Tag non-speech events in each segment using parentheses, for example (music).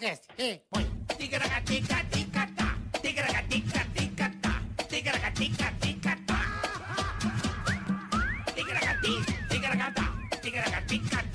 podcast. Ei, põe. Tigaragatica-ticatá. Tigaragatica-ticatá. Tigaragatica-ticatá. Tigaragati, tigaragatá. Tigaragatica-ticatá.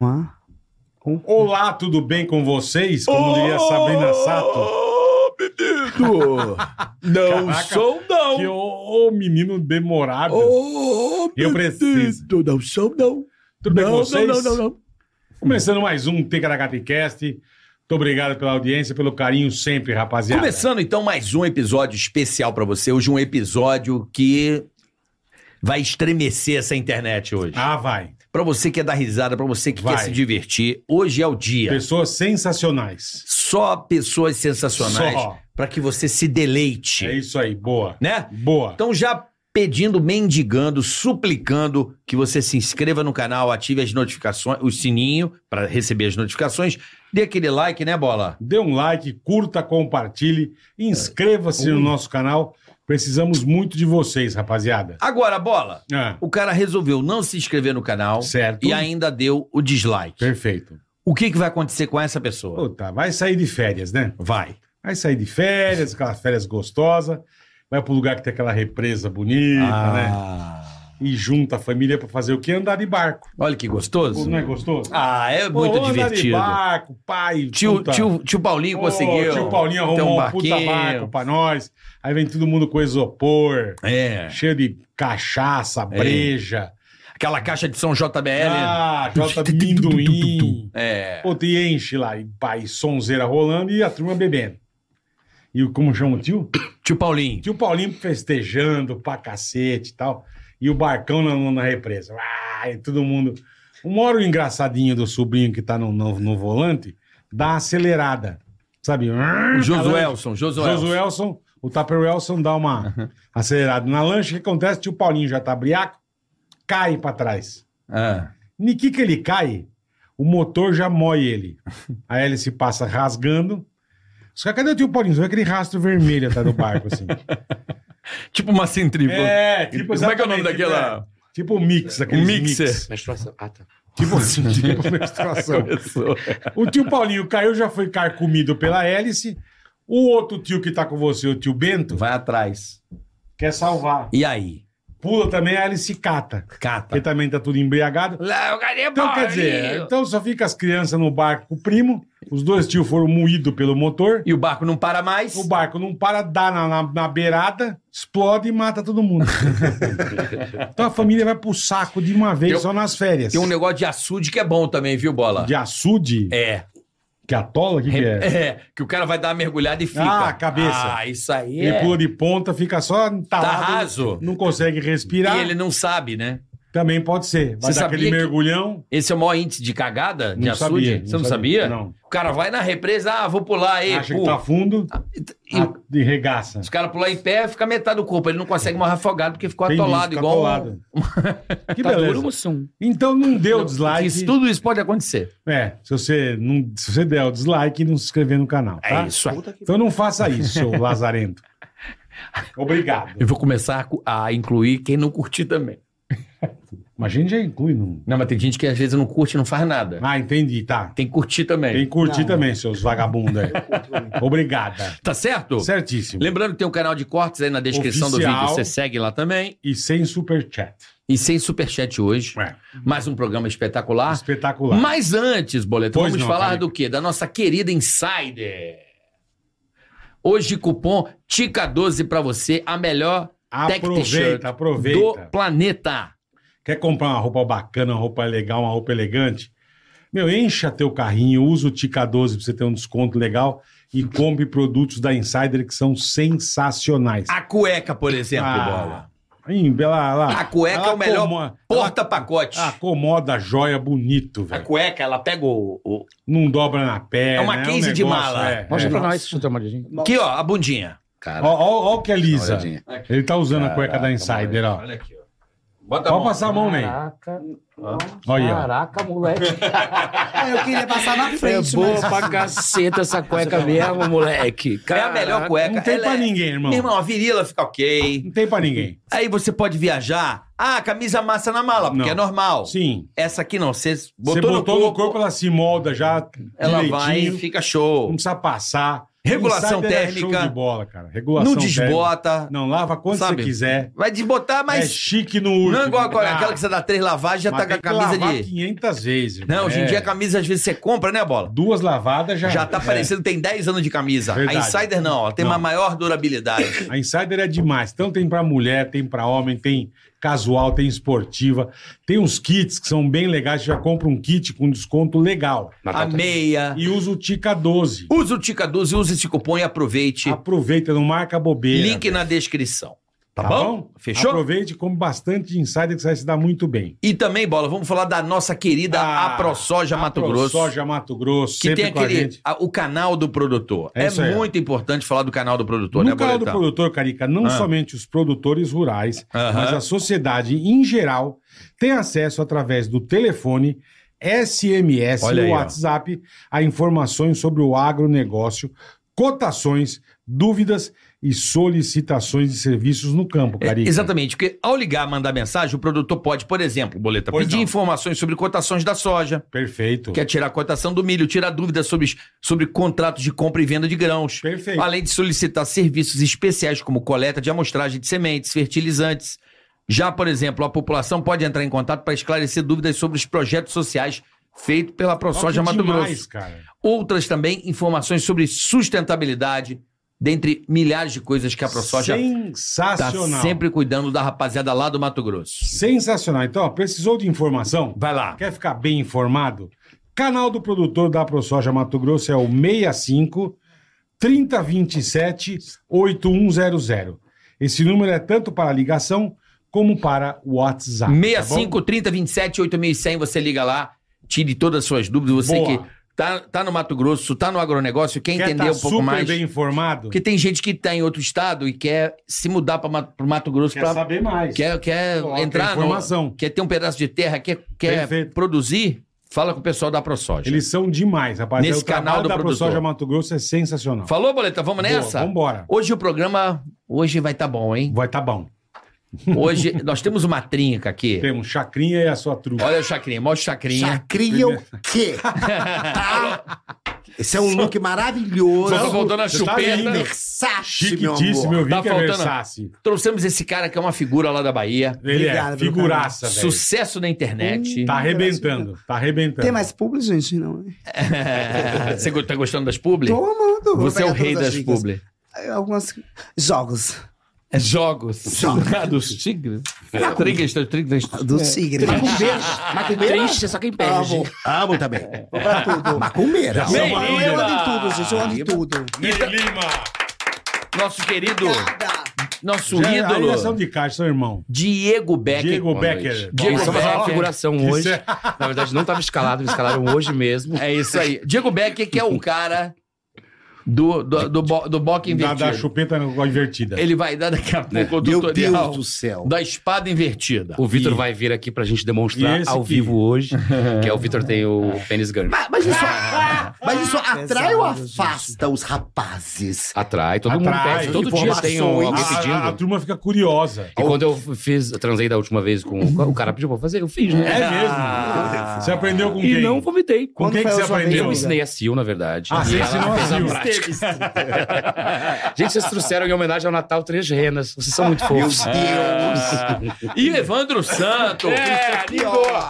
Uma- Olá, tudo bem com vocês? Como diria Oh! Sabrina Sato. Ô, menino! Não Caraca, sou, não! Oh! Que o, o menino demorável. Ô, Eu menino, preciso. Não sou, não! Tudo bem não, com vocês? Não, não, não, não. Começando mais um TKHTcast. Muito obrigado pela audiência, pelo carinho sempre, rapaziada. Começando então mais um episódio especial pra você. Hoje um episódio que vai estremecer essa internet hoje. Pra Ah, vai. você que é dar risada, pra você que Vai. quer se divertir, hoje é o dia. Pessoas sensacionais. Só pessoas sensacionais Só. pra que você se deleite, É isso aí, boa. né? Boa. Então já pedindo, mendigando, suplicando que você se inscreva no canal, ative as notificações, o sininho para receber as notificações, dê aquele like, né, bola? Dê um like, curta, compartilhe, inscreva-se no nosso canal. Precisamos muito de vocês, rapaziada. Agora, bola, Ah, o cara resolveu não se inscrever no canal certo. e ainda deu o dislike. Perfeito. O que, que vai acontecer com essa pessoa? Puta, vai sair de férias, né? Vai. Vai sair de férias, aquelas férias gostosas, vai pro lugar que tem aquela represa bonita, né? Ah, E junta a família pra fazer o quê? Andar de barco. Olha que gostoso. Não é gostoso? Ah, é Pô, muito andar de divertido. barco, pai, Tio, puta. tio, tio Paulinho Pô, conseguiu. Tio Paulinho ter arrumou um puta barquinho. barco pra nós. Aí vem todo mundo com isopor, É. cheio de cachaça, breja. Aquela caixa de São JBL. Ah, jota de (laughs) minduim. né? É. Pô, te enche lá, e pai, sonzeira rolando e a turma bebendo. E o- como chama o tio? Tio Paulinho. Tio Paulinho festejando pra cacete e tal. E o barcão na, na represa. Ah, e todo mundo. Uma hora o engraçadinho do sobrinho que tá no, no, no volante dá uma acelerada. Sabe? O Josuelson, Josuelson. Josuelson. Josuelson, o Tupper Wilson dá uma acelerada. Na lancha, o que acontece? Tio Paulinho já tá briaco, cai pra trás. Ah. Niki que ele cai, o motor já mói ele. A hélice passa rasgando. Só que cadê o tio Paulinho? Você vê aquele rastro vermelho atrás do barco, assim. Tipo uma centrífuga. É, tipo, Como é que é o nome exatamente, daquela? Um Tipo mix, aquele mixer. mix. Menstruação. Ah, tá. (laughs) Tipo assim, tipo menstruação. Começou. O tio Paulinho caiu, já foi carcomido pela hélice. O outro tio que tá com você, o tio Bento, Vai atrás. quer salvar. E aí? Pula também, a hélice cata. Cata. Ele também tá tudo embriagado. Lá, eu ganhei Então, Paulinho. quer dizer, então só fica as crianças no barco com o primo. Os dois tios foram moídos pelo motor. E o barco não para mais. O barco não para, dá na, na, na beirada, explode e mata todo (laughs) mundo. então a família vai pro saco de uma vez Tem um- só nas férias. Tem um negócio de açude que é bom também, viu, Bola? De açude? É. Que atola? O que, que é? É. Que o cara vai dar uma mergulhada e fica. Ah, cabeça. Ah, isso aí Ele é. pula de ponta, fica só entalado. Tá raso. Não consegue respirar. E ele não sabe, né? Também pode ser. Vai Você dar sabia aquele que- mergulhão. Esse é o maior índice de cagada de Não açude? sabia, Você não não sabia. sabia? Não. O cara vai na represa, ah, vou pular aí. acha que pô. tá fundo Ah, E a- e regaça. Os caras pulam em pé, fica metade do corpo. Ele não consegue morrer afogado porque ficou Entendi, atolado fica igual. um- (laughs) atolado. Que Tá beleza. duro, Mussum. Então não dê o dislike. Isso, tudo isso pode acontecer. É, se você, não, se você der o dislike e não se inscrever no canal, tá? É isso aí. Então não faça (laughs) isso, seu lazarento. Obrigado. Eu vou começar a incluir quem não curtir também. Mas a gente já inclui. Não... Não, mas tem gente que às vezes não curte e não faz nada. Ah, entendi, tá. Tem que curtir também. Tem que curtir também, seus vagabundos aí. Obrigada. Tá certo? Certíssimo. Lembrando que tem um canal de cortes aí na descrição do Oficial. vídeo. Você segue lá também. E sem superchat. E sem superchat hoje. É. Mais um programa espetacular. Espetacular. Mas antes, Boleto, Pois vamos não, falar Carica. do quê? Da nossa querida Insider. Hoje, cupom TICA12 pra você, a melhor Tech T-shirt Aproveita, do aproveita. planeta. Quer comprar uma roupa bacana, uma roupa legal, uma roupa elegante? Meu, encha teu carrinho, usa o Tica 12 pra você ter um desconto legal e compre produtos da Insider que são sensacionais. A cueca, por exemplo, Ah, Bola. Ih, lá, lá. A cueca Ela Ah, é o melhor acomo- porta-pacote. ela Acomoda a joia bonito, A velho. cueca, ela pega o. o- Não dobra na né? perna. É uma 15 de mala. um É, Mostra é. pra nós, chuta uma olhadinha. Aqui, ó, a bundinha. Cara, Ó, ó, ó o que é dá uma lisa. olhadinha. Ele tá usando a cueca da Caraca, Insider, ó. Olha aqui, ó. Bota Pode passar a mão, Ney. Caraca, Olha aí, ó. caraca, moleque. Eu queria passar na É frente, boa mas... É pra caceta essa cueca mesmo, moleque. É Caraca. a melhor cueca. Não tem Ela pra é- ninguém, irmão. Meu irmão, a virilha fica ok. Não tem pra ninguém. Aí você pode viajar. Ah, camisa massa na mala, porque Não. é normal. Sim. Essa aqui não, você Você botou, botou no corpo, ela se molda já ela vai e direitinho. fica Não show. precisa passar. Regulação Insider é térmica. show de bola, cara. Regulação Não desbota. térmica. Não, lava quando Sabe? você quiser. Vai desbotar, É mas chique no último. não é igual a- Ah, aquela que você dá três lavagens já mas tá com a tem que camisa lavar de... 500 vezes. irmão. Não, hoje em dia É. a camisa às vezes você compra, né, Bola? Duas lavadas já... é. Já tá parecendo, tem 10 anos de camisa. Verdade. A Insider não, ó, tem Não. uma maior durabilidade. É. A Insider é demais. Então tem pra mulher, tem pra homem, tem casual, tem esportiva. Tem uns kits que são bem legais. Você já compra um kit com desconto legal. a meia. E usa o Tica 12. Usa o Tica 12, usa esse cupom e aproveite. Aproveita, não marca bobeira. Link na descrição. Tá, bom? Fechou? Aproveite e come bastante de Insider que você vai se dar muito bem. E também, Bola, vamos falar da nossa querida Ah, AproSoja Mato Grosso. Soja Mato Grosso, Que sempre tem com a gente. aquele. a- o canal do produtor. É É, isso aí, ó. muito importante falar do canal do produtor, No né, canal é do Boletão? produtor, Carica, não Ah. somente os produtores rurais, Aham. mas é a sociedade em geral tem acesso através do telefone, SMS Olha ou aí, ó. WhatsApp a informações sobre o agronegócio, cotações, dúvidas e solicitações de serviços no campo, É, Carica. exatamente, porque ao ligar, mandar mensagem, o produtor pode, por exemplo, Boleta, Pois pedir não. informações sobre cotações da soja, Perfeito. quer tirar a cotação do milho, tirar dúvidas sobre, sobre contratos de compra e venda de grãos. Perfeito. Além de solicitar serviços especiais como coleta de amostragem de sementes, fertilizantes. Já, por exemplo, a população pode entrar em contato para esclarecer dúvidas sobre os projetos sociais feitos pela Olha ProSoja que Mato demais, Grosso. cara. Outras também informações sobre sustentabilidade, dentre milhares de coisas que a ProSoja está Sensacional. sempre cuidando da rapaziada lá do Mato Grosso. Sensacional. Então, ó, precisou de informação? Vai lá. Quer ficar bem informado? Canal do produtor da ProSoja Mato Grosso é o 65 3027 8100. Esse número é tanto para ligação como para WhatsApp. tá 65 30 27 8100, você liga lá, tire todas as suas dúvidas. Você Boa. que tá, tá no Mato Grosso, tá no agronegócio, quer, bom? entender tá um pouco mais. super bem informado? Porque tem gente que tá em outro estado e quer se mudar para o Mato Grosso Quer para saber mais. quer, quer Coloca entrar informação. no quer ter um pedaço de terra, quer, quer Perfeito. produzir, fala com o pessoal da ProSoja. Eles são demais, rapaz. Nesse É, o trabalho canal do da ProSoja produtor. Mato Grosso é sensacional. Falou, boleta, vamos Boa, nessa? vambora. Hoje o programa hoje vai tá bom, hein? Vai tá bom. (laughs) Hoje nós temos uma trinca aqui. Temos Chacrinha e a sua trupe. Olha o chacrinha, mostra o chacrinha. Chacrinha o quê? Tá? Esse é um look maravilhoso. Só tá voltando a você tá chupeta. lindo. Versace, meu Chiquitíssimo, amor. eu vi Tá que é faltando- Versace. Trouxemos esse cara que é uma figura lá da Bahia. Ele é Obrigado, meu figuraça, velho. Sucesso na internet. (laughs) Tá arrebentando, tá arrebentando. né, Tem mais público, gente? Não. Você go- tá gostando das publi? Tô amando. Vou Você é o pegar rei todas as das dicas. publi. Algumas... Jogos. É jogos. Jogos. É. Ah, Ah, Dos tigres? Ah, Trigas, trigas. Do tigre. Macumbeiro. Macumbeiro é só quem perde. Amo. Amo também. É. Vou pra tudo. Macumbeira. Bem, Eu ando- eu ando linda. em tudo, gente. Eu ando em tudo. tá- Lima! É. Nosso querido, Obrigada. nosso Aí é são ídolo, de caixa, seu irmão. Diego Becker. Diego Boa Becker. noite. Diego Diego só fazer uma Becker. figuração Isso hoje. é- Na verdade, não tava escalado, me escalaram hoje mesmo. É isso aí. Diego Becker, que é o cara do, do, do, bo- do boca Da, invertido. da chupeta invertida. Ele vai dar daqui a pouco o É. Meu tutorial Deus do céu. da espada invertida. Tá. O Vitor E- vai vir aqui pra gente E demonstrar esse ao aqui? vivo hoje. Que é o (laughs) Vitor tem o pênis grande. Mas, mas isso, mas isso atrai Pesado, ou afasta os rapazes? Atrai, todo Atrai. Ah, mundo pede. Todo dia tem um, tá Informações. alguém a, pedindo. a- a turma fica curiosa. E quando eu fiz, eu transei da última vez com. O cara pediu pra eu fazer, eu fiz, É Ah. né? mesmo? Você aprendeu com E quem? não vomitei. Com Quando quem que foi a você sua vez, né? aprendeu? Eu ensinei a Sil, na verdade. Ah, E você ela ensinou a fez Sil. prática. Gente, vocês trouxeram em homenagem ao Natal três renas. Vocês são muito fofos. (laughs) E Evandro Santo. É,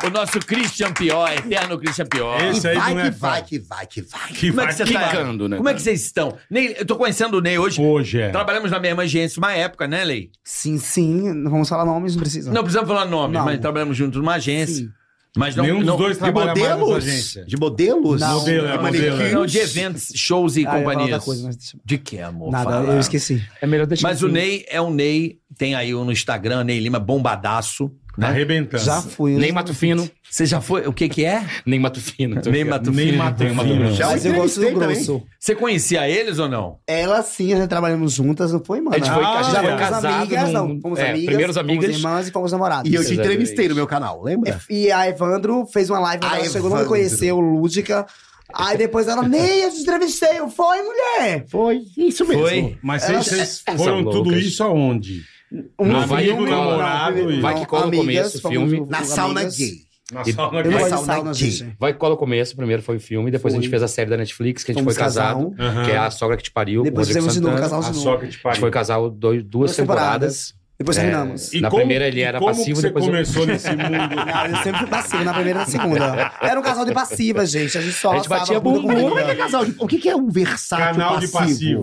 o nosso Christian Pior, eterno Christian Pior. Esse- E aí vai não é que vai, fácil. que vai, que vai. Que Como é que vai você tá? Quicando, né? Como é que vocês estão? Ney, eu tô conhecendo o Ney hoje. Hoje é. Trabalhamos na minha irmã Gênesis uma época, né, Lei? Sim, sim. Não vamos falar nomes, não precisa. Não precisamos falar nome, Ah. Não. mas trabalhamos juntos numa agência. Sim. Mas não, Nenhum não, Né? dos dois De trabalha mais nessa modelos? agência. De modelos? Não. Modelo, é De modelo, é. não, manequins? de eventos, shows e Ah, eu ia falar outra companhias. coisa, mas deixa- De que, amor? Nada, Fala. eu esqueci. É melhor deixar Mas o assim. Ney é um Ney Tem aí um no Instagram, Ney Lima, bombadaço. Né? Tá arrebentando. Já fui. Nem Mato Fino, Você já foi. O que que é? nem Mato Fino. tô Ney ligado. Mato Nem Filho. Mato Filho. Já Mas Já eu gosto do entrevistei grosso. Você conhecia eles ou não? Ela sim, nós trabalhamos juntas, não foi, mano? A gente foi, a gente Ah, tava é. Fomos casado. amigas, num- não. Fomos é, amigas. primeiros fomos amigas. irmãs e fomos namorados. E eu te Exatamente. entrevistei no meu canal, lembra? E a Evandro fez uma live, A ela chegou não me Evandro. conheceu, lúdica. Aí depois ela, nem eu te entrevistei, eu foi, mulher! Foi, isso mesmo. Foi. Mas vocês, vocês São foram tudo loucas. isso aonde? Um Não, vai filme, que cola. Namorado e- Vai que cola no começo, fomos filme. no- Na amigas. sauna gay. Na E- sala Eu não que- Na gosto de sauna sauna, gay. gente. Vai cola o começo, primeiro foi o filme, depois a gente Foi. fez a série da Netflix, que a gente Fomos foi casado, casal. Aham. que é a sogra que te pariu. com o Depois Rodrigo fizemos de novo Santana. casal A de novo. sogra que te A pariu. gente foi casal dois- duas Duas temporadas. temporadas. Depois terminamos. E Na como- primeira ele era como passivo, que você depois eu- É, (laughs) começou nesse (laughs) mundo? Não, Ah, eu sempre fui passiva, na primeira e na segunda. Era um casal de passiva, gente. A gente só A gente batia roçava bunda com bumbum. Como é que bunda. é casal? de- O que que é um versátil Canal de passivo?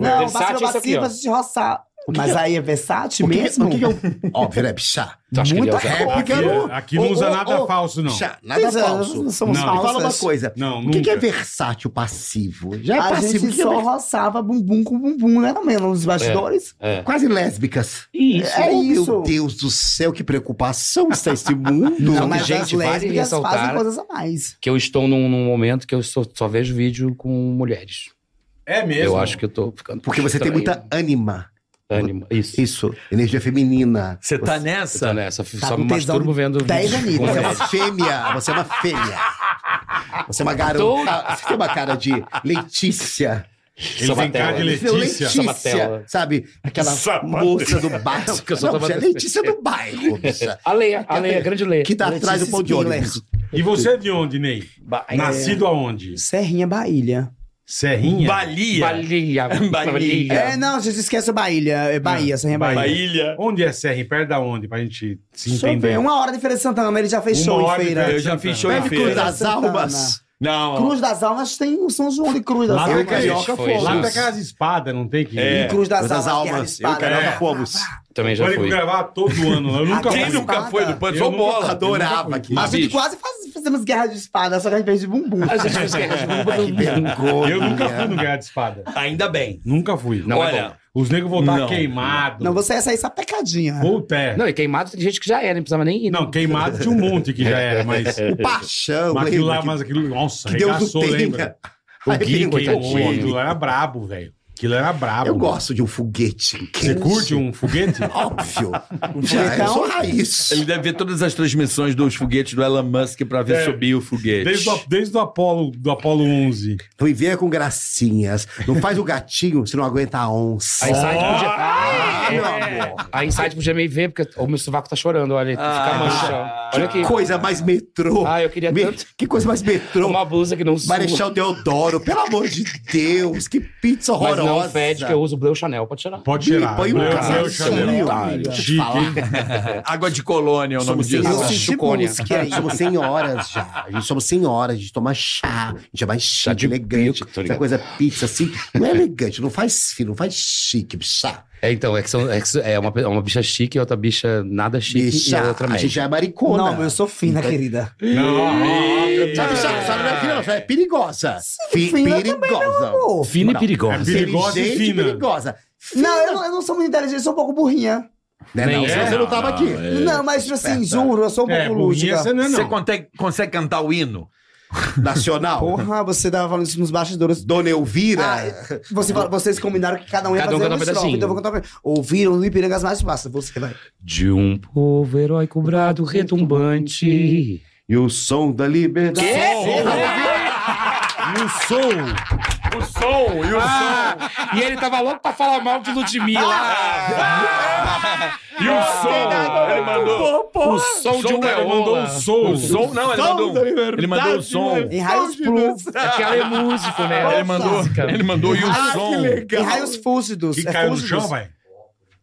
passivo. Não, Versátil, passiva, isso aqui, ó. passiva, a gente roçava. que Mas que é- aí é versátil O que que é- mesmo? O que que é um... Óbvio, né, bichá? Tu acha que ele Muita ia usar? É, porque Aqui- não- aqui não Ô, usa ô, nada ô, falso, não. Bichá, nada Pois é, falso. não somos Não. Me falsas. fala uma coisa. Não, o que, que é nunca. versátil passivo? Já é A passivo. o gente que que é só vers- roçava bumbum com bumbum, não era mesmo? Nos bastidores. É. Quase lésbicas. Isso. É Oh, isso. Meu Deus do céu, que preocupação está esse mundo. Não, mas gente, as vale lésbicas ressaltar- fazem coisas a mais. Que eu estou num, num momento que eu só, só vejo vídeo com mulheres. É mesmo. Eu acho que eu tô ficando. Porque você tem estranho. muita ânima. ânimo. Isso. Isso, energia feminina. Você Você tá tá nessa? nessa. Tá só com me tesão masturbo vendo. dez vídeo aninhos. com (laughs) Você é mulheres. uma fêmea. Você é uma fêmea. Você é uma garota. Você tem uma cara de Letícia. Ele tem cara Sabatella. de Você é uma Letícia. Sabatella. Letícia, sabe? Aquela moça do bairro. Não, Que eu só tava você é Letícia do bairro, bicha. A Leia, a Leia, a grande Leia. Que tá atrás do pão de Spiller. ônibus. E você é de onde, Ney? é. é- Nascido aonde? Serrinha Baília. Serrinha? Balia. (laughs) Balia. Balia. É, não, gente, esquece o Baília. É Ah, Bahia, Serrinha Baília. Baília. Onde é Serrinha? Perto da onde? Pra gente se Só entender. ver, Uma hora de Feira de Santana, ele já fez Uma show em hora de feira. Feira Eu já fiz show em Deve Cruz feira. das Almas. Não. Cruz das Almas tem o São João de Cruz das Lá Almas. tem aquelas, Carioca foi, lá Jesus. tem aquelas espadas, não tem que É. Em Cruz das, Cruz das Almas, Guerra de Almas. Eu Espada. quero né? fomos. Também já Eu tenho que fui. gravar todo ano. né? (laughs) Eu nunca Quem Quem fui. nunca espada? foi do pano? Eu Só nunca- bola. Adorava aqui. A gente Bicho. quase faz- fizemos guerra de espada, só que a gente fez de bumbum. A gente fez (laughs) guerra de bumbum. Que vergonha. Eu nunca fui no Guerra de Espada. Ainda bem. Nunca fui. Não, Olha, é bom. Os negros voltaram Não. queimados. Não, você é ia sair sapecadinha. Puta, é. Não, e queimado tem gente que já era, não precisava nem ir. né? Não, queimado tinha um monte que já era, (laughs) mas. O paixão, Mas aquilo lembra? lá, mas aquilo. Nossa, que Deus né? o arregaçou, tenha. lembra? O Gui, Arrebentou coitadinho. ele. Aquilo lá era brabo, velho. Aquilo era brabo. Eu mano. gosto de um foguete. Você quente. curte um foguete? Óbvio. Já, eu foguetão? sou raiz. Ele deve ver todas as transmissões dos foguetes do Elon Musk pra ver É. subir o foguete. Desde o, desde o Apolo, do Apolo 11. Viver com gracinhas. Não faz o gatinho se não aguenta a onça. A Insight Ó, podia. Ah, É. meu amor. A Insight podia meio ver, porque o meu sovaco tá chorando, olha. Ah. Fica manchão. Olha aqui. é. Coisa mais metrô. Ah, eu queria Me- tanto. Que coisa mais metrô. Uma blusa que não sua. Marechal Deodoro, pelo amor de Deus, que pizza Mas horrorosa. não fede, que é eu uso Bleu Chanel. Pode tirar. Pode Me tirar. põe um Meu casaquinho, Chanel. cara. Chique, hein? (laughs) Água de colônia é o nome Somos sem Ah, disso. Eu água. senti Chicônia. música Cara, aí. somos senhoras já. A gente somos senhoras, a gente toma chá, a gente é mais Chá chique, Tá de elegante. bico, tô Essa ligado. coisa pizza assim, não é elegante, não faz fino, não faz chique, chá. É, então, é, que são, é, que é uma, é uma bicha chique, outra bicha nada chique e a Bicha, outra a gente média. já é maricona. Não, eu sou fina, Então- querida. Não, ó, ó, Sabe, bicha, essa não é fina, não, essa é perigosa. Fi- fina também, perigosa. Pô, Fina e Não, perigosa. é Perigosa e Inteligente e fina. perigosa. Não, eu não, eu não sou muito inteligente, eu sou um pouco burrinha. Né, não, Nem senão é, você não não, tava não, aqui. é. Não, mas tipo assim, Esperta. juro, eu sou um pouco É, burrinha lúdica. você não é, Você não. consegue, consegue cantar o hino? Ah. Nacional. Porra, você tava falando isso nos bastidores. Dona Elvira. Ah, você fala- vocês combinaram que cada um ia Cada um fazer canta um uma estrofe, pedacinho. então eu vou contar pra Ouviram no Ipirangas mais massa, você vai. De um povo heróico brado retumbante. E o som da liberdade. E o som? O som, e o som. Ah! E ele tava louco pra falar mal de Ludmilla. (laughs) Ah! e Ah, o som. Ele mandou o som de um Ele mandou O som. Ah, O som? Não, ele mandou, um- ele mandou o som. Em raios plus. É que ela é músico, né? Ele mandou, ele mandou e o som. Em raios fúlgidos. Que é caiu no fúlgidos. chão, velho?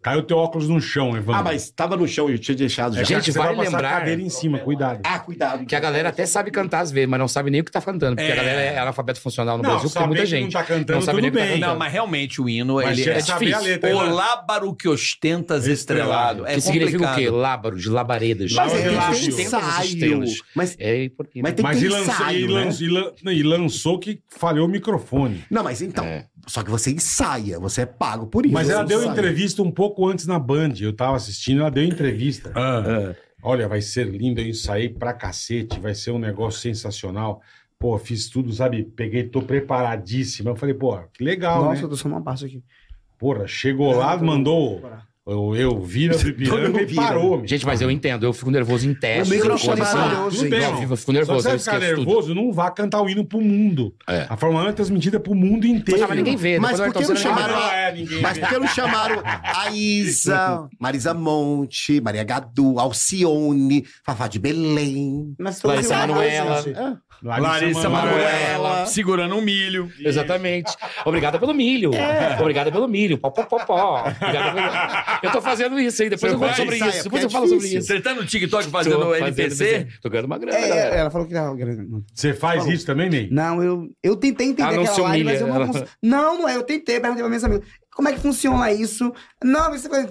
Caiu teu óculos no chão, Evandro. Ah, mas tava no chão, eu tinha deixado já. É gente, Você vai passar lembrar- a cadeira em cima, cuidado. Ah, cuidado. Que a galera até sabe cantar às vezes, mas não sabe nem o que tá cantando. Porque a galera é analfabeto funcional no Não, Brasil, porque tem saber muita que não gente. tá cantando, tudo nem o que bem. Não, mas realmente o hino, Mas ele tinha é que saber a difícil. letra, hein, mano? Olábaro que ostentas estrelado. É que significa o complicado. quê? Lábaro, de labaredas. Mas Não, é, relaxa, tem que ter tem essas ensaio. estrelas. Mas, É, porque... mas tem que Mas ter e lançou, e ensaio, né? lançou- e lan- e lançou que falhou o microfone. É. Não, mas então, Só que você ensaia, você é pago por isso. Mas você ela deu ensaia. entrevista um pouco antes na Band. Eu tava assistindo, ela deu entrevista. Ah. É. Olha, vai ser lindo, eu ensaiei pra cacete, vai ser um negócio sensacional. Pô, fiz tudo, sabe? Peguei, tô preparadíssima. Eu falei, pô, que legal, Nossa, eu né? tô só uma parte aqui. Então, Porra, chegou lá, mandou eu, eu vira pro Ipiranga e vira. parou. meu. Gente, mas eu entendo, eu fico nervoso em teste. O eu microfone fico assim, maravilhoso, tudo hein? bem, eu irmão. fico- eu fico Só que nervoso, você eu vai ficar esqueço tudo. nervoso, não vá cantar o hino pro mundo. É. A Fórmula 1 é transmitida pro mundo Mas, inteiro. ah, mas ninguém vê. Mas depois por vai que não torcendo, ninguém chamaram vê. Ah, a... é, ninguém Mas vê. tá- por que não chamaram a Isa, Marisa Monte, Maria Gadu, Alcione, Fafá de Belém? Mas Larissa Manoela. Larissa Manoela Manoela. segurando um milho. Exatamente. Obrigada pelo milho. É. Obrigada pelo milho. Pó, pó, pó, pó. Obrigada pelo- Eu tô fazendo isso aí. Depois eu vai conto sobre ensaiar, isso. porque Depois é eu falo sobre difícil. isso. Você tá no TikTok fazendo um Tô o LPC? LPC, Tô ganhando uma grana, É, galera. ela falou que tava grande. Você faz isso também, Ney? Não, eu, eu tentei Ela Ah, entender não se aquela live, mas eu humilha, não ela- cons... Não, não é, eu tentei, perguntei pra minhas amigas, como é que funciona isso? Não, mas você faz...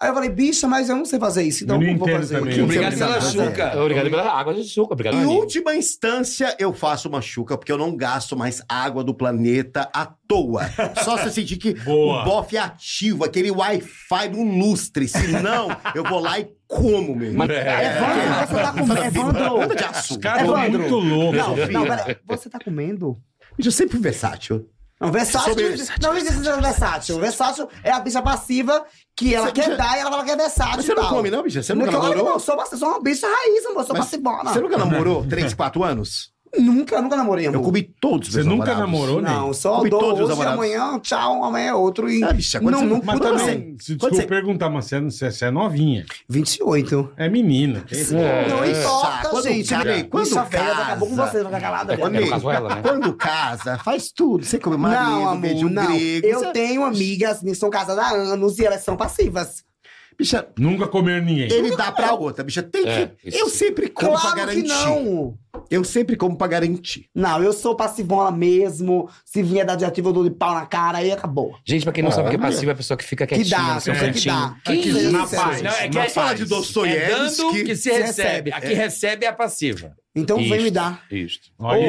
Aí eu falei, bicha, mas eu não sei fazer isso, então Eu eu não não vou entendo fazer. também. O que Obrigado você pela precisa fazer? açúcar. Obrigado pela água de suco. Obrigado, Em Aninho. última instância, eu faço uma chuca, porque eu não gasto mais água do planeta à toa. Só se eu sentir que Boa. o bofe é ativo, aquele Wi-Fi no lustre. Se não, eu vou lá e como, É meu. irmão. Mas- é, é Evandro, você tá com- Evandro! Anda de Os açúcar. caras são Evandro. é muito loucos. Não, não, pera, você tá comendo? Eu sempre fui versátil. Não, versátil. Sou bem Não existe versátil. Versátil é a bicha passiva que ela Você- quer você- dar e ela fala que é versátil. Mas você não tal. come, não, bicha? Você nunca Não, claro que namorou? não, eu sou, passiva, sou uma bicha raiz, amor. Sou Mas passivona. Você nunca namorou 3, 4 anos? Nunca, nunca namorei, amor. Eu comi todos Você meus nunca namorados. namorou, Ney? Não, só Comi dou todos os hoje, namorados. amanhã, tchau, amanhã é outro. E Ah, bicha, quando não, você- não Mas puta também, se desculpa Quando você- perguntar, mas você é- você é, você é novinha. 28. É menina. tem- Não importa, saco. É. Quando gente. casa- Bicha quando velha, casa- acabou com você, vai ficar calada. Ô, velho. Ney, no caso ela, né? Quando casa, faz tudo. Você come marido, Não, beijo amor, não. um grego. Eu você- tenho amigas que são casadas há anos e elas são passivas. Bicha, Nunca comer ninguém. ele dá pra outra, bicha. Tem É, que... isso. Eu sempre como pra Claro que garantir. não. Eu sempre como pra garantir. Não, eu sou passivona mesmo. Se vier dar de ativo, eu dou de pau na cara e acabou. Gente, pra quem não sabe o que é passivo, é a pessoa que fica Que quietinha dá, né? no seu eu sei que dá. cantinho. Que isso, na paz. gente? é Não fala de É Dostoiévski. dando que se Se recebe. recebe. A que recebe é a passiva. Então vem Isso. me dar. Isso. Olha,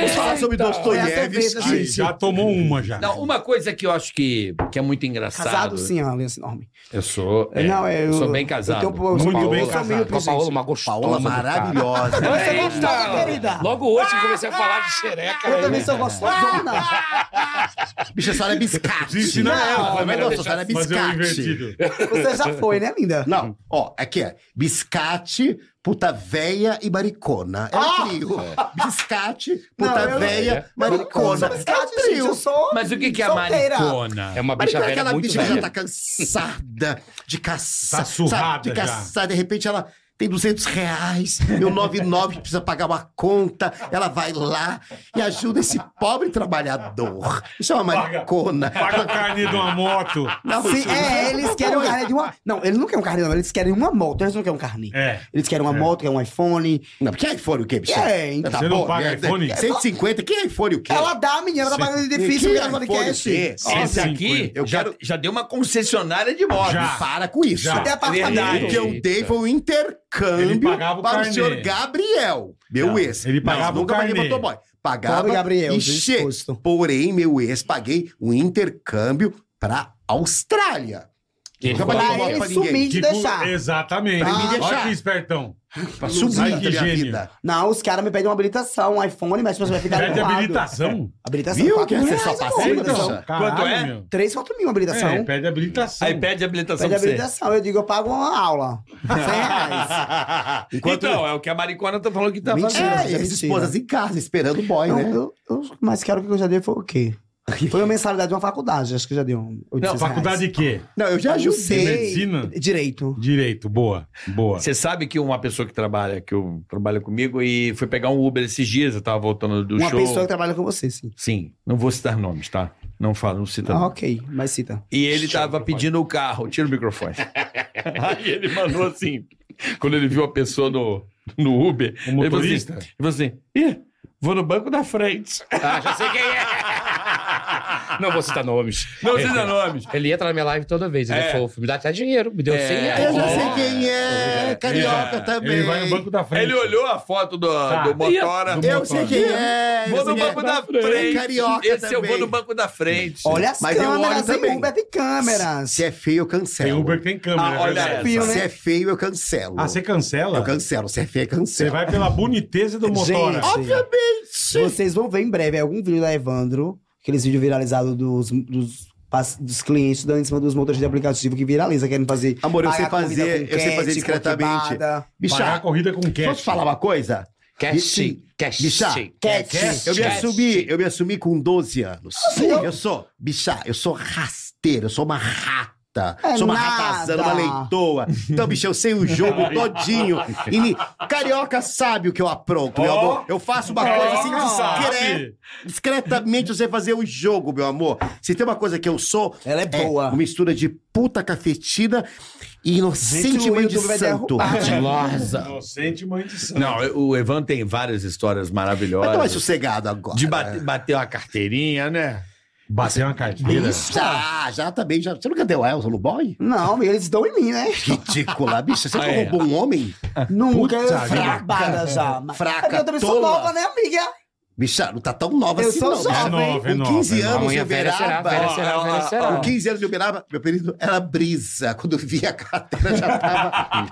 Vamos falar sobre Essa Dostoiévski. aí, já tomou uma já. Não, uma coisa que eu acho que, que é muito engraçado. Casado, sim, é uma aliança enorme. Eu sou. é, Não, é, eu, sou bem casado. eu tenho- eu sou Muito Paola, bem eu sou casado. míope, Com a Paola, gente. uma gostosa. Paola do cara. maravilhosa. Você Eita! gostosa, querida? Logo hoje que eu comecei a falar de xereca. né? Eu também sou gostosona. Bicha, a senhora é biscate. Isso não é um Não, ela, mas mas não, deixa- a senhora é Mas eu biscate. invertido. Você já foi, né, linda? Não, ó, aqui é biscate, puta véia e maricona. É o trio. Biscate, puta Ah! É. Não, eu não- véia, Eu sou maricona. É o biscate, gente, eu trio. sou Mas o que, que é a solteira. maricona? É uma bicha Maricona é velha aquela muito bicha que já velha. tá cansada de caçar. Tá surrada sabe, de já. caçar. De repente ela tem 200 reais, meu 99 precisa pagar uma conta. Ela vai lá e ajuda esse pobre trabalhador. Isso é uma maricona. Paga a carne de uma moto. Não, Sim, isso- é, eles querem um carnê de uma. Não, eles não querem um carnê, não. Eles querem uma moto. Eles não querem um carnê. É. Eles querem uma moto, querem um iPhone. Não, que iPhone o quê, bicho? É, então. Tá Você não bom, paga né? iPhone? 150, que iPhone o quê? Ela dá, menina, ela tá pagando de difícil, Que ela no iPhone é o quê? podcast. Esse 150. aqui Eu já, quero- já deu uma concessionária de moto. Já. Para com isso. Já. Até Verdade. apartamento. Porque eu dei foi um Ele intercâmbio pagava para o o carnê. senhor Gabriel, meu Não, ex. ele Mas pagava o nunca paguei carnê. motoboy. Pagava Pobre Gabriel, e che- disposto. Porém, meu ex, paguei um intercâmbio para Austrália. Ele Nunca foi paguei Pra motoboy ele pra ninguém. sumir de Que cu- deixar. Tipo, Exatamente. Pra me Olha deixar. que espertão. Pra Ai, sumir que da minha gênio. vida. Não, os caras me pedem uma habilitação, um iPhone, mas você vai ficar Pede do lado. habilitação. Habilitação. Viu quatro que mil você só reais, amor, passa É, habilitação. Então, caralho, quanto é? meu. 3, 4 mil habilitação. É, pede habilitação. Aí pede habilitação Pede pra você. habilitação. Eu digo, eu pago uma aula. 100 reais. Enquanto Então, é o que a maricona tá falando que tá Mentira. fazendo. é, e as esposas em casa esperando o boy, Não, né? eu, eu, mas quero que eu já dei foi o quê? (laughs) Foi uma mensalidade de uma faculdade, acho que já deu. um Não, é faculdade de quê? Não, eu já Eu ajudei. sei. Medicina? Direito. Direito, boa, boa. Você sabe que uma pessoa que trabalha, que eu trabalho comigo, e foi pegar um Uber esses dias, eu tava voltando do uma show. pessoa que trabalha com você, sim. Sim, não vou citar nomes, tá? Não falo, não Então. cita Ah, nomes. ok, mas cita. E ele tava pedindo o carro, tira o microfone. Aí ele mandou assim, quando ele viu a pessoa no, no Uber, O ele falou assim- motorista? ele falou assim, ih, vou no banco da frente. Ah, já sei quem é. (laughs) Não vou citar nomes. Não precisa nomes. Ele entra na minha live toda vez, ele é, É. fofo. Me dá até dinheiro, me deu 100 reais. Eu já sei quem é, carioca É, também. Ele vai no banco da frente. Ele olhou a foto do, do Motora. do Eu sei quem é. eu Vou sei no quem é. banco da frente. Carioca Esse eu também. vou no banco da frente. Olha as Mas eu olho câmeras, também. tem Uber, tem câmeras. Se é feio, eu Tem cancelo. Uber que tem câmera. Ah, olha verdade. essa. Fio, Se né? é feio, eu cancelo. Ah, você cancela? Eu cancelo. Se é feio, eu Você cancelo. vai pela boniteza do motora. Gente, Vocês vão ver em breve algum vídeo da Evandro, aqueles vídeos viralizados dos, dos, pas- dos clientes dando em cima dos motoristas de aplicativo que viraliza, querendo fazer. Amor, eu sei pagar comida fazer- com eu sei cat, fazer com discretamente. queimada. Pagar a Bichá, corrida com posso cash. te falar uma coisa? Cash, cash, Bichá, Cat. Eu me Esquece. assumi, eu me assumi com 12 anos. Ah, Eu sou, bichá, eu sou rasteira, eu sou uma rata. É sou uma nada. ratazana, uma leitoa. Então, bicho, eu sei o (laughs) jogo todinho. E ni- carioca sabe o que eu apronto, meu Ó. amor. Eu faço uma coisa assim Carioca discreta. Ah, sabe. Discretamente eu sei fazer o jogo, meu amor. Se tem uma coisa que eu sou, Ela é boa. uma mistura de puta cafetina e inocente Gente, o mãe de YouTube vai santo. derrubar. Nossa. Inocente, mãe de santo. Não, o Evan tem várias histórias Mas tu é maravilhosas. sossegado agora. De bater, bater uma carteirinha, né? Bateu uma carteira. Já, já também. Já. Você nunca deu a Elza no boy? Não, eles dão em mim, né? Ridícula, bicha. Você Ah, é. nunca roubou um homem? Puta Nunca eu fui vida. roubada já. mas- Fraca, É porque eu também sou tola. nova, né, amiga? Bicha, não tá tão nova Eu assim, sou não. jovem. bicha. É nova, é Com nova, 15 é nova. anos, em Amanhã velha será, Uberaba. velha será, Ó, velha ó, ó, Com será. 15 anos de Uberaba, meu período era brisa. Quando eu vi a carteira, já tava.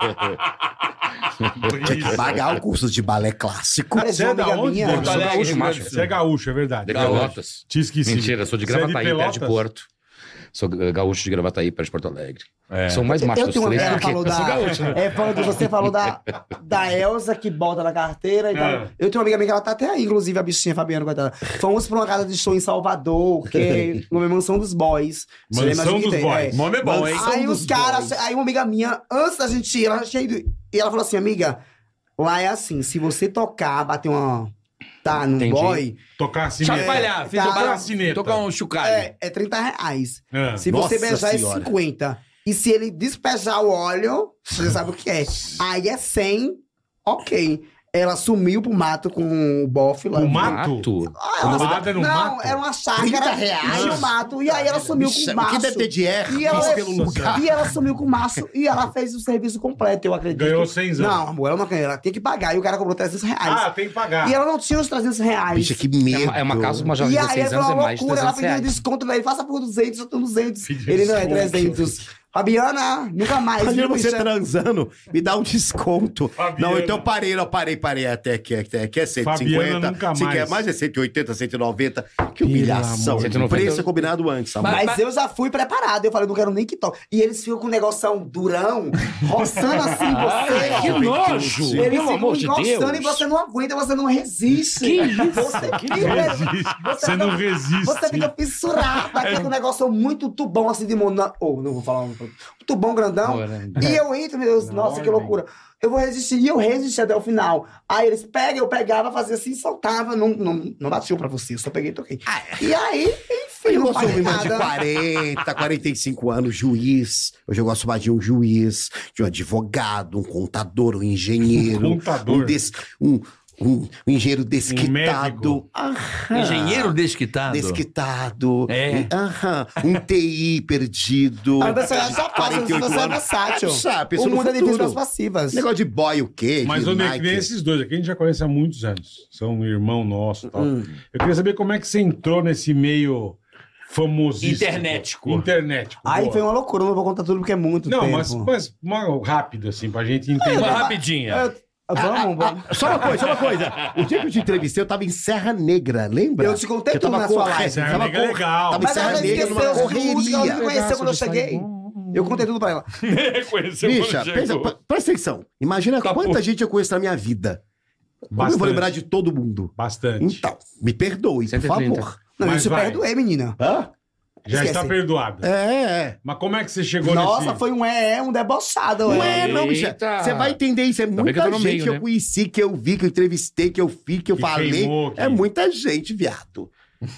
Tinha que pagar o curso de balé clássico. Parece Você uma é da amiga onde? minha. Eu sou Alegre, gaúcho, Rio Grande macho. né? do Sul. Você é gaúcho, é verdade. De Pelotas. Te esqueci. Mentira, sou de Você é Gravataí, perto de Pelotas? Porto. Sou eh, gaúcho de Gravataí, perto de Porto Alegre. É. Sou o mais macho Eu dos tenho uma três, amiga que porque falou eu sou da. gaúcho. né? É, falando que você falou da, da Elsa que bota na carteira e tal. É. Eu tenho uma amiga minha que ela tá até aí, inclusive, a bichinha Fabiana, coitada. Fomos pra uma casa de show em Salvador, que é nome Mansão dos Boys. Você Mansão imagina que dos tem, Boys. é. Nome é bom, hein? Aí os caras, aí uma amiga minha, antes da gente ir, ela já tinha ido. E ela falou assim, amiga, lá é assim, se você tocar, bater uma. Tá, num Entendi. boy, Tocar assim a sineta. Chapalhar, filho. Tá. Tocar a um- sineta. Tocar um chucalho. é, é 30 reais. assim É. Se Nossa você beijar Senhora. é 50. E se ele despejar o óleo, você já sabe o que é. Aí é 100, ok. Ela sumiu pro mato com o bofe lá. O mato? Mato. Ah, O mato era um não, mato? era uma 30 chácara reais? é e o mato. E aí ela sumiu com Bicha, o O que maço. deve ter de erro? E ela, é pelo lugar. e ela sumiu com o maço e ela fez o serviço completo, eu acredito. Ganhou 100 Não, amor, ela não ganhou. Ela tem que pagar. E o cara cobrou 300 Ah, reais. tem que pagar. e ela não tinha os 300 reais. Bicha, que medo. É uma, é uma casa, uma jovem de E aí 16 foi anos é uma mais de loucura, ela 300 pediu reais. desconto pra ele, faça por 200, eu tô 200. Pediu ele não é desconto. 300. Fabiana, nunca mais. Imagina viu, você bicha? transando, me dá um desconto. Fabiana. Não, então eu parei, não, parei, parei até aqui, até aqui é 150. Fabiana nunca Se mais. quer mais é 180, 190. Que Pelo humilhação. amor de O Deus. preço é combinado antes, amor. Mas, eu já fui preparado, eu falei, não quero nem que toque. E eles ficam com um negócio (laughs) durão, roçando assim você, ó. Ah, Que nojo! Ele Eles Pelo ficam amor de encoçando e Deus! você não aguenta, você não resiste. Que isso? Você, Resiste. Você não resiste. Você é fica fissurado. Aquele um negócio muito tubão assim de mona. Ou, não vou falar um. um Tubão grandão. Caramba. E eu entro, meu Deus, Não, nossa, que olha, loucura. Eu vou resistir. E eu resisti até o final. Aí eles pegam, eu pegava, fazia assim, soltava. Não, não, não batiu pra você, eu só peguei e toquei. Ah, é. E aí, enfim, Eu não gosto de paguei um mais de nada. 40, 45 anos, juiz. Hoje eu gosto mais de um juiz, de um advogado, um contador, um (laughs) engenheiro. Um contador? Um, des- um- um- um engenheiro desquitado. Um médico? Aham. Engenheiro desquitado. Desquitado. É. E- aham. Um TI perdido. Aí Ah, você já passa, você é versátil. Puxa, a pessoa O no mundo é difícil das futuro. passivas. Negócio de boy o quê? Mas de onde é que Nike. vem esses dois? Aqui a gente já conhece há muitos anos. São um irmão nosso e tal. Hum. Eu queria saber como é que você entrou nesse meio famosíssimo. Internético. Internético. Aí boa. foi uma loucura, não vou contar tudo porque é muito Não, tempo. mas, mas uma- rápido, assim, pra gente entender. Uma rapidinha. Ah, Vamos, vamos. Ah, Só uma coisa, só uma coisa. O dia que eu te entrevistei, eu tava em Serra Negra, lembra? Eu te contei Que eu tudo tava na sua correndo, live. Serra tava Negra é correndo, legal. Tava em Mas Serra ela Negra numa esqueceu os músicos, ela não me correria. conheceu quando eu cheguei. Eu contei tudo pra ela. Conheceu Bicha, quando pensa, chegou. pre- presta atenção. Imagina Tá quanta bom. gente eu conheço na minha vida. Como eu vou Bastante. lembrar de todo mundo? Bastante. Então, me perdoe, por 130. favor. Não, Mas isso eu vai. perdoei, menina. Hã? Já esquece. está perdoada. É, é. Mas como é que você chegou Nossa, nesse... foi um é, é, um debochado. Não é. é, não, bicha. Eita. Você vai entender isso. É bem que eu muita tô no gente meio, que eu né? conheci, que eu vi, que eu entrevistei, que eu fiz, que eu Que falei. queimou, que- É muita gente, viado.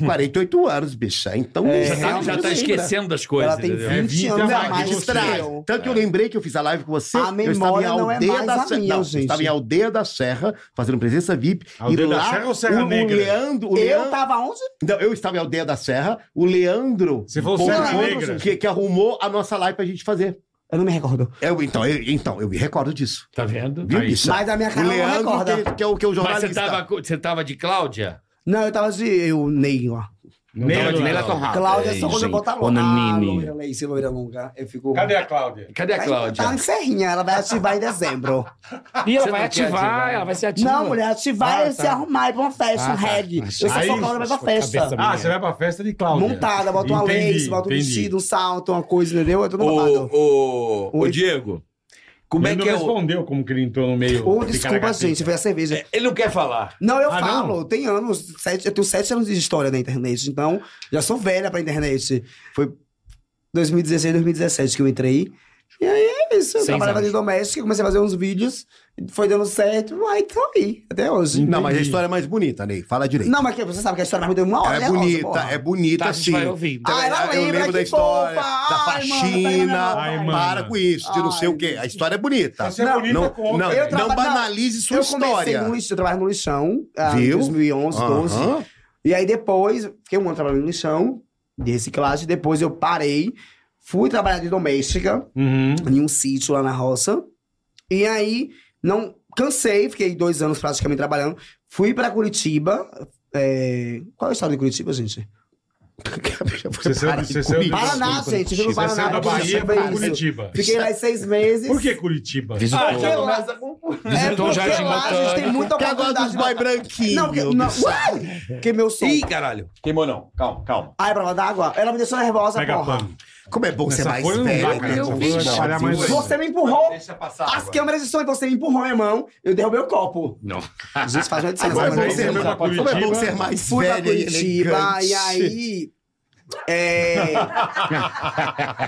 48 anos, bicha. Então, Já é, tá, já tá esquecendo das coisas. um Ela tem entendeu? 20 É, anos então, a mais que Distrai. eu. Tanto que eu lembrei que eu fiz a live com você. A eu estava em memória não é Aldeia mais da a Serra. minha, Não, eu gente. estava em Aldeia da Serra, fazendo presença VIP. Aldeia e da lá, Serra ou Serra o, Negra? O Leandro, o Eu Leandro- tava onde? Não, eu estava em Aldeia da Serra, o Leandro... Você é falou Ponte Serra Ponte, Negra. Que, que arrumou a nossa live pra gente fazer. Eu não me recordo. Eu, então, eu, então, eu me recordo disso. Tá vendo? Viu, Aí. bicha? Mas a minha O cara não Leandro, recorda. que, que é o, que é o Mas jornalista. você tava, co- você tava de Cláudia? Não, eu tava de... Eu, Ney, ó. Tava de Neila. Leila Ah, Torrada. Cláudia, é Ei, só quando eu gente. botar loira. Ah, loira, Leice, loira longa. Eu fico... Cadê a Cláudia? Cadê a Cláudia? Tá em serrinha, ela vai ativar em dezembro. E ela Você não vai quer ativar, ativar? ela vai ser ativa. Não, mulher, ativar Ah, é tá. se arrumar, ir pra uma festa, Ah, um tá. reggae. Eu sou Aí- São Paulo, vai pra festa. Cabeça Ah, minha. você vai pra festa de Cláudia. Montada, bota uma Entendi, lace, bota um entendi. vestido, um salto, uma coisa, entendeu? É tudo babado. Ô, ô, ô, Oi. Diego, como Ele é não que é o... respondeu como que ele entrou no meio. Ou de desculpa, caracatica. gente, foi a cerveja. É, Ele não quer falar. Não, eu Ah, falo, não? tem anos, sete, eu tenho sete anos de história na internet, então já sou velha pra internet. Foi 2016, 2017 que eu entrei. E aí é isso, eu Seis trabalhava anos. de doméstica, comecei a fazer uns vídeos, foi dando certo, aí tô aí, até hoje. Não, mas a Entendi. história é mais bonita, Ney. Fala direito. Não, mas que- você sabe que a história mais me deu uma hora, Ela né, é Rosa, bonita, porra? é bonita Tá, a gente sim. Então, é, vai ouvir. Ah, ela eu lembra, lembro que da história, fofa. da Ai, mano, tá faxina. pega na mão. para Ai, com isso, de não Ai, sei o quê. A história é bonita. Você é Não, bonita Não, contra, não, velho. Eu não traba- banalize sua eu história. comecei no lixão, eu trabalhava no lixão, ah, em Viu? 2011, 12. Aham. (laughs) E aí depois, fiquei um ano trabalhando no lixão, de reciclagem, depois eu parei, fui trabalhar de doméstica, Uhum. em um sítio lá na roça. E aí, não cansei, fiquei dois anos praticamente trabalhando. Fui pra Curitiba. é, Qual é o estado de Curitiba, gente? Você saiu de- você saiu de- Paraná, gente. Fui pro Você Paraná. saiu é da porque Bahia eu pra sabia isso. Curitiba. Fiquei lá seis meses. Ah, Por que Ah, Curitiba? Visitou. Porque lá, é Visitou o porque Jardim lá a gente tem Botânico. muita Que agora dos oportunidade. lá. boy branquinhos. Não, porque, não, uai! Porque meu som. Ih, caralho. Queimou não. Calma, calma. Ai, prova d'água. Ela me deixou nervosa, Pega porra. pano. Como é bom ser Essa mais folha não dá, velho, cara. né? Essa folha vai trabalhar mais ainda. é. Você me empurrou. Deixa passar. As câmeras de som e você me empurrou, irmão. Eu derrubei o copo. Não. A gente (laughs) faz uma licença, Como mas é não bom aí sei. ser- você foi pra Como é bom Curitiba. ser mais fui pra velho e Curitiba e, elegante. aí. é,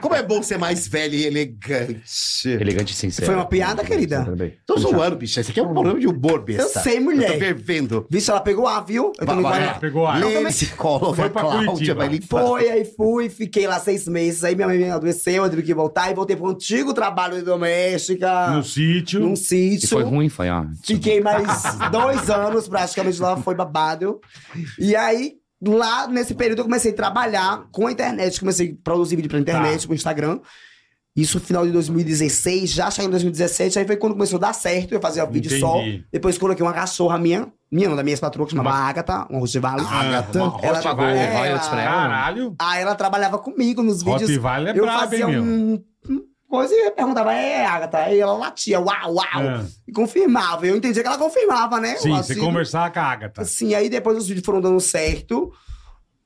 Como é bom ser mais velho e elegante. Elegante e sincero. Foi uma piada, é querida? Tô zoando, bicha. Isso aqui é um problema de humor, besta. eu sei, Eu tô mulher. fervendo. Vixe, ela pegou ar, viu? Eu também Vai, guardo- vai. Pegou ar. Lê esse colo, Então, Foi vai pra Cláudia, Curitiba. vai limpar. Foi, aí fui, fiquei lá seis meses. Aí minha mãe adoeceu, eu tive que voltar. E voltei pro antigo trabalho de doméstica, No num sítio. E sítio. foi ruim, foi, ó. Fiquei mais dois anos praticamente lá, foi babado. E aí, lá nesse período, eu comecei a trabalhar com a internet. Comecei a produzir vídeo pra Tá. internet, pro Instagram. Isso no final de 2016, já saiu em 2017. Aí foi quando começou a dar certo, eu fazia vídeo Entendi. só. Depois coloquei uma cachorra minha, minha não, da minha patroa, que chamava Uma- Agatha, uma Ah, Rottweiler. Agatha. Uma Ela Rottweiler, é, Royals pra ela- Caralho. Aí ela trabalhava comigo nos vídeos. Rottweiler é eu brabo, hein, fazia meu? um, um coisa e eu perguntava, é, Agatha? Aí ela latia, uau, uau. Ah, E confirmava. Eu entendia que ela confirmava, né? Sim, O você auxílio. conversava com a Agatha. Sim, Assim, aí depois os vídeos foram dando certo.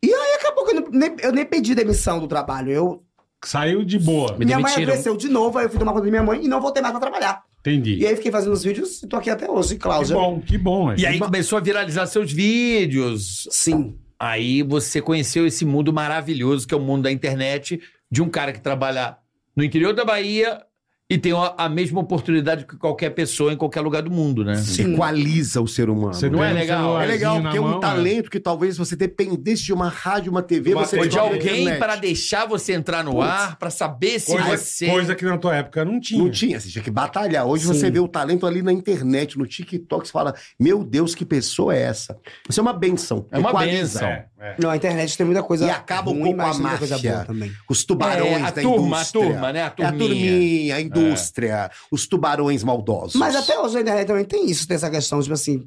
E aí acabou que eu não- nem, eu nem pedi demissão do trabalho. Eu, Saiu de boa. Me minha mãe demitiram. adoeceu de novo, aí eu fui tomar conta da minha mãe e não voltei mais pra trabalhar. E é Entendi. aí fiquei fazendo os vídeos e tô aqui até hoje, Que Cláudia. bom, que bom. é. E aí começou a viralizar seus vídeos. Sim. Aí você conheceu esse mundo maravilhoso que é o mundo da internet de um cara que trabalha no interior da Bahia e tem a, a mesma oportunidade que qualquer pessoa em qualquer lugar do mundo, né? Se equaliza o ser humano. Você Não tem é um legal? É celularzinho legal, na porque é um mão, né? talento que talvez você dependesse de uma rádio, uma TV, Uma você coisa Ou de de descobre na alguém internet. para deixar você entrar no ar, para saber se Coisa, você. coisa que na tua época não tinha. Não tinha, você tinha que batalhar. Hoje você vê o talento ali na internet, no TikTok, você fala: Meu Deus, que pessoa é essa? Isso é uma benção. É uma Equaliza. benção. É, é. Não, a internet tem muita coisa. E acaba um ruim, pouco mas a tem muita coisa máfia. boa também. Os tubarões É, a da turma, a indústria. turma, né? A É a turminha. turminha, a indústria, os tubarões maldosos. Mas até hoje a internet também tem isso, tem essa questão, tipo assim,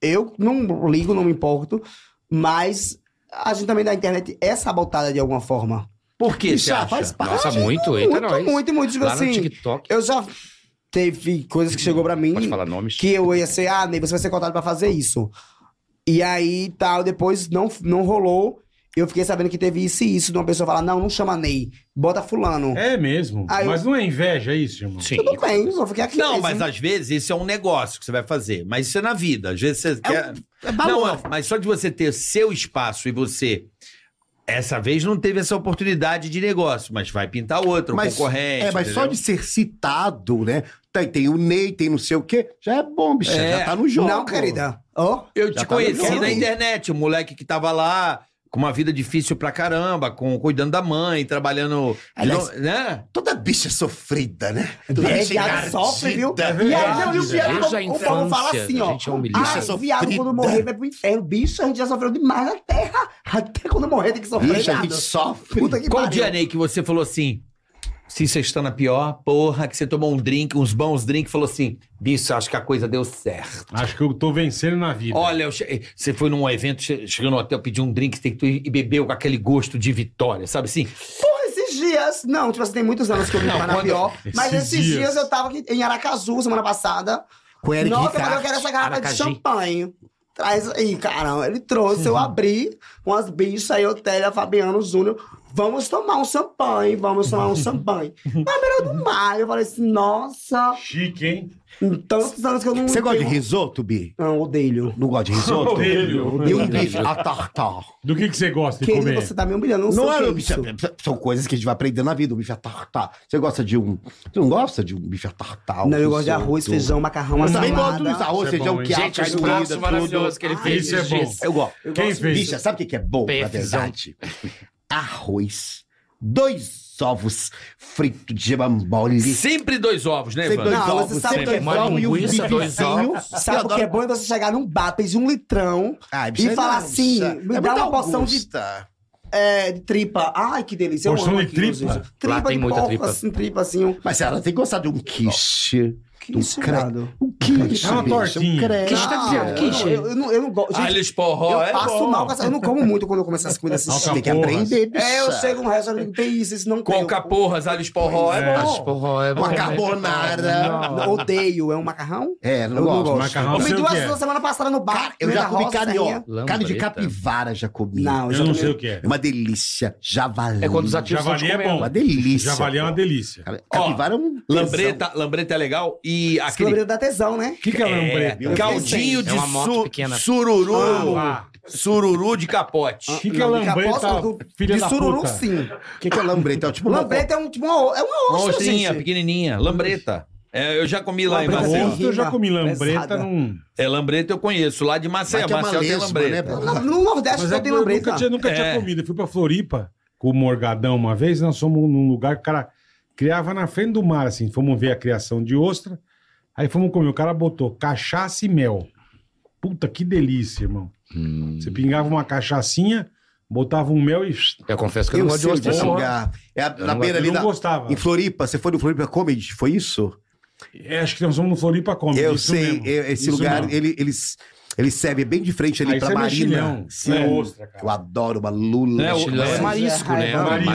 eu não ligo, não me importo, mas a gente também da internet é sabotada de alguma forma. Por que você Bicha, acha? faz parte. Nossa, muito, eita, Muito, nós. muito, muito, tipo Lá no assim. TikTok. Eu já teve coisas que chegou pra mim Pode falar nomes. que eu ia ser, ah, Ney, você vai ser cotado pra fazer isso. E aí, tal, depois não, não rolou. Eu fiquei sabendo que teve isso e isso, de uma pessoa falar, não, não chama Ney, bota fulano. É mesmo. Aí eu- Mas não é inveja isso, irmão? Sim. Tudo bem, eu fiquei aqui. Não, mesmo. mas às vezes isso é um negócio que você vai fazer. Mas isso é na vida. Às vezes você um quer. É Não, valor. mas só de você ter seu espaço e você. Essa vez não teve essa oportunidade de negócio, mas vai pintar outro, Mas- um concorrente. É, mas só entendeu? de ser citado, né? Tem, tem o Ney, tem não sei o quê, já é bom, bicha. É. Já tá no jogo. Não, querida. Ó. Eu Já te tá conheci legal, na hein? internet, o moleque que tava lá com uma vida difícil pra caramba, com cuidando da mãe, trabalhando. de Aliás, um, no- né? Toda bicha é sofrida, né? Toda É, bicha viado sofre, viu? encardida. E aí, não, e né? o Desde pior é a que o- o povo fala infância, assim, a ó. gente é humilhado. Ah, Bicha viado, quando sofrida. morrer vai pro inferno. Bicho, a gente já sofreu demais na terra. Até quando morrer tem que sofrer. Bicha, a viado. gente sofre. Puta que Qual pariu. dia, Ney, que você falou assim? Se você está na pior, porra, que você tomou um drink, uns bons drinks, falou assim: bicho, acho que a coisa deu certo. Acho que eu tô vencendo na vida. Olha, eu che- eh, você foi num evento, che- chegou no hotel, pediu um drink, tem que tu ir e bebeu com aquele gosto de vitória, sabe assim? Porra, esses dias. Não, tipo assim, tem muitos anos que eu vivo Não, mais na quando- pior. Mas esses esses, dias. dias. eu tava aqui em Aracaju semana passada. Com Eric Nossa, Ricardo. mas eu quero essa garrafa Aracaju. de champanhe. Traz aí, caramba. Ele trouxe, eu abri umas bichas aí, Otélia, Fabiano, Júnior. Vamos tomar um champanhe, vamos tomar um champanhe. Na beira do mar, eu falei assim, nossa, Chique, hein? em tantos anos que eu não. Você gosta de risoto, Bi? Não, odeio. Não gosta de (laughs) risoto? Odeio. E um bife à tartar. Do que, que você gosta de Querido, comer? você tá me humilhando, não, sei Não é, o meu que bife, é isso. são coisas que a gente vai aprender na vida, o bife à tartar. Você gosta de um... Você não gosta de um bife à tartar? um Não, eu gosto de risoto? arroz, feijão, macarrão, Eu assado. também gosto disso. Arroz, Isso é bom, feijão, hein? quiabo, Gente, o carne moída, prato maravilhoso tudo. que ele Ai, fez. isso é esses bom. dias. Eu gosto. Quem gosto- fez? Bicha, sabe o que que é bom, na Perfeição. verdade? Arroz, dois ovos frito de jamambole. Sempre dois ovos, né, Sempre Ivan? dois Não, ovos, você sabe sempre o que é dois bom? ovos e um Linguiça, dois bifezinho. Sabe o que é bom é você chegar num bar, pedir um litrão Ah, e falar assim, me dá uma porção de, é, de tripa. Ai, que delícia. eu Porção amo de aquilo, tripa? gente. Lá Tripa tem de muita porco, tripa. assim, tripa assim. Um... Mas ela tem que gostar de um quiche. Que Do isso, cre- viado? Um quiche, É uma bicha, um Ah, tortinha. crepe. Quiche tá dizendo, eu quiche. não- Eu, eu não, eu não gosto. Gente, Alhos porró, eu é passo bom. mal com essa... Eu não como muito quando eu começo essas coisas assim. Alcaporras. Tem que aprender, bicha. (laughs) É, eu chego num restaurante e digo, tem isso, isso não tem. Coca porras, alhos porró, é, É. bom. Porra, é bom, Uma né? carbonara. Eu Odeio. É um macarrão? É, não Eu não gosto. gosto. Macarrão, Comi sei o duas que é. na semana passada no bar. Cara, eu comida já comi rosa, carne, ó. serrinha. Carne de Lambreta. capivara já comi. Não, Eu já não comi. sei o que é. É uma delícia. Javali. É quando os ativos Javali estão é comendo. bom. Uma delícia. Javali é uma delícia. Cara, capivara é um. Lambreta, lambreta é legal. E Esse aquele. lembreiro dá tesão, né? O que, que é É, lambreta? caldinho de É uma morte su- pequena. sururu. Ah, Sururu de capote. O que, que é Não, de lambreta, caposta, do- filha de da sururu, puta? sim. O que, que é lambreta? É tipo uma- Lambreta é, um, tipo uma, o- é uma Uma ostra, ostrinha gente. pequenininha, lambreta. É, eu já comi lá em Lambreta Maceió. sem Ovo, eu já comi Rima lambreta pesada. num... É, lambreta eu conheço. Lá de Mas Maceió. que é uma Maceió tem lesma, lambreta. né? Lá No Nordeste Mas só é que tem eu lambreta. nunca tinha, nunca tinha É. comido. Eu fui pra Floripa com o Morgadão uma vez, nós fomos num lugar que o cara criava na frente do mar, assim. Fomos ver a criação de ostra, aí fomos comer. O cara botou cachaça e mel. Puta, que delícia, irmão. Hum, Hum. Você pingava uma cachaçinha, botava um mel e... Eu confesso que eu Eu não gosto de sei ostra, desse não. lugar. É a- na não beira Eu ali não da. gostava. Em Floripa, você foi no Floripa Comedy, foi isso? É, acho que nós fomos no Floripa Comedy. eu isso sei, mesmo. eu- esse Isso lugar, mesmo. ele, eles, eles servem bem de frente ali Aí pra isso é Marina. mexilhão, é ostra, cara. Eu adoro uma lula. É, o- É É marisco, né? marisco,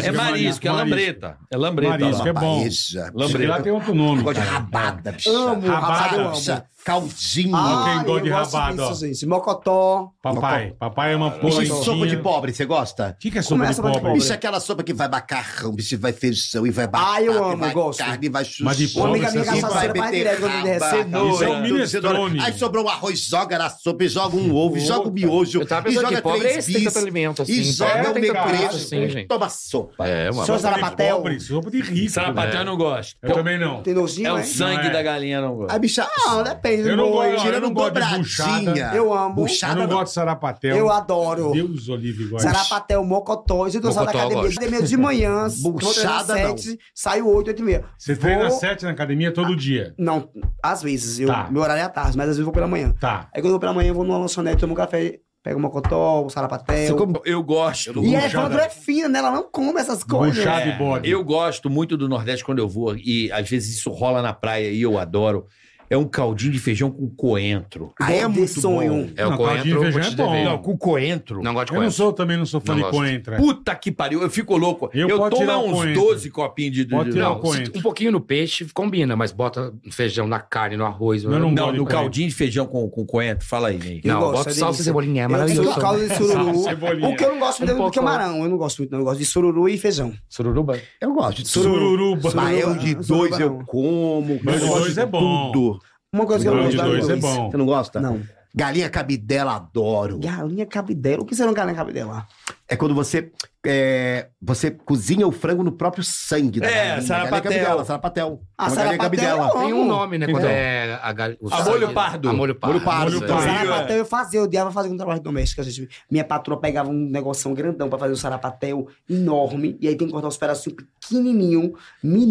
É marisco, é lambreta. É lambreta. Marisco, lá. é bom. Paeja. Acho que Lambreta. lá tem outro nome. Gosto de cara. rabada, bicha. Amo rabada, rabada, eu amo. bicha. Caldinho. Ah, Quem gosta de eu gosto rabada, ó. disso, gente. Mocotó. Papai. Papai é uma bicha, porra. e sopa de pobre, você gosta? O que, que é sopa de Começa pobre? de pobre. Bicha, aquela sopa que vai macarrão, bicha, vai feijão, e vai batata, Ah, eu amo, e vai gosto. carne, e vai chuchu. Mas de Uma pobre, amiga minha essa sopa. E vai cachaceira mais direto quando me beterraba, recebe. cenoura. isso é um Tudo, minestrone. cenoura. Aí sobrou um arroz, joga na sopa e joga um ovo, e joga o miojo. Eu tava e pensando joga que pobre é três esse que tem bis, tanto alimento, assim. E é, joga o tem tanto alimento, negrejo, assim, e toma sopa. É, uma Sopa Só de Sarapatel. pobre, sopa de rico. né? Sarapatel eu não gosto. Eu também não. Tem É nojinho, o né? sangue Não é. da galinha, não gosto. Aí, bicha, Não, depende. Eu não boi. gosto. tirando eu não gosto de buchada. dobradinha. Eu amo. Eu Buchada não não. gosto de sarapatel. Eu adoro. Deus, Olívio Góes. Sarapatel, Mocotó. Gente, eu saio da Mocotó, eu academia. gosto. Academia de manhã. Buchada, não. sete, Saio oito, oito e meia. Você treina às Vou- Ah. sete na academia todo dia. Não, às vezes. Eu, Tá. Meu horário é à tarde, mas às vezes eu vou pela manhã. Tá. Aí quando eu vou pela manhã, eu vou numa lanchonete, tomo um café, pego um mocotó, um É sarapatel. Eu gosto. E a Buchada. Evandro é fina, né? Ela não come essas coisas. Buchada É. e bode. Eu gosto muito do Nordeste quando eu vou, e às vezes isso rola na praia e eu adoro. É um caldinho de feijão com coentro. Ah, é Bom de muito sonho. bom. É o Não, caldinho coentro, de vou feijão te é bom. dever. Não, com coentro. Não gosto de Eu não coentro. sou também, não sou fã Não de gosto. coentra. Puta que pariu, eu fico louco. Eu Eu, pode tomo tirar o uns coentro. 12 copinhos de. de- Pode de- tirar não, o coentro. Um pouquinho no peixe combina, mas bota um feijão na carne, no arroz. Eu não não, gosto de no coentro. caldinho de feijão com, com coentro, fala aí, Ney. Não, Eu gosto, bota é salsa delícia. e cebolinha, é Eu sinto maravilhoso. causa de sururu. Salsa, Ah, cebolinha. O que eu não gosto muito Um é do pouco. camarão. Eu não gosto muito, não. Eu gosto de sururu e feijão. Sururuba? Eu gosto de tudo. Sururuba. Sururuba. Mas eu de Suruba dois eu não. como. Mas eu de gosto dois de é bom. Tudo. Uma coisa que eu não Não, gosto de é dois é arroz. bom. Você não gosta? Não. Galinha cabidela, adoro. Galinha cabidela. O que será um galinha cabidela? É quando você é, você cozinha o frango no próprio sangue da É, galinha. Sarapatel. Galinha Gabidela, Sarapatel. Ah, Uma galinha Sarapatel Gabidela. é bom. Tem um nome, né? Quando Então. é a, gal- o A sangue, molho né? pardo. A molho pardo. Molho pardo. Molho Então, pardo. Rio, Sarapatel eu fazia, eu odiava fazer com trabalho doméstico. a gente- minha patroa pegava um negocinho grandão pra fazer um sarapatel enorme, e aí tem que cortar os pedacinhos pequenininho,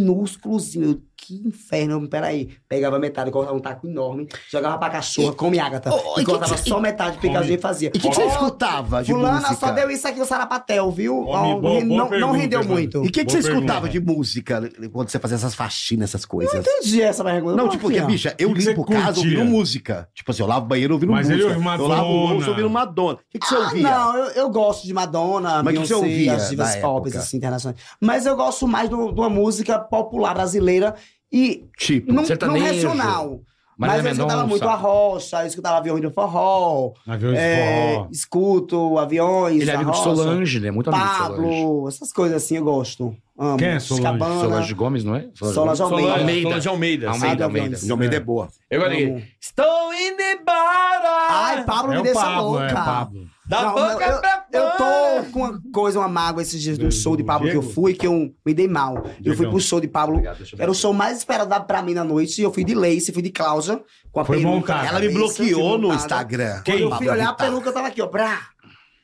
minúsculozinho. Eu, Que inferno, peraí. Pegava metade, cortava um taco enorme, jogava pra cachorra, come ágata. Oh, e e que cortava que- só metade, picadinho e fazia. E o que, que você Ó, escutava de Fulana música? só deu isso aqui no sarapatel, viu? Ó, Ó, boa- boa re- não, não pergunta, rendeu Evandro. muito. E o que, que Boa você escutava pergunta. de música quando você fazia essas faxinas, essas coisas? Entendi essa pergunta. Não, tipo, porque, assim, ó. bicha, eu Que que você limpo casa curtia? ouvindo música. Tipo assim, eu lavo o banheiro ouvindo Mas ele música. ouve eu lavo o Madonna. bolso ouvindo Madonna. O que, que você Ah, ouvia? Não, eu, eu gosto de Madonna, Mas o que você Beyoncé, ouvia as divas na pop, época? assim, internacionais. Mas eu gosto mais do- de uma música popular brasileira e Tipo, não, não Sertanejo, regional. Mas Marília eu escutava Mendonça. muito a rocha, eu escutava aviões do forró, Aviões é, de forró. escuto aviões Ele é da amigo de rocha, Solange, né? Muito amigo de Solange. Pablo, essas coisas assim eu gosto. Amo. Quem é Solange? Cabana, Solange Gomes, não é? Solange Gomes? Almeida. Solange Almeida. Solange Almeida. sim. Almeida, Sabe, Almeida. Almeida. de Almeida é boa. Eu gosto Amo. daquele. Estou indo embora. Ai, Pablo É me o deixa Pablo, louca. é Pablo. da Não, boca eu- pra Eu fora. tô com uma coisa, uma mágoa esses dias de um Do- show de do Pablo que eu Diego? fui, que eu me dei mal. Eu fui Diegão. pro show de Pablo. Obrigado, deixa eu ver Era o aqui. show mais esperado pra mim na noite. e Eu fui de Lace, fui de Cláudia, com a Foi peruca. montada. na Ela me cabeça, fui bloqueou no montada. Instagram. Quando eu Pablo fui olhar, a Vittar. peruca tava aqui, ó. Brá!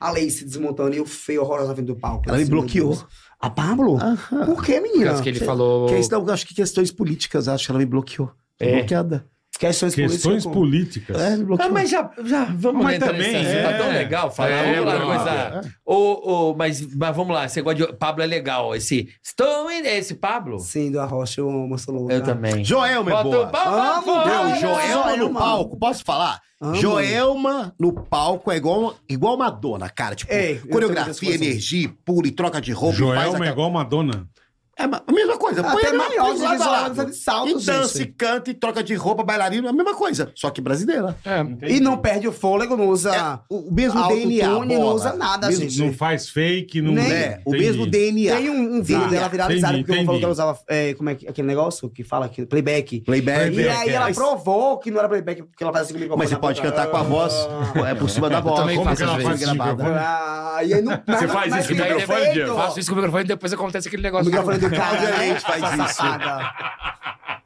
A Lace desmontando e eu feio, horrorosa na frente do palco. Ela me Assim, meu bloqueou. Deus. A Pablo? Por que, Por menina? causa que ele falou... é Questão, acho que questões políticas, acho que ela me bloqueou. É. Bloqueada. Questões, Questões políticas. políticas. É, um me Ah, bloqueou. mas já, já vamos Mas lá entrar também, nesse assunto. Tá é. tão legal falar. É, vamos lá, brother. coisa. é. Ô, ô, mas, mas vamos lá, você gosta de. Pablo é legal. Esse. Estou indo. é Esse Pablo? Sim, do Arrocha, eu amo, eu sou né? louca. também. Joelma é boa. Amo Meu, Olha, Joelma no Joelma. palco, posso falar? Amo. Joelma no palco é igual, igual Madonna, cara. Tipo, Ei, eu também coreografia, penso assim. energia, pula e troca de roupa. e faz Joelma aquela- é igual Madonna. É ma- a mesma coisa. Até Põe a mesma maior, coisa gente, lado a Joelma lado. de salto, E dança, gente. e canta, e troca de roupa, bailarina, a mesma coisa. Só que brasileira. É, É E não perde o fôlego, não usa. O mesmo Autotune, DNA. não bola. usa nada, Mesmo- gente. Não faz fake, não. Nem- É, o Entendi. mesmo DNA. Tem um, um vídeo Tá. dela viralizado, Entendi, porque ela falou entendi. que ela usava. é, como é que- aquele negócio que fala aqui? Playback. Playback. É, E aí ela Mas- provou que não era playback, porque ela faz assim comigo. Mas você pode cantar com a voz é, por cima da voz. também Como faço que ela às faz vezes. gravada? Ah, e aí não, Você faz mas- mas isso com o fica microfone, feito. Diego? Faço isso com o microfone e depois acontece aquele O negócio. microfone do cara, Cláudia né? Leite faz Essa isso. safada.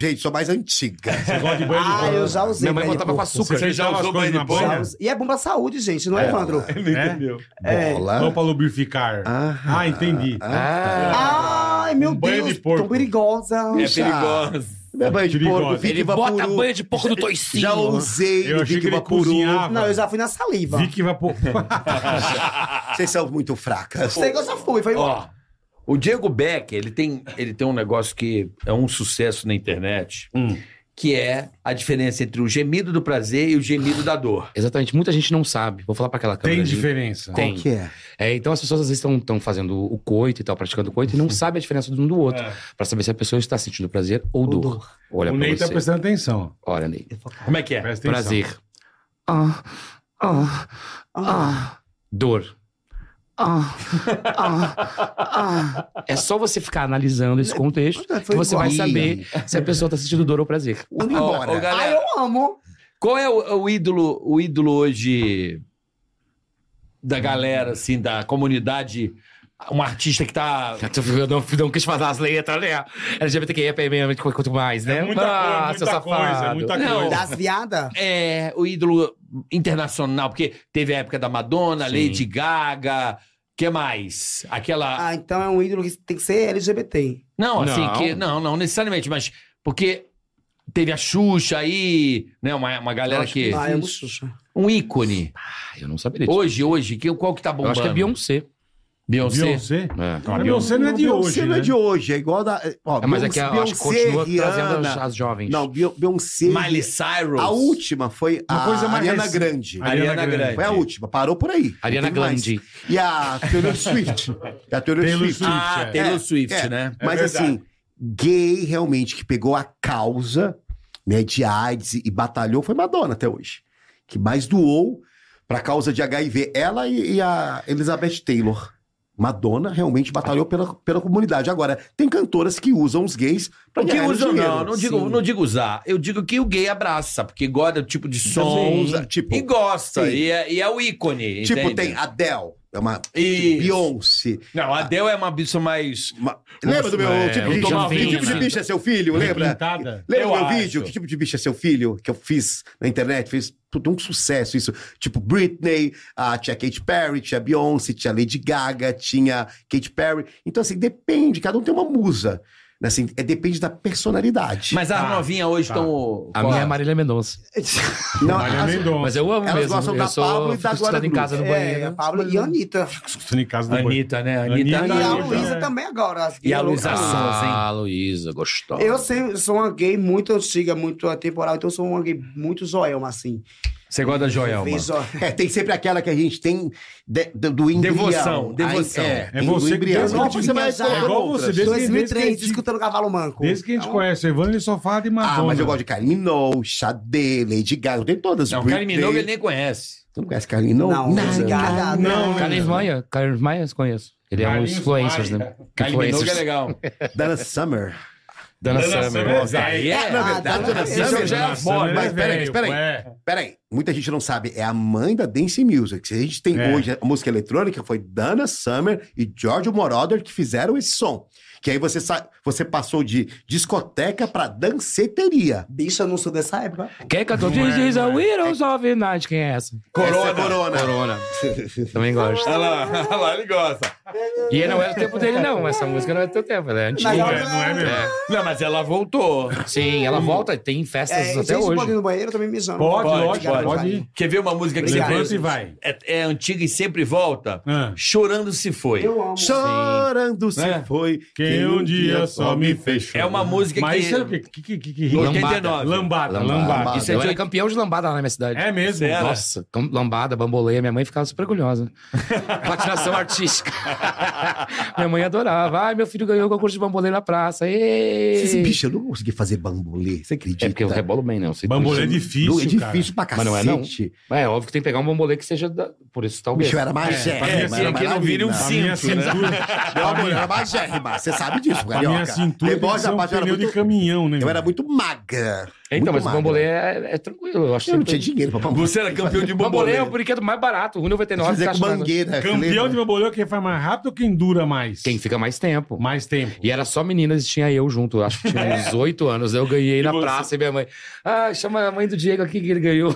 Gente, sou mais antiga. Você gosta de banho de Ah, porco. eu já usei. Minha mãe banho botava de com porco. açúcar. Você já usou banho de Já porco? usei. E é bom pra saúde, gente, não é, Evandro? Não entendeu. É. Só Bola. pra lubrificar. Ah, Ah, entendi. É. Ai, meu Banho Deus, de porco. tão perigosa. Ah, É Puxa. perigoso. é banho de Perigosa. porco, Ele Vicky bota Vaporub. banho de porco no toicinho. Já usei Eu no achei que Vicky ele Vaporub. cozinhava. Não, eu já fui na saliva. Vi que vai pôr. Vocês são muito fracas. Sei que eu já fui, foi um Ó, o Diego Beck, ele tem, ele tem um negócio que é um sucesso na internet, Hum. que é a diferença entre o gemido do prazer e o gemido da dor. Exatamente. Muita gente não sabe. Vou falar pra aquela câmera. (laughs) Tem ali. diferença. Tem. que é? É, então as pessoas às vezes estão fazendo o coito e tal, praticando o coito e não sabem a diferença de um do outro. É. Pra saber se a pessoa está sentindo prazer ou dor. Olha O pra Ney tá você. prestando atenção. Olha, Ney. Como é que é? Presta atenção. Prazer. Ah, ah, ah. Dor. Ah, ah, ah. É só você ficar analisando (laughs) esse contexto que você vai saber se a pessoa tá sentindo dor ou prazer. Indo Ó, embora. ô, Ai, galera, eu amo. qual é o, o ídolo, o ídolo hoje da galera, assim, da comunidade, um artista que tá... Eu não, não quis fazer as letras, né? LGBTQIA, PM, quanto mais, né? É muita coisa, Ah, seu muita coisa, é safado. muita Não, coisa. Das viadas. é, o ídolo internacional, porque teve a época da Madonna, Sim. Lady Gaga, que mais? Aquela. Ah, então é um ídolo que tem que ser LGBT. não, assim, não. que. Não, não necessariamente, mas porque teve a Xuxa aí, né? Uma, uma galera acho que. Ah, eu amo Xuxa. Um ícone. Ah, eu não saberia. disso. Hoje, hoje, que, qual que tá eu bombando? acho que é Beyoncé. Beyoncé. Beyoncé? É. Mas Beyoncé não é de hoje. Beyoncé não é né? de hoje. É igual da. Ó, É, mas é que eu acho que continua trazendo as, Rihanna. as jovens. Não, Bio- Beyoncé. Miley Cyrus. A última foi Uma a coisa mais Ariana recente. Grande. Ariana Grande. Foi a última. Parou por aí. Ariana Não teve mais. Grande. E a Taylor Swift. E a Taylor, Taylor Swift. Swift. Ah, é. Taylor É, Swift, é. né? É Mas verdade. assim, gay realmente que pegou a causa né, de AIDS e batalhou foi Madonna até hoje. Que mais doou pra causa de HIV. Ela e, e a Elizabeth Taylor. Madonna realmente batalhou pela, pela comunidade. Agora, tem cantoras que usam os gays pra O que ganhar usam, dinheiro. não, não digo, sim. não digo usar. Eu digo que o gay abraça, porque gosta do tipo de som. Tipo, E gosta, Sim. e é, e é o ícone. tipo entende? tem Adele, É uma Isso. Beyoncé. Não, Adele é uma bicha mais. Uma- Lembra do meu é, tipo eu de tô bicho? Que novinho, tipo de né? bicho é seu filho? Então, Lembra? Repintada. Lembra Eu o meu acho. vídeo? Que tipo de bicho é seu filho? Que eu fiz na internet. Fez puta, um sucesso isso. Tipo Britney, ah, tinha Katy Perry, tinha Beyoncé, tinha Lady Gaga, tinha Katy Perry. Então, assim, depende. Cada um tem uma musa. Assim, é, depende da personalidade. Mas as Tá, novinhas hoje tá. estão. A minha é Marília Mendonça. Não, Maria as- Mendonça. Mas eu amo Elas mesmo. gostam eu da sou Pabllo e da fico Glória estudando em Groove. casa no É, a banheiro. Pabllo e a Anitta. Estou em casa depois. Anitta, né? Anitta Anitta. E Tá a doido, Luísa né? também agora. as E a gays Luísa loucas. Sonza, hein? Ah, Luísa, gostosa. Eu sei, sou uma gay muito antiga, muito atemporal, então eu sou uma gay muito zoelma, assim. Você gosta da Joelma? Vez zo- (laughs) É, tem sempre aquela que a gente tem de- do, do embrião. Devoção, Aí, devoção. É, É tem você que do embrião. Deus Aí pode você vai pensar. É colocando igual outras. você, desde, desde que a 2003, gente, escutando Cavalo Manco. desde que a gente Então, conhece o Evandro, ele só fala de Madonna. Ah, mas eu gosto de Kylie Minogue, Xadê, Lady Gaga, eu tenho todas. Não, o Britney. cara Minogue ele nem conhece. Tu não conhece Kylie Minogue? Não, Lady Gaga, não. Carlos Maia, Carlos Maia eu conheço. Ele é um Carlinhos influencer, Maia. né? Kylie Minogue é legal. Dana Summer. Dana Dana Summer. Summer. Aí É, é. na Ah, verdade, tá. Dana assim Esse Summer. eu já- Dona Summer mas é peraí, velho, peraí. ué. Peraí, muita gente não sabe, é a mãe da Dance Music. Se a gente tem É. hoje a música eletrônica, foi Dana Summer e George Moroder que fizeram esse som. Que aí você, sa- você passou de discoteca pra danceteria. Bicho, eu não sou dessa época. Quem cantou Não é, This is a não é. Widows of the Night? Quem é essa? Corona. corona. Corona. Também gosto. Olha lá, (laughs) olha lá, ele gosta. E não é do tempo dele, não. Essa música não é do teu tempo, ela é Não antiga. é, não é mesmo. Não, mas ela voltou. Sim, ela volta, tem festas É, até gente, hoje. pode ir no banheiro, eu tô me mijando. Pode, Pode, lógico, pode. pode. Quer ver uma música que Obrigado. Levanta você e vai. é, é antiga e sempre volta? Ah. Chorando se foi. Eu amo. Chorando se É. foi. Quem um dia só me fechou. É uma música Mas que- isso é o quê? Que, que, que, que ritmo? 89. Lambada, lambada. Lambada. Isso é eu era campeão de lambada lá na minha cidade. É mesmo? Sério? Nossa. Nossa, cam- lambada, bamboleia. Minha mãe ficava super orgulhosa. (laughs) É Patinação artística. minha mãe adorava. Ai, meu filho ganhou o concurso de bamboleia na praça. Ê! Esse bicho, eu não consegui fazer bambolê, você acredita? É porque eu rebolo bem, não. Sei Bambolê é tudo. difícil, é cara. difícil pra Mas não é, não. cacete. É óbvio que tem que pegar um bambolê que seja... da- Por isso, O talvez. bicho era magérrimo. É, era assim, que não vira um A marina. minha cintura... Meu amor, era magérrima. Você sabe disso, A carioca. minha cintura tem que Rebote, ser a um parte, eu era pneu de muito- caminhão, né? Eu meu? era muito magra. Então, muito mas o magra. bambolê é, é tranquilo. Eu acho Eu não tinha sempre- dinheiro pra bambolê. Você era campeão de Bambolê bambolê. é o brinquedo mais barato. Eu 1,99. fazia tá com achando- mangueira. você Campeão lembra? de bambolê é quem faz mais rápido ou quem dura mais? Quem fica mais tempo. Mais tempo. E era só meninas e tinha eu junto. Acho que (laughs) tinha É. uns oito anos. Eu ganhei na praça e minha mãe. Ah, chama a mãe do Diego aqui que ele ganhou.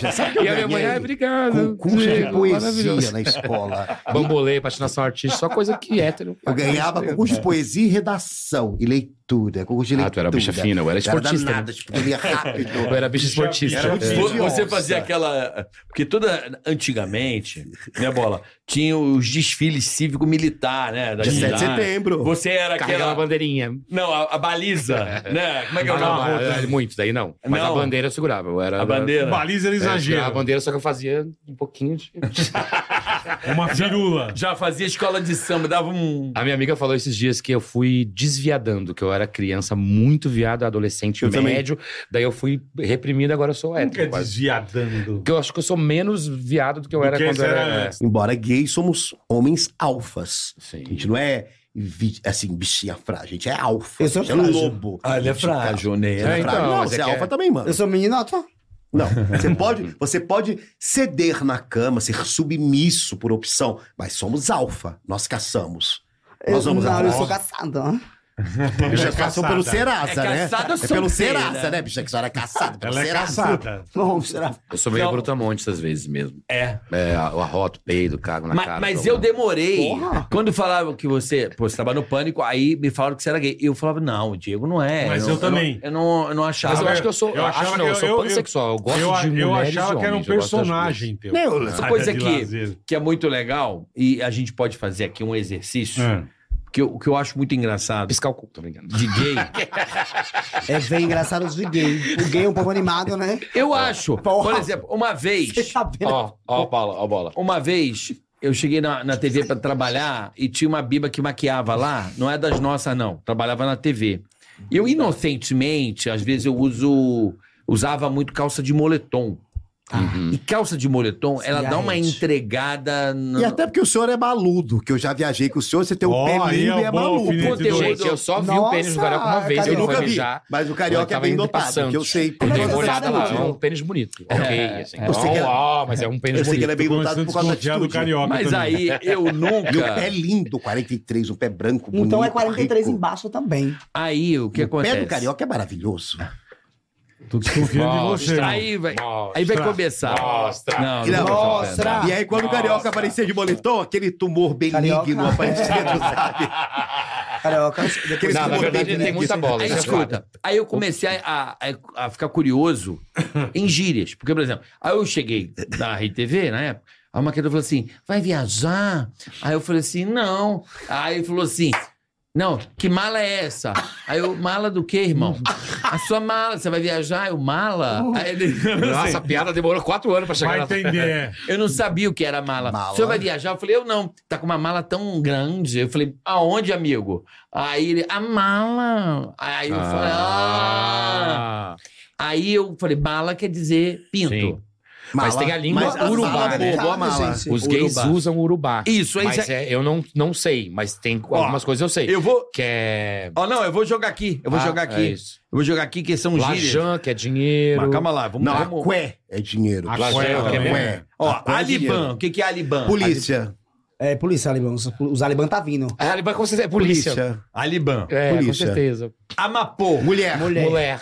Já sabe que eu E a minha mãe, ganhei ah, obrigado. Concurso de Diego, poesia maravilhoso." na escola. Tá. Bambolê, patinação artística, só coisa que hétero. Eu ganhava concurso de poesia e redação e leitura. Concurso de leitura. Ah, tu era bicha fina, eu era esportista, né? danada, tipo, eu lia (laughs) rápido. Eu era bicho esportista. Era muito É. Vo- Idiota. Você fazia aquela. Porque toda. Antigamente, minha bola, tinha os desfiles cívico-militar, né? da Dia 7 de um. cidade. setembro. Você era Carregava a aquela. bandeirinha. Não, a, a baliza, né? Como é que é Ah, o não, nome? era muito, daí não. Mas Não. a bandeira eu segurava. Eu era, A bandeira. Baliza era É, eu segurava a exagero. bandeira, só que eu fazia um pouquinho de. Uma firula. Já fazia escola de samba, dava um. A minha amiga falou esses dias que eu fui desviadando, que eu era criança muito viado, adolescente Eu também. médio. Daí eu fui reprimido, agora eu sou hétero. Nunca quase. desviadando. Porque eu acho que eu sou menos viado do que eu Do era que quando você eu era. era é, antes. Embora gay, somos homens alfas. Sim. A gente não é, vi- assim, bichinha frágil. A gente é alfa. Eu A sou gente é um frágil. lobo. Ah, ele é A gente tá- frágil, né? É, então, Frágil. Não, mas você é é que é- alfa também, mano. Eu sou meninota. Não, você pode, você pode ceder na cama, ser submisso por opção, mas somos alfa, nós caçamos. Nós vamos eu, não, eu atrás. sou caçada. ó. (laughs) é Bicha caçam caçada. pelo Serasa, É né? caçada, eu é sou pelo inteira. Serasa, né, bicha? Que a senhora é caçada pelo Ela é Serasa. caçada. Vamos, será? Eu sou meio Não. brutamonte às vezes mesmo. É. É, eu arroto, peido, cago na Ma- cara. mas tô- eu demorei. Quando falavam que você. Pô, você trabalha no pânico, aí me falaram que você era gay. Eu falava, não, o Diego não é. Mas não- eu também. Eu não, eu não achava. Mas eu Ah, acho que eu sou. eu Eu achava acho não, que eu eu- sou eu- pansexual. Eu gosto Eu, de mulheres eu e achava que era um homens, eu gosto das duas. personagem teu. Não, Essa coisa de que, lazer. que é muito legal, e a gente pode fazer aqui um exercício, É. que eu, que eu acho muito engraçado Piscar o cu, tô brincando. de gay. É bem engraçado de gay. O gay é um pouco animado, né? Eu acho, Porra. por exemplo, uma vez, Você tá vendo? Ó, ó, Paula, ó, bola. uma vez eu cheguei na, na TV pra trabalhar e tinha uma biba que maquiava lá, não é das nossas não, trabalhava na TV. Eu inocentemente, às vezes eu uso, usava muito calça de moletom. Hum. E calça de moletom, ela dá uma Cigarrete. entregada. No... E até porque o senhor é maludo, que eu já viajei com o senhor, você tem um Ó, pé aí lindo é e é bom maluco. alfinete Pô, do tem doido. Gente, eu só vi o pênis do Nossa, Carioca uma vez, Eu Carioca. ele nunca foi vi, mijar. mas o Eu carioca é tava bem indo pra dotado, que eu Santos. sei. por Eu dei causa uma dessa olhada lá, atitude. é um pênis bonito. Ok, assim. Eu sei que ela- ó, ó, mas é um pênis Eu sei que bonito. ele é bem dotado Começando por causa da desconfiado do atitude. carioca. Mas também. aí eu E o pé nunca. lindo, 43, um pé branco, bonito, Então é 43 rico. embaixo também. Aí o que O acontece? pé do carioca é maravilhoso. Tô desconfiando de Nossa, você. irmão. Aí vai, aí vai Mostra. começar. Mostra. Não, não Não, vou falar. mostra. Ah, E aí, quando o carioca Nossa. aparecer de moletom, aquele tumor benigno Carioca. (laughs) aparecendo, sabe? Carioca, depois Não, que na eu verdade, botei, ele né? tem muita bola. Aí, Isso é escuta, aí eu comecei a, a, a ficar curioso em gírias. Porque, por exemplo, aí eu cheguei na RTV, na época, a maqueta falou assim, vai viajar? Aí eu falei assim, não. Aí ele falou assim, não, que mala é essa? Aí eu, mala do quê, irmão? A sua mala, você vai viajar? Eu, mala? Aí ele, Nossa, essa piada demorou quatro anos pra chegar Vai na... entender. é. eu não sabia o que era mala. Mala. O senhor vai viajar? Eu falei, eu não. Tá com uma mala tão grande. Eu falei, aonde, amigo? Aí ele, a mala. Aí eu falei, Ah. ah. Aí eu falei, bala quer dizer pinto. Sim. Mas tem a língua mas urubá, mala né? boa, a mala. Gente. Os gays Urubá. usam urubá. Isso, aí Mas já- é, eu não, não sei, mas tem algumas coisas eu sei. Eu vou. Que é. Ó, não, eu vou jogar aqui. Eu vou Ah, jogar aqui. é isso. eu vou jogar aqui que são os gírias. Lajan, que é dinheiro. Mas calma lá, vamos. Não, a vamos... cué é dinheiro. A cué também. Cué. Ó, A cué é Aliban. dinheiro. O que, que é Aliban? Polícia. É, polícia Alibã. Os, os Alibã tá vindo. Ah, ele vai com certeza. É polícia. Polícia. Aliban. É, com Polícia. certeza. Amapô. Mulher. Mulher. Mulher.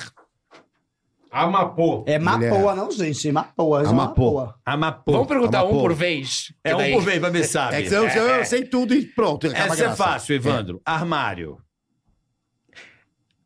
Amapô. É Mulher. Mapoa, não, gente. É Mapoa. Ah, Mapoa. Mapoa. Amapô. Vamos perguntar Amapô. um por vez? que É um daí- por vez, pra ver se sabe. É que eu, eu sei tudo e pronto. acaba a Essa é graça. fácil, Evandro. Armário.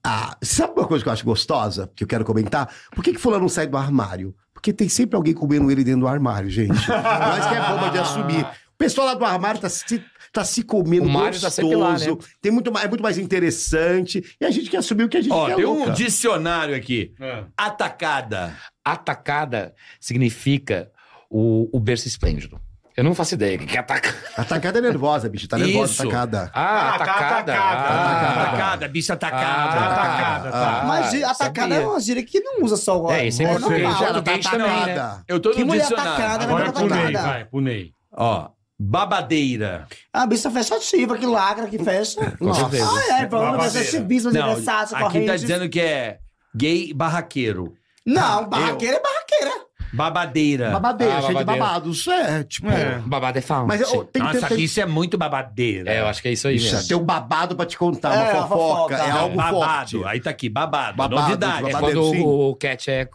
Ah, sabe uma coisa que eu acho gostosa, que eu quero comentar? Por que, que fulano não sai do armário? Porque tem sempre alguém comendo ele dentro do armário, gente. Mas que é boba de assumir. O pessoal lá do armário tá se, tá se comendo O Mário tá gostoso. sempre lá, né? tem muito, mais- é muito mais interessante. E a gente quer assumir o que a gente Ó, quer. tem louca. um dicionário aqui. É. Atacada. Atacada significa o, o berço esplêndido. Eu não faço ideia. O que que é atacada? Atacada é nervosa, bicho. Tá nervosa, Isso. atacada. Ah, Ah, tá atacada. atacada. Ah, Atacada, bicho atacada. Ah, atacada, tá. ah, Mas gíria- atacada sabia. é uma gíria que não usa só o É, isso é normal. português. Já Ah, tá gays também, né? atacada. Eu tô Que no mulher dicionário. atacada, né? Agora Vai, é vai, pro vai, Ney, vai. vai, pro Ney. Ó, babadeira. Ah, bicha fechativa, que lagra, que fecha. Com certeza. Ah, é, vamos fazer esse bispo de Não, versace, aqui tá correntes. dizendo que é gay barraqueiro. Não, barraqueira é barraqueira. Babadeira. Babadeira, Ah, cheio de babadeira. babados. É, tipo. É. Babado é fauna. Mas eu, sim. tem que Nossa, ter. isso é muito babadeira. É, eu acho que é isso aí mesmo. Tem um babado pra te contar, É, uma uma fofoca. fofoca. né? É Não, algo babado. forte. Aí tá aqui, babado. Babado, Novidade. É babado. quando sim. o, o cat é.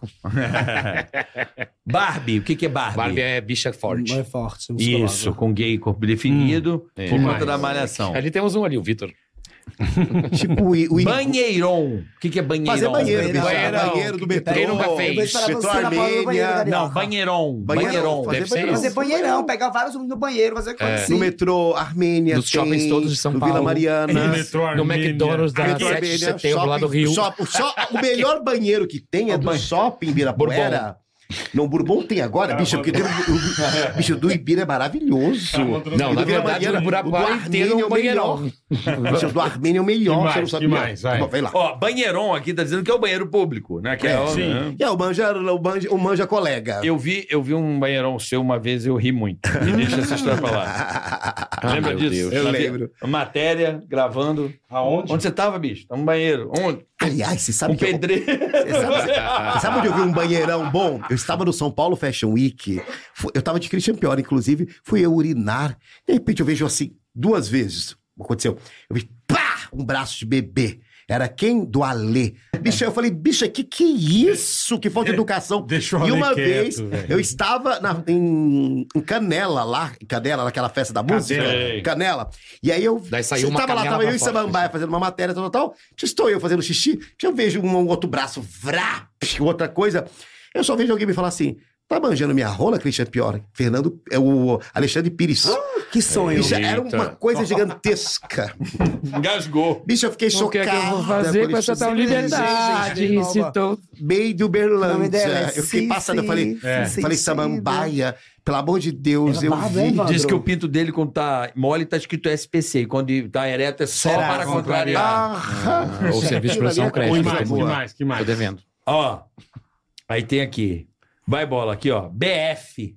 Barbie, o que, que é Barbie? Barbie é bicha forte. É forte. musculosa. Isso, com gay corpo definido, é. por conta Demais. da malhação. Ali temos um ali, o Vitor. Tipo, o, o Banheiron. O que, que é banheiron? Fazer banheiro, bicho. Banheiro. né? Banheiro do metrô. Quem tá nunca fez? Eu vejo para Metrô você na porta do banheiro, Armênia. Carioca. Não, banheiron. Banheirão. Banheiron. Deve ser Fazer banheirão, pegar vários homens no banheiro, fazer coisa No assim. metrô Armênia. Nos shoppings tem, todos de São no Vila Paulo. No Mariana. metrô No Armênia. McDonald's da 7 Metrô de Armênia, setembro, lá do shopping- Rio. shop- só- o melhor banheiro (laughs) que tem é do shopping Ibirapuera. Não, Bourbon tem agora, bicho, porque tem, o, bicho do Ibira é maravilhoso. Não, E na do Vila verdade, Mariana, o Burapuá do inteiro é um Armênia é o banheirão. melhor. Bicho, do Armênia é o melhor, Que você mais, que não sabia. mais, vai. Bom, Vai lá. Ó, banheiron aqui tá dizendo que é o banheiro público, né? Que é, É, o- sim. né? É, o manja, o manja, o manja é colega. Eu vi, eu vi um banheirão seu uma vez e eu ri muito. Me deixa essa história pra lá. Lembra Ah, meu disso? Deus. Eu Na vi- lembro. Matéria, gravando. Aonde? Onde você tava, bicho? Tá no banheiro. Onde? (laughs) Aliás, você sabe Um que eu- pedreiro. Você sabe, você sabe onde eu vi um banheirão bom? Eu estava no São Paulo Fashion Week. Fu- Eu estava de Christian Pior, inclusive. Fui eu urinar. De repente eu vejo assim, duas vezes. Aconteceu. Eu vi, pá! Um braço de bebê. Era quem? Do Alê. Bicho, eu falei, bicha, que que é isso? Que falta de educação. Deixa o e Alê uma quieto, vez, velho. eu estava na- em, em Canela, lá, em Canela, naquela festa da música. Sei. Canela. E aí eu. Daí saiu você uma tava lá, canela tava pra eu e fora, Samambaia fazendo uma matéria, tal, tal, tal. Estou eu fazendo xixi, eu vejo um, um outro braço, vrá, psh, outra coisa. Eu só vejo alguém me falar assim, tá manjando minha rola, Christian Pior? Fernando, é o Alexandre Pires. Ah, Que sonho. Bicho, era uma coisa gigantesca. Engasgou. Bicho, eu fiquei O que chocado. é que eu vou fazer com essa tal liberdade? gente, nova. Se tô- Bem de O nome Uberlândia. dela é eu fiquei Cici, passando, eu falei, É. Cici, falei um Cici, Samambaia, pelo amor de Deus, Era eu barba, vi. hein, mano? Diz que o pinto dele, quando tá mole, tá escrito SPC. E quando tá ereto, é só Será? para contrariar. Ah, Ou serviço de Aquilo ali proteção é ao crédito. Que tem mais, coisa que muito. mais, que mais? Tô devendo. Ó, aí tem aqui. Vai bola aqui, ó. BF.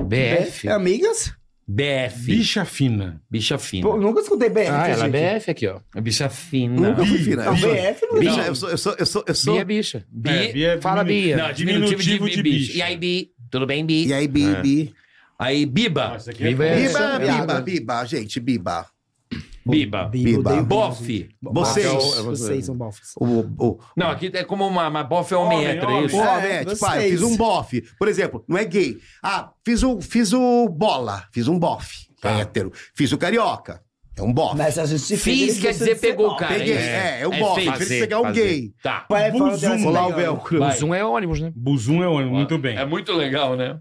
BF? É, Amigas? BF. Bicha fina. Bicha fina. Pô, nunca escutei BF. Ah, ela é gente. BF aqui, ó. Bicha fina. Nunca fui final. Não, BF não Bicha, eu sou, eu sou, eu sou, eu sou. Bia é bicha. Bi- É, Bia é Fala, diminu- Bia. Não, diminutivo de, bicha. E aí, Bi? Tudo bem, Bi? E aí, Bibi? Aí, Biba. Nossa, aqui é Viva bom. é- Biba, é- biba, biba, gente, biba. Biba. Biba. Bofe. é Vocês. um Vocês são um bofos. O, o, Não, aqui é como uma, uma bofe é homem Homem, hétero, é homem. isso? Pô, É, é, tipo, ah, eu vocês. fiz um bofe. Por exemplo, não é gay. Ah, fiz o, fiz o bola, fiz um bofe. É hétero. Fiz o carioca. É um bofe. Mas a gente se Fiz, quer dizer, pegou o cara. Peguei, é, é, um bofe. feio. Prefiro pegar um gay. Tá. Buzum. Colar o velcro. Vai. Zoom é ônibus, né? Buzum é ônibus, muito bem. É muito legal, né?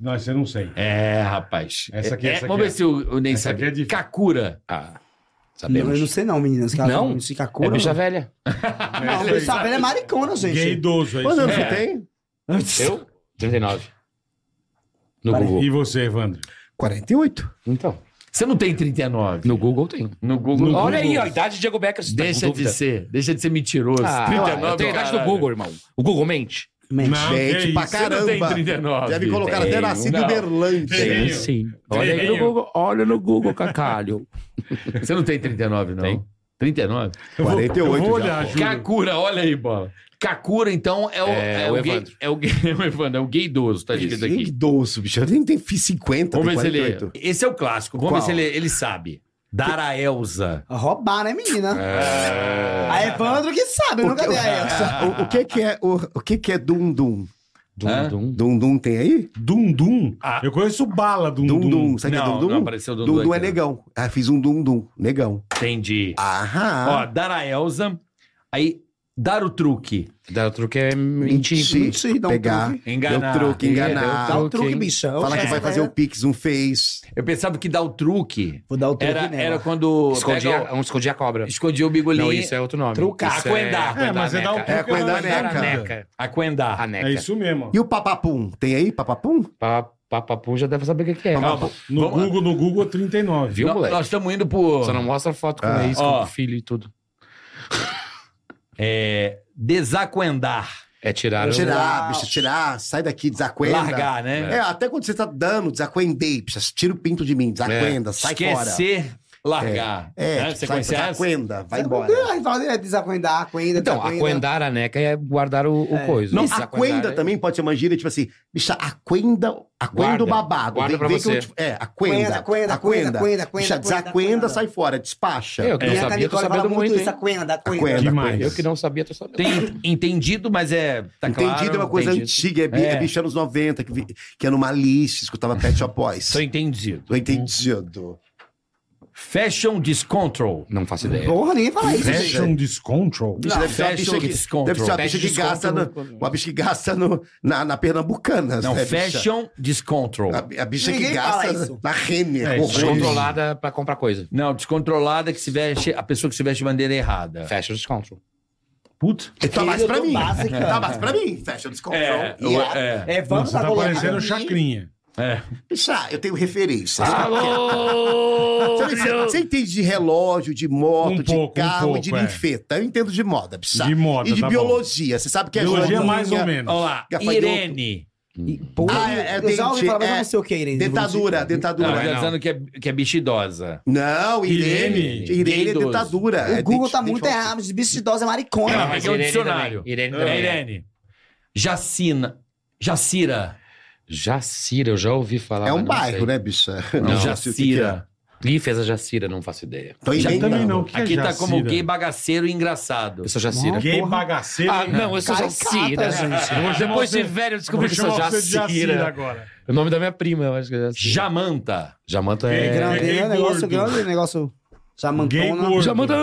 Não, esse eu não sei. É, rapaz. Essa aqui, é, essa Vamos ver aqui se o, o Ney Essa sabe. aqui é difícil. Kakura. Ah, Não, sabemos. eu não sei não, meninas. que elas Não? não se cacura, é bicha não. velha. Não, Essa aí. bicha velha é maricona, Gay gente. idoso, é isso. Quantos anos aí. você tem? Eu? 39. No Pare- Google. E você, Evandro? 48. Então. Você não tem 39. No Google tem. No Google. Olha Google. aí, ó, a idade de Diego Becker. você tá com Deixa de dúvida? ser. Deixa de ser mentiroso. Ah, 39 eu tenho a idade do caralho. Google, irmão. O Google mente? Mente. Não, gente, que pra isso. Você não tem Caramba. 39. Deve colocar até Tenho, nascido um, não. Berlândia. Tenho. Sim. Olha aí no Tenho. Google. Olha no (laughs) Google, cacalho. Você não tem 39, não. Tem. 39? Eu vou- 48 Eu vou já, olhar, pô. juro. Kakura, olha aí, bola. Kakura, então, é o, É, é, o o, gay, Evandro. é, o gay, (laughs) é o Evandro, é o gay idoso, tá escrito Ih, que aqui. idoso, bicho. Eu nem tenho fiz 50, Vamos tem ver se ele. 48. Esse é o clássico. Vamos Qual? ver se ele, ele sabe. Dara Elza. Roubar, né, menina? É. A Evandro que sabe, eu O nunca que- é? dei a essa. O, o que que é o, o que que é dum dum? Dum, Hã? dum. Dum dum tem aí? Dum Dum. Ah. Eu conheço bala Dum Dum Dum. dum, sabe o que é não, dum dum? não apareceu Dundum. Dum dum é aqui, não. negão. Ah, fiz um dum dum, negão. Entendi. Ó, Aham. dar a Elza, aí dar o truque. Dá o truque é mentir. Mentira, dá um pegar, truque. Enganar. é Deu truque, tá enganar. Dá o truque, hein? bicha. é Eu Fala que já vai sei. fazer o Pix, um fez. Eu pensava que dar o truque Vou dar o truque era, nela. era quando. Escondia, pega um escondia a cobra. o- escondia o bigolinho. Não, isso é outro nome. Trucar. Isso Aquendar. É, mas você dá um Neca. É, pouco quando na- a neca. na Neca. Aquendar. A neca. É isso mesmo. E o papapum? Tem aí, papapum? Pa- Papapu já deve saber o que que é. Calma. No Vamos lá. Google, no Google, 39. Viu, No- moleque? Nós estamos indo por Só não mostra foto com Ah, ex, ó. com o filho e tudo. é, desacuendar. É tirar. o- Tirar, bicho, tirar, sai daqui, desacuenda. Largar, né? É, até quando você tá dando, desacuendei, bicho, tira o pinto de mim, É. desacuenda, sai fora. Esquecer, largar. É, Né? tipo, Você sai, conhece essa? desacuenda, vai embora. Aí fala direto, desacuendar, acuenda, Então, desacuenda. aquendar a neca é guardar o, o coisa. Não, Isso, aquenda é- também pode ser uma gíria, tipo assim, bicha, aquenda, aquenda Guarda. o babado. Guarda pra que eu você. te- É, aquenda. Aquenda, aquenda, aquenda, aquenda, Bicha, aquenda, desacuenda, aquenda. sai fora, despacha. É, Eu que não Minha sabia, tô Camicola fala sabendo muito muito, hein? isso, acuenda, acuenda. Acuenda. Que coisa. mais? Eu que não sabia, tô sabendo. Tem entendido, mas é. Tá Entendido claro, é uma coisa entendido. antiga, é, bi- é É. bicho anos 90, que, vi- que era uma Alice, escutava Pet Shop Boys. Tô entendido. Tô entendido. Fashion Discontrol. Não faço É. ideia. Porra, ninguém fala isso, gente. Fashion Discontrol. Bicho, Não, deve ser uma fashion bicha que, discontrol. deve ser uma bicha Fashion que gasta, no, discontrol. uma bicha que gasta no, na, na Pernambucana. Não, né, bicha? Fashion Discontrol. A, a bicha Ninguém que fala gasta isso. na- na Renner. É, horrores. Descontrolada pra comprar coisa. Não, descontrolada é que se veste. A pessoa que se veste de maneira errada. Fecha o descontrol. Putz. Tá mais pra Eu tô mim. básica. Tá mais pra mim. Fashion Discontrol. Yeah. é, É, vamos Você tá colocando parecendo Ah, aqui. chacrinha. é. Bicha, eu tenho referência. Alô! Você, você- você entende de relógio, de moto, Um de pouco, um carro e de pouco, é. linfeta. Eu entendo de moda, bicha. De moda, E de tá bom. biologia. Você sabe que é Biologia joaninha, mais ou menos. (laughs) Olha lá, Gafanhoto. Irene. Porra, Ah, é, é eu já ouvi dente, falar, mas eu é não sei o que, Irene. Dentadura, Não, dentadura. tá dizendo que é, que é bicha idosa. Não, Irene. Irene. Irene, é Idoso. dentadura. O é Google dente- tá dente muito falso. errado. Bicho de idosa é maricona. mas é um dicionário. Irene É também. é. Irene. Jacina. Jacira. Jacira, eu já ouvi falar. É um mas não bairro, sei. né, bicha? (laughs) Não, sei o que que é. Jacira. Ih, fez a Jacira, não faço ideia. Tô Já inventando. também não. O que é Aqui tá Jacira? como gay bagaceiro e engraçado. Eu sou Jacira. Gay bagaceiro. Ah, não, eu sou Caricata, Jacira, né? gente. gente. Eu vou chamar Depois de você- velho, eu Vou descobri que sou chamar você de Jacira Jacira. agora. O nome da minha prima, eu acho que é Jacira. Jamanta. Jamanta É é... Grande, gay né? Negócio gordo. grande, negócio... Gay gordo. Jamantona. Jamanta...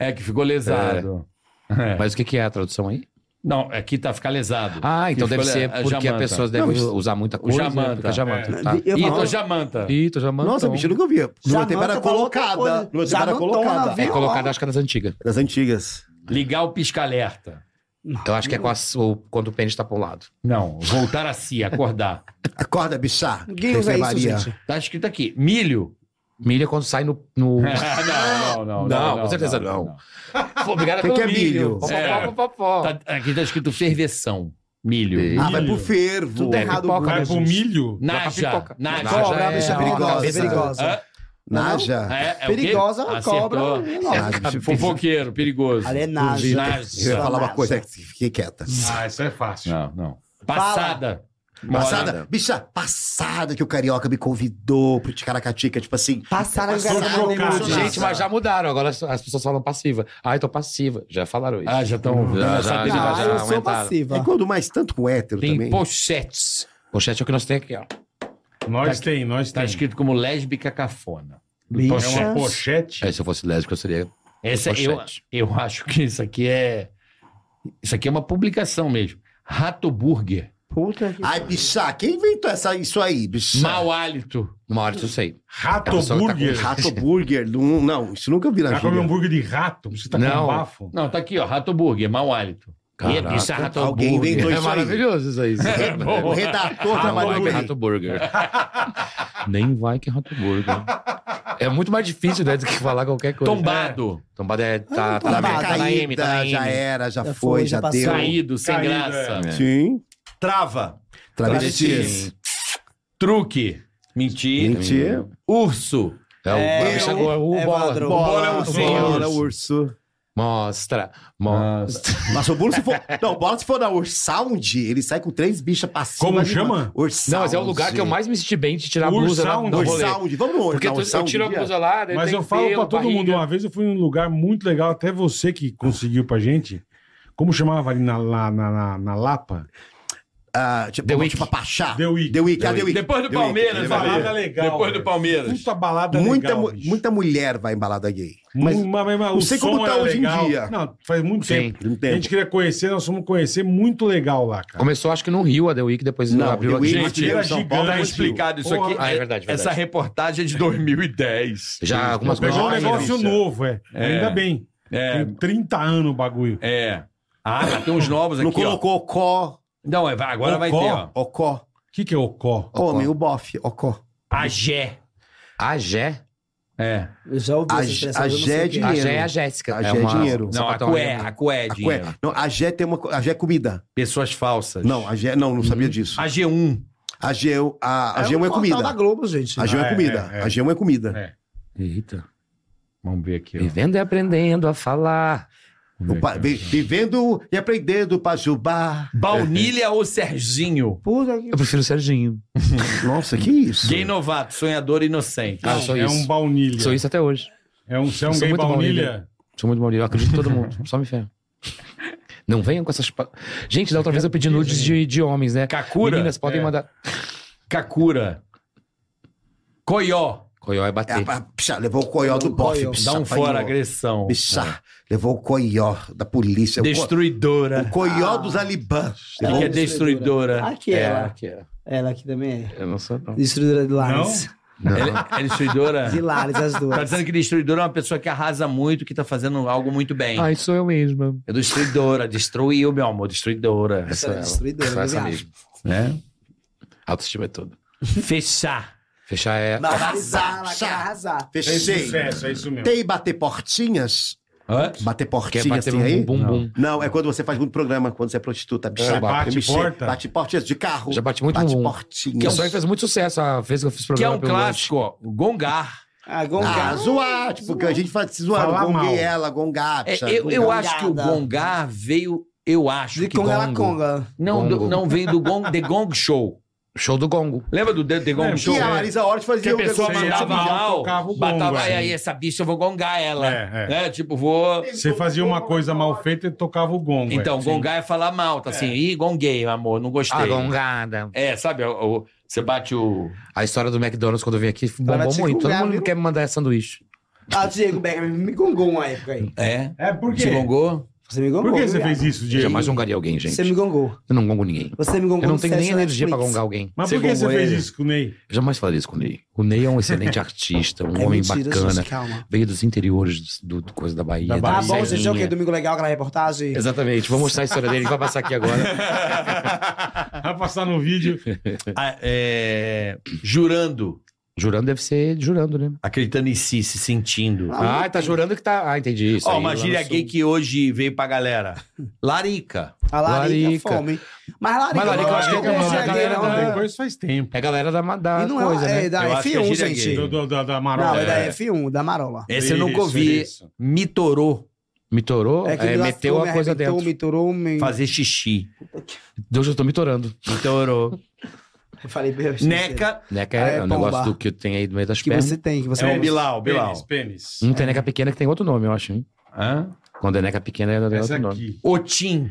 É, que ficou lesado. É. Mas o que que é a tradução aí? Não, aqui tá ficar lesado. Ah, então Que deve ficou ser le- é, porque Jamanta. a pessoa deve usar muita coisa. Jamanta. fica Jamanta. É. Tá. Eu Ih, falo- tô Jamanta. Ih, tô Jamanta. É Nossa, bicho, eu nunca ouvi. Lua Jamanta Tempera fala outra coisa. colocada. Lua Tempera Jamantona, colocada. viu? É colocada, acho que é das antigas. Das antigas. Ligar o pisca-alerta. Eu acho que é com as- o- quando o pênis tá pro lado. Não, voltar a si, acordar. Acorda, bicha. Ninguém usa isso, Enfermaria. gente. Tá escrito aqui, (laughs) milho. Milha quando sai no. no... É. (laughs) não, não, não, Não, com certeza não. Obrigado Que que é milho? Pó, pó, É. pó, pó, pó. Tá- aqui tá escrito ferveção. tá Milho. Ah, vai pro Milho. fervo. Tudo errado. pipoca, Vai né, pro gente? milho? Naja. pipoca. Naja. Cobra, é- bicha é perigosa. perigosa. Hã? Perigosa. Naja. É, é o quê? Perigosa, Acertou. cobra. Ah, Nossa. bicho, (laughs) Fofoqueiro, perigoso. Ali é naja. Naja. Eu ia falar uma Naja. coisa, que fiquei quieta. Ah, isso é fácil. Não, não. Passada. Passada, bicha, passada que o Carioca me convidou pro Ticaracatica, tipo assim. Passaram a Passou garota chocado. emocionada. Gente, mas já mudaram. Agora as as pessoas falam passiva. Ai, tô passiva. Já falaram isso. Ah, já estão. Já, já, já, Ah, já eu sou aumentaram. É passiva. quando mais tanto com hétero Tem também. pochetes. Pochete é o que nós temos aqui, ó. Nós tem, nós Tá tem. escrito como lésbica cafona. É Tá uma pochete. É, se eu fosse lésbica, eu seria. Essa, eu, Pochete. eu acho que isso aqui é. Isso aqui é uma publicação mesmo. Rato Burger. Puta que... Ai, bicha, quem inventou essa, isso aí, bicha? Mau hálito. Numa hora disso eu sei. Rato A pessoa que tá com burger. (laughs) Rato burger, não, não, isso nunca vi na Já comeu um vida. hambúrguer de rato? Você tá com Não. bafo? Não, tá aqui, ó. Rato Burger, mau hálito. Caraca. Isso é rato Alguém burger. inventou É isso aí. maravilhoso isso aí. É O bom. Ah, redator trabalhou Hambúrguer, bem. Rato Burger. (laughs) Nem vai que é Rato Burger. É muito mais difícil, né, do que falar qualquer coisa. Tombado. Tombada é, tá, tá, Tá na, Tombado. tá na M, tá na caída, M. já era, já Já foi, foi, já já passou. É. deu. Caído, sem Caído, graça. Sim. Trava. Travesti. Truque. Mentira. Mentira. Urso. É o É, é, bicho o- agora, o é bola. Evandro. Bola é um Bola, senhor. Bola, urso. Mostra, Ah, tá. mostra. Mas o bolo se for. Não, bola se for na Ursound, ele sai com três bichas pra cima. Como de- chama? Ursound. Não, mas é o lugar que eu mais me senti bem de tirar a blusa na, Ursound. no rolê. Ursound, vamos no Porque tu- eu Ursound tiro a um dia? blusa lá, daí Mas tem eu falo pelo, pra todo barriga. mundo, uma vez eu fui num lugar muito legal, até você que conseguiu pra gente. Como chamava ali na, lá na, na, na Lapa? Ah, tipo, The uma- Week. tipo a Pachá. The Week. The Week. ah, The Week. Depois do The Week, Palmeiras, The Week. Palmeiras. Balada legal. Depois do velho. Palmeiras. Puta balada Muita, é legal, mu- bicho. muita mulher vai em balada gay. Mas, mas, mas não sei o como som tá era hoje em legal. dia. Não, faz muito Sim. tempo. Tem um A tempo. gente queria conhecer, nós fomos conhecer muito legal lá, cara. Começou, acho que no Rio, a The Week, depois Não, abriu é The Week- aqui. Gente, Era São gigante. tá explicado isso Porra. aqui. Ah, é verdade, verdade. Essa reportagem é de 2010. Já algumas coisas... Pegou um já saíram. negócio novo, é. É. Ainda bem. É, Tem 30 anos o bagulho. é. Ah, tá, mas tem uns novos Não aqui, ó. colocou Ocó. Não, é- agora vai ter, Cocó. ó. Ocó. O que, que é o có? Homem, o bofe. Ocó. A Gé. A Gé? É. Eu já ouvi A- essa expressão, a mas eu não Gé sei de- o que A Dinheiro. Gé é a Jéssica. A Gé é dinheiro. um Não, a sapatão cué, alemão. a cué, é A dinheiro. cué- Não, a Gé tem uma. co- A Gé é comida. Pessoas falsas. Não, a Gé. Não, não Hum. sabia disso. A G1. A Gé, a, a É Gé um é portal tá da comida. Globo, gente. A Gé Ah, é é, comida. é, é. A Gé é comida. É. Eita. Vamos ver aqui, ó. Vivendo e aprendendo a falar. Vamos ver Pa- aqui, ó. vi- Vivendo e aprendendo pra jubar. Baunilha ou Serginho? Puta que... Eu prefiro o Serginho. Nossa, que isso? Gay novato, sonhador inocente. Ah, eu sou é isso. um baunilha. Sou isso até hoje. É um, você é um Eu sou gay muito baunilha? Sou muito maldito. Eu acredito em todo mundo. Só me ferro. Não venham com essas... pa- Gente, da outra vez eu pedi nudes de, de homens, né? Kakura. Meninas, podem É. mandar... Kakura. Coió. Coió é É, bater. pá, pichá, levou o coió do Coió. bofe. Dá pichá, Dá um apanhou. fora, agressão. É. Pichá, levou o coió da polícia. o co- Destruidora. O coió Ah. dos Alibã. O que que é destruidora? Aqui, É, ela. que é. Ela aqui também é. Eu não sou, não. Destruidora de lares. É, é destruidora? De lares, as Tá duas. dizendo que destruidora é uma pessoa que arrasa muito, que tá fazendo algo muito bem. Ah, isso sou eu mesma. É destruidora, destruiu, meu amor, destruidora. Essa é ela. destruidora, Sou essa eu mesmo. Né? Autoestima é tudo. Fechar. Fechar é... Vai arrasar, ela quer arrasar. Tem um Fechei. sucesso, é isso mesmo. Tem bater portinhas? Hã? Bater Quer portinhas bater tem assim aí? um bum, bum. Não, é quando você faz muito programa, quando você é prostituta. Bichá, É, bate Mexer. porta. Bate portinhas de carro. Já bati muito bate bumbum. Que portinhas. só que fez muito sucesso a vez que eu fiz Que é programa um pelo lanche. clássico, ó. Gongar. Ah, Ah, Gongar. zoar. Tipo, que a gente faz se zoar. Falar mal. Gonguei ela, gongar. É, pichá, eu, eu gongar. acho que o Gongar veio, eu acho De que conga ela gongo. conga. não, do- Gongo. não veio do Gong, The Gong Show. Show do Gongo. Lembra do The, The Gong Lembro. Show? E a é. Marisa Hort Que fazia um a pessoa negócio mandava assim, já mal, tocava o gongo, batava, é. "Ai, aí essa bicha eu vou gongar ela. É, é. Né? Tipo, vou... Você fazia uma coisa mal feita e tocava o gongo. Então, é. gongar é falar mal, tá assim, ih, gonguei, amor, não gostei. A gongada. É, sabe, o- o- você bate o... A história do McDonald's quando eu vim aqui bombou te muito. Todo cuidar, mundo viu? quer me mandar sanduíche. Ah, Diego Becker me gongou uma época aí. É? É, por Você quê? gongou? Você me gongou. Por que você viado. fez isso, Diego? Jamais gongaria alguém, gente. Você me gongou. Eu não gongo ninguém. Você me gongou Eu não no tenho set nem da energia pra Netflix. gongar alguém. Mas Você por que você gongou fez ele? isso com o Ney? Eu jamais falaria isso com o Ney. O Ney é um excelente (laughs) artista, um É homem mentira, bacana. gente, calma. Veio dos interiores do, do coisa da Bahia. Da da Tá Bahia. bom, gente, é o quê? Serrinha. Domingo Legal, aquela reportagem? Exatamente. Vou mostrar a história dele. Ele vai passar aqui (laughs) agora. Vai passar no vídeo. Ah, é, Jurando, Jurando deve ser jurando, né? acreditando em si, se sentindo. Ah, tá jurando que tá... Ah, entendi isso Ó, aí, uma lá gíria no gay sul. que hoje veio pra galera. Larica. A larica, Larica. fome. hein? Mas larica, Mas larica eu acho que é não comum, né, cheguei, galera? não. da- Depois faz tempo. É a galera da, da E não é, coisa, é, né? da Eu acho que é F1, gíria gente. gay. Do, do- da, da Marola. Não, é É. da F1, da Marola. Esse eu nunca Isso, ouvi. isso. Mitorô. Me torou, que é, me meteu lascou, a me coisa arrebentou, dentro. Me torou, me... Fazer xixi. Deus, eu tô me torando. Mitorô. Eu falei, bem, Neca. Neca Ah, é, é o bomba. negócio do que tem aí do meio das Que pernas. você tem, que você É um não o Bilal, Bilal. Pênis, pênis. Não tem neca pequena que tem outro nome, eu acho, hein? Hã? Quando é neca pequena, é outro Essa nome. aqui. Otim.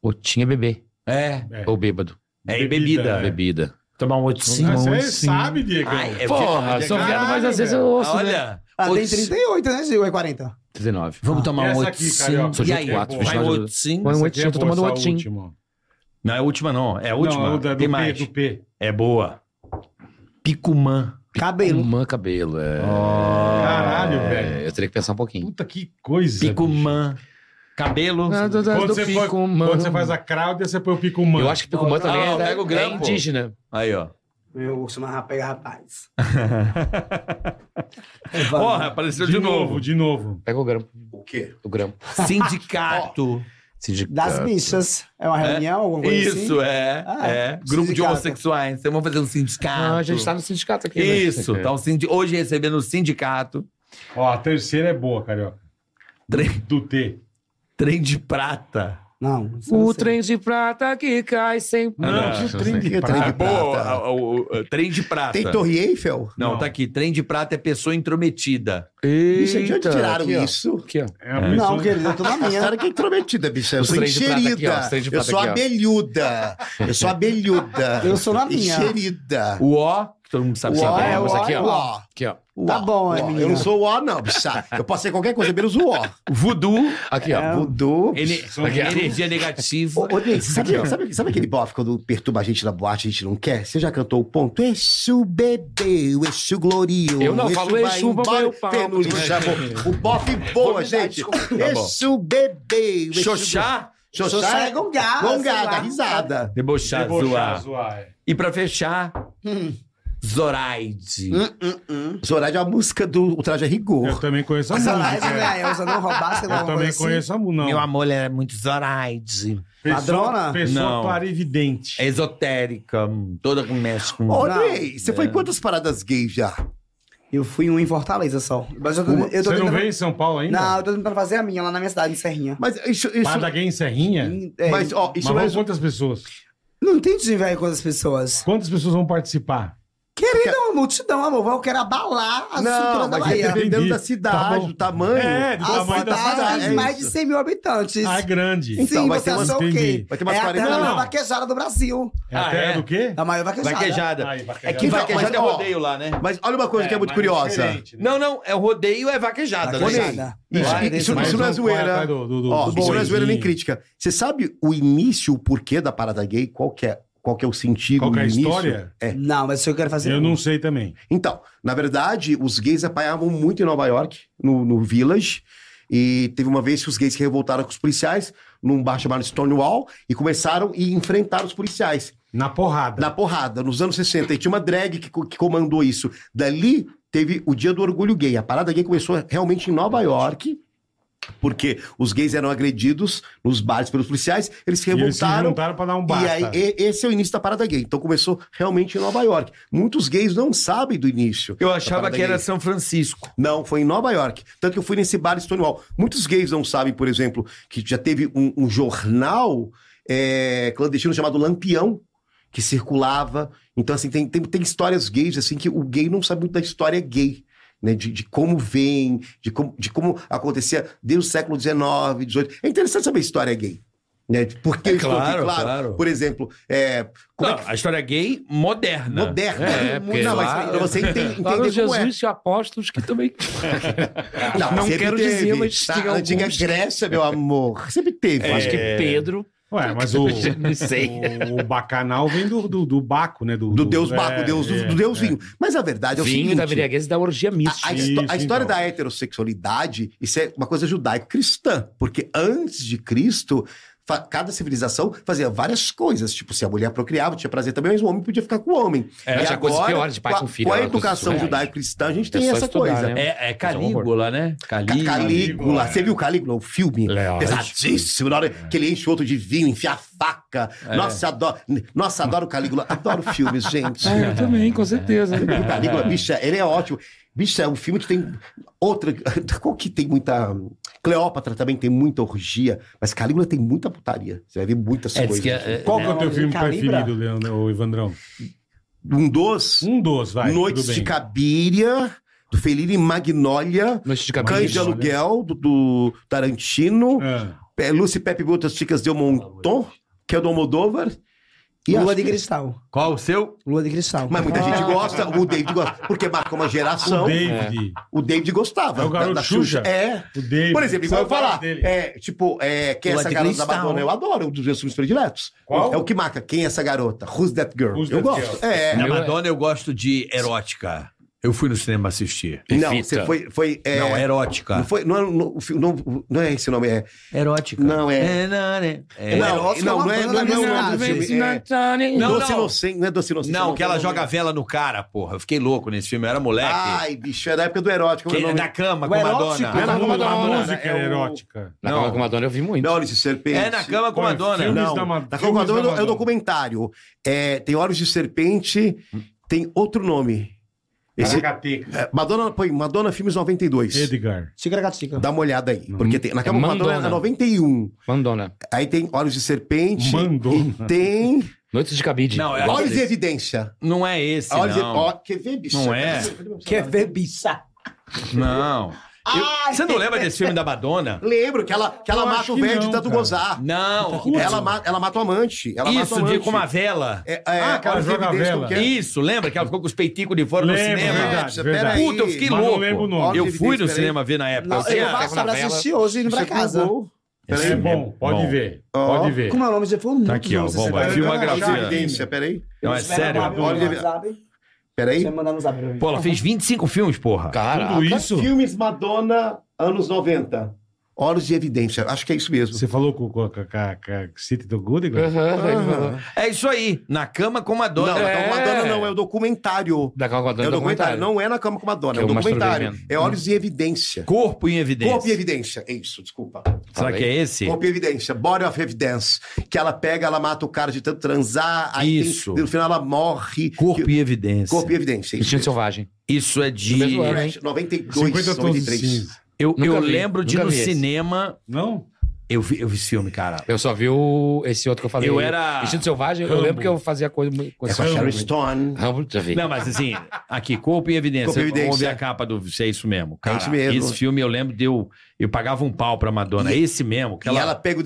Otinha é bebê. É. É. Ou bêbado. É e Bebida, bebida. É. Bebida. Tomar um Não, otim. você sabe, Diego. Ai, é Porra, porque- sou viado, mas Caralho, às vezes eu velho. ouço. né? Olha. Ah, tem otim. 38, né, Gil? É 40. 19. Vamos tomar um Essa aqui, carioca. otim. Sou E de aí? quatro, Vai bicho. otim. Põe um Essa otim, aqui eu é tô boa, tomando essa otim. última. Não, é a última não. É a última. Não, é o da- do Tem P, mais. do P. É boa. Picumã. Cabelo. Humã cabelo. É... Ah. Caralho, É, velho. Eu teria que pensar um pouquinho. Puta que coisa. bicho. Picumã. Cabelo. Quando você, põe- quando você faz a Ah, Cláudia, você põe o pico humano. Eu acho que picumã Não, também não, é, da- pega o é grampo. indígena. Aí, ó. Meu urso mas pega rapaz. Porra, apareceu de, (laughs) novo. de novo. Pega o grampo. O quê? O grampo. Sindicato. Sindicato. Das bichas. É uma reunião, alguma coisa assim? Isso, é. Ah, é. Grupo de sindicato. homossexuais. Então vamos fazer um sindicato. Ah, a gente tá no sindicato aqui. né? Isso. Tá um sindi... Hoje recebendo o sindicato. Ó, a terceira é boa, carioca. Trem, Do T. trem de prata. Não. isso (laughs) não O sei. trem de prata que cai sem... Ah, Não, Ah, não, que o trem de é não. prata. Trem de prata. Pô, a- a- o- o- trem de prata. Tem Torre Eiffel? Não, Não. tá aqui. Trem de prata é pessoa intrometida. Bicho, de onde Eita, tiraram aqui, ó. isso? Ah, Aqui, ó. É uma pessoa- Não, querido, eu (laughs) tô na minha. Cara, que intrometida, bicho. Eu Os sou trem de prata aqui, ó, enxerida. os trem de eu prata sou aqui, ó. abelhuda. Eu sou abelhuda. Eu sou na minha. Enxerida. O O, que todo mundo sabe O o ó é. é o mas ó aqui, é ó. o ó. Aqui, ó. O Tá ó, bom, o é, ó. menina. Eu não sou o ó, não, bicho. Eu posso ser qualquer coisa, menos o ó. Voodoo, Aqui, ó. Mudou. ene- energia negativa. Ô, ô, Ney, você sabe, sabe, sabe aquele bofe quando perturba a gente na boate, a gente não quer? Você já cantou o ponto? Exu bebeu, Exu gloriou. Eu não Exu falo vai Exu, embora, mamãe, o pau. tem no né? lixo, amor. O bofe boa, gente. Tá Exu bebeu, Exu (laughs) Xoxá, Xoxá Xoxá é gongada, sei lá. Gongada, risada. debochar, Debochar, zoar. Hum. zoar. é. E pra fechar, Zoraide. Hum, Zoraide é uma música do o Traje a Eu Rigor. também conheço a Essa música. live, é. velho, se né? eu não assim. roubasse, Eu também conheço a música. assim. Meu não. amor, ela é muito Zoraide. Pessoa- Padrona? Pessoa Não. clarividente. É esotérica, hum, toda que mexe com... Ô, Não, é. Ney, você foi em quantas paradas gays já? Eu fui um em Fortaleza só. Mas eu tô, eu tô Você não tentando... veio em São Paulo ainda? Não, eu tô tentando fazer a minha lá na minha cidade, em Serrinha. Mas isso. isso Para da Gay em Serrinha? É, mas, ó, Mas isso vão não é. quantas pessoas? Não entendi, velho, quantas pessoas. Quantas pessoas vão participar? Querido, uma multidão, amor. Eu quero abalar a Não, cintura da mas Bahia. é dependendo Entendi. da Tá cidade, bom. do tamanho. É, do A tamanho da cidade cidade. é de mais de 100 mil habitantes. Ah, é grande. Sim, vai você ter umas- achou o quê? entendi. Vai ter umas é a 40 terra Não. maior vaquejada do Brasil. É a Ah, terra é? do quê? A maior vaquejada. Vaquejada. Aí, É que E vai- vaquejada mas, é ó, rodeio lá, né? Mas olha uma coisa que é muito mas curiosa. diferente, né? Não, não, é o rodeio é vaquejada. Ô, Ney, né? Vaquejada. isso, Vai, isso- isso mais não um é zoeira. quarto do- do- do- Ó, do isso não é boizinho. zoeira nem crítica. Você sabe o início, o porquê da parada gay? Qual que é, qual que é o sentido? Qual que é a o início? história? É. Não, mas isso eu quero fazer. Eu não sei também. Então, na verdade, os gays apanhavam muito em Nova York, no, no Village. E teve uma vez que os gays se revoltaram com os policiais num bar chamado Stonewall e começaram e enfrentaram os policiais Na porrada. na porrada, nos anos 60. E tinha uma drag que, co- que comandou isso. Dali teve o Dia do Orgulho Gay. A parada gay começou realmente em Nova York. Porque os gays eram agredidos nos bares pelos policiais, eles se E eles se revoltaram. juntaram pra dar um E basta. aí, e- esse é o início da parada gay. Então começou realmente em Nova York. Muitos gays não sabem do início. Eu Da achava parada que era gay. São Francisco. Não, foi em Nova York. Tanto que eu fui nesse bar Stonewall. Muitos gays não sabem, por exemplo, que já teve um, um jornal é, clandestino chamado Lampião, que circulava. Então, assim, tem, tem, tem histórias gays, assim, que o gay não sabe muito da história gay. Né, de, de como vem, de como, de como acontecia desde o século XIX, XVIII. É interessante saber a história gay. Né? Por que É isso aqui, claro, claro. Por exemplo, é, como Não, é que a história gay moderna. moderna. É, porque não, lá- mas pra você ente- entender, Lá como nos é. Jesus e apóstolos que também. (laughs) Não, Não sempre quero teve, dizer, mas tá? tinha A antiga alguns. Grécia, meu amor. Sempre teve. Eu Acho que É, Pedro. Ué, mas (laughs) o, Não sei. o, o bacanal vem do, do, do Baco, né? Do, Do deus é, Baco, deus, do- é, do deus é. vinho. Mas a verdade é o Vinho seguinte... da embriaguez e da orgia A, a mística. histó- Isso, a história então. da heterossexualidade, isso é uma coisa judaico-cristã, porque antes de Cristo fa- cada civilização fazia várias coisas. Tipo, se a mulher procriava, tinha prazer também, mas o homem podia ficar com o homem. É, tinha coisas piores, de pai com filho, Com a era coisas educação surreais. judaico-cristã, a gente É tem só essa estudar, coisa. né? É, é Calígula, né? Ca- Calígula. Calígula. é. Você viu Calígula, o filme? Pesadíssimo. Na hora É. que ele enche o outro de vinho, enfia a faca. Nossa, adoro, nossa, adoro Calígula. (laughs) Adoro filmes, gente. Ah, É. eu também, com (laughs) certeza. O Calígula, bicha, ele é ótimo. Bicha, é um filme que tem outra. (laughs) Qual que tem muita. Cleópatra também tem muita orgia, mas Calígula tem muita putaria. Você vai ver muitas É, diz coisas. que é- é- Qual que é o teu Não, filme Calibra. preferido, Leandro, ô, Ivandrão? Um dos Um dos, vai. Noites tudo de bem. Cabiria, do Felini Magnólia, Noite de Cães de né? cabelo. Aluguel, do, do Tarantino, Ah, é, Lucy Pepe e outras chicas de Monton, que é do Almodóvar. E Lua acho de que- Cristal. Qual o seu? Lua de Cristal. Ah. Mas muita gente gosta, o David gosta, porque marcou uma geração. o David. O David gostava. É o garoto Xuxa. É. O David. Por exemplo, igual eu Saudades falar, dele. é, tipo, é, quem é Lua essa de garota da Cristal. Madonna? Eu adoro, é um dos meus filmes prediletos. Qual? É o que marca, quem é essa garota? Who's that girl? Who's eu that gosto. girl? É. Na Madonna eu gosto de erótica. Eu fui no cinema assistir. Não, você foi... foi é, Não, erótica. não foi, não, é- não, o fi- não- não é esse o nome, é... Erótica. Não, é- É, não, né? é. não, erótica não, é uma não é... Não, banda é- não, é o nome do misturada. filme, é- Não, Doce não. Inocente, não é Doce Inocente. Não, que ela não- joga vela no cara, porra. Eu fiquei louco nesse filme, eu era moleque. Ai, bicho, é da época do erótico. que ele meu nome- na cama O com a erótico. Madonna. é Todo Não, mundo- a Madonna, música é o- erótica. Na Não. Cama com Madonna eu vi muito. Não, Alice Serpente. É na cama com a Olha, Madonna. filme- Não, Tá da Ma- filmes da na Cama com a Madonna é Madonna. um documentário. É, tem Olhos de Serpente, Hum. tem outro nome. Esse- Caracateca. é, Madonna, põe Madonna Filmes 92. Edgar. Tigre gatica. Dá uma olhada Hum. aí. Porque tem, na Cama com a Madonna é Madonna. 91. Mandona. Aí tem Olhos de Serpente. Madonna. E tem Noites de cabide. Não, é- Olhos em Evidência. Não é esse, Olhos em- não. ó, quer ver, bicho? Não é. Quer ver, bicha? Não. Eu- Você não lembra desse filme da Madonna? Lembro que ela, que ela Eu mata acho o que velho de não, tanto cara. gozar. Não. Ela, ma- ela mata o amante. Tá Ela mata o Isso, amante. de com uma vela. É, é, Ah, que ela Olhos em joga Evidência, vela. como que é? Isso, lembra que ela ficou com os peiticos de fora no Lembro, cinema? verdade. Puta, peraí. Puta, eu fiquei Mas não louco. lembro o nome. Eu Olhos em fui no Evidência, cinema ver na época. é Não, eu eu tinha- vou Pega na pra vela. assistir hoje indo pra Você casa. Google. Esse Peraí. é bom, pode Bom. ver. Ó. é Pode ver. Como é o nome? Você falou Tá aqui, ó, muito vamos, nome, vai, você viu uma sabe? Olhos em grafia. Evidência, peraí. Não, é Você vai sério. mandar Olha- no WhatsApp? Peraí. Você vai mandar no zap. pra mim. Pô, ela fez 25 filmes, porra. Caraca. Tudo isso? é Filmes Madonna, anos 90. Horas de evidência. Acho que é isso mesmo. Você falou com com- com- com- com City do Good, Igor? Aham. Aham. É isso aí. Na cama com Não, Madonna. na É. Cama com Madonna não, é o documentário. Da Cama com Madonna É é o documentário, documentário. não é na cama com Madonna, Que é um eu documentário. masturbei mesmo. É Olhos em Evidência. Corpo em Hum. evidência. é. Corpo em Evidência, é isso, desculpa. Será que é esse? Corpo em Evidência, Body of Evidence. Que ela pega, ela mata o cara de tanto transar, aí tem- Isso. no final ela morre. Corpo Que- em evidência. Corpo em né? Evidência. é isso. Instinto Selvagem. Isso é de. Do mesmo ano. Crash, 92, 50 tons de 93. cinza. Eu, Nunca eu vi, lembro de nunca no vi esse. cinema. Não? Eu vi, eu vi esse filme, cara. Eu só vi o, esse outro que eu falei. Eu era- Instinto Selvagem, eu Rambo. lembro que eu fazia coisa muito. É com a Sharon Stone. Rambo, já vi. Não, mas assim, aqui, corpo em evidência. Corpo em Evidência. Vamos ver a capa do. Se é isso mesmo. Cara, isso mesmo. Esse filme eu lembro de eu. Eu pagava um pau pra Madonna. esse mesmo. Que E ela pega o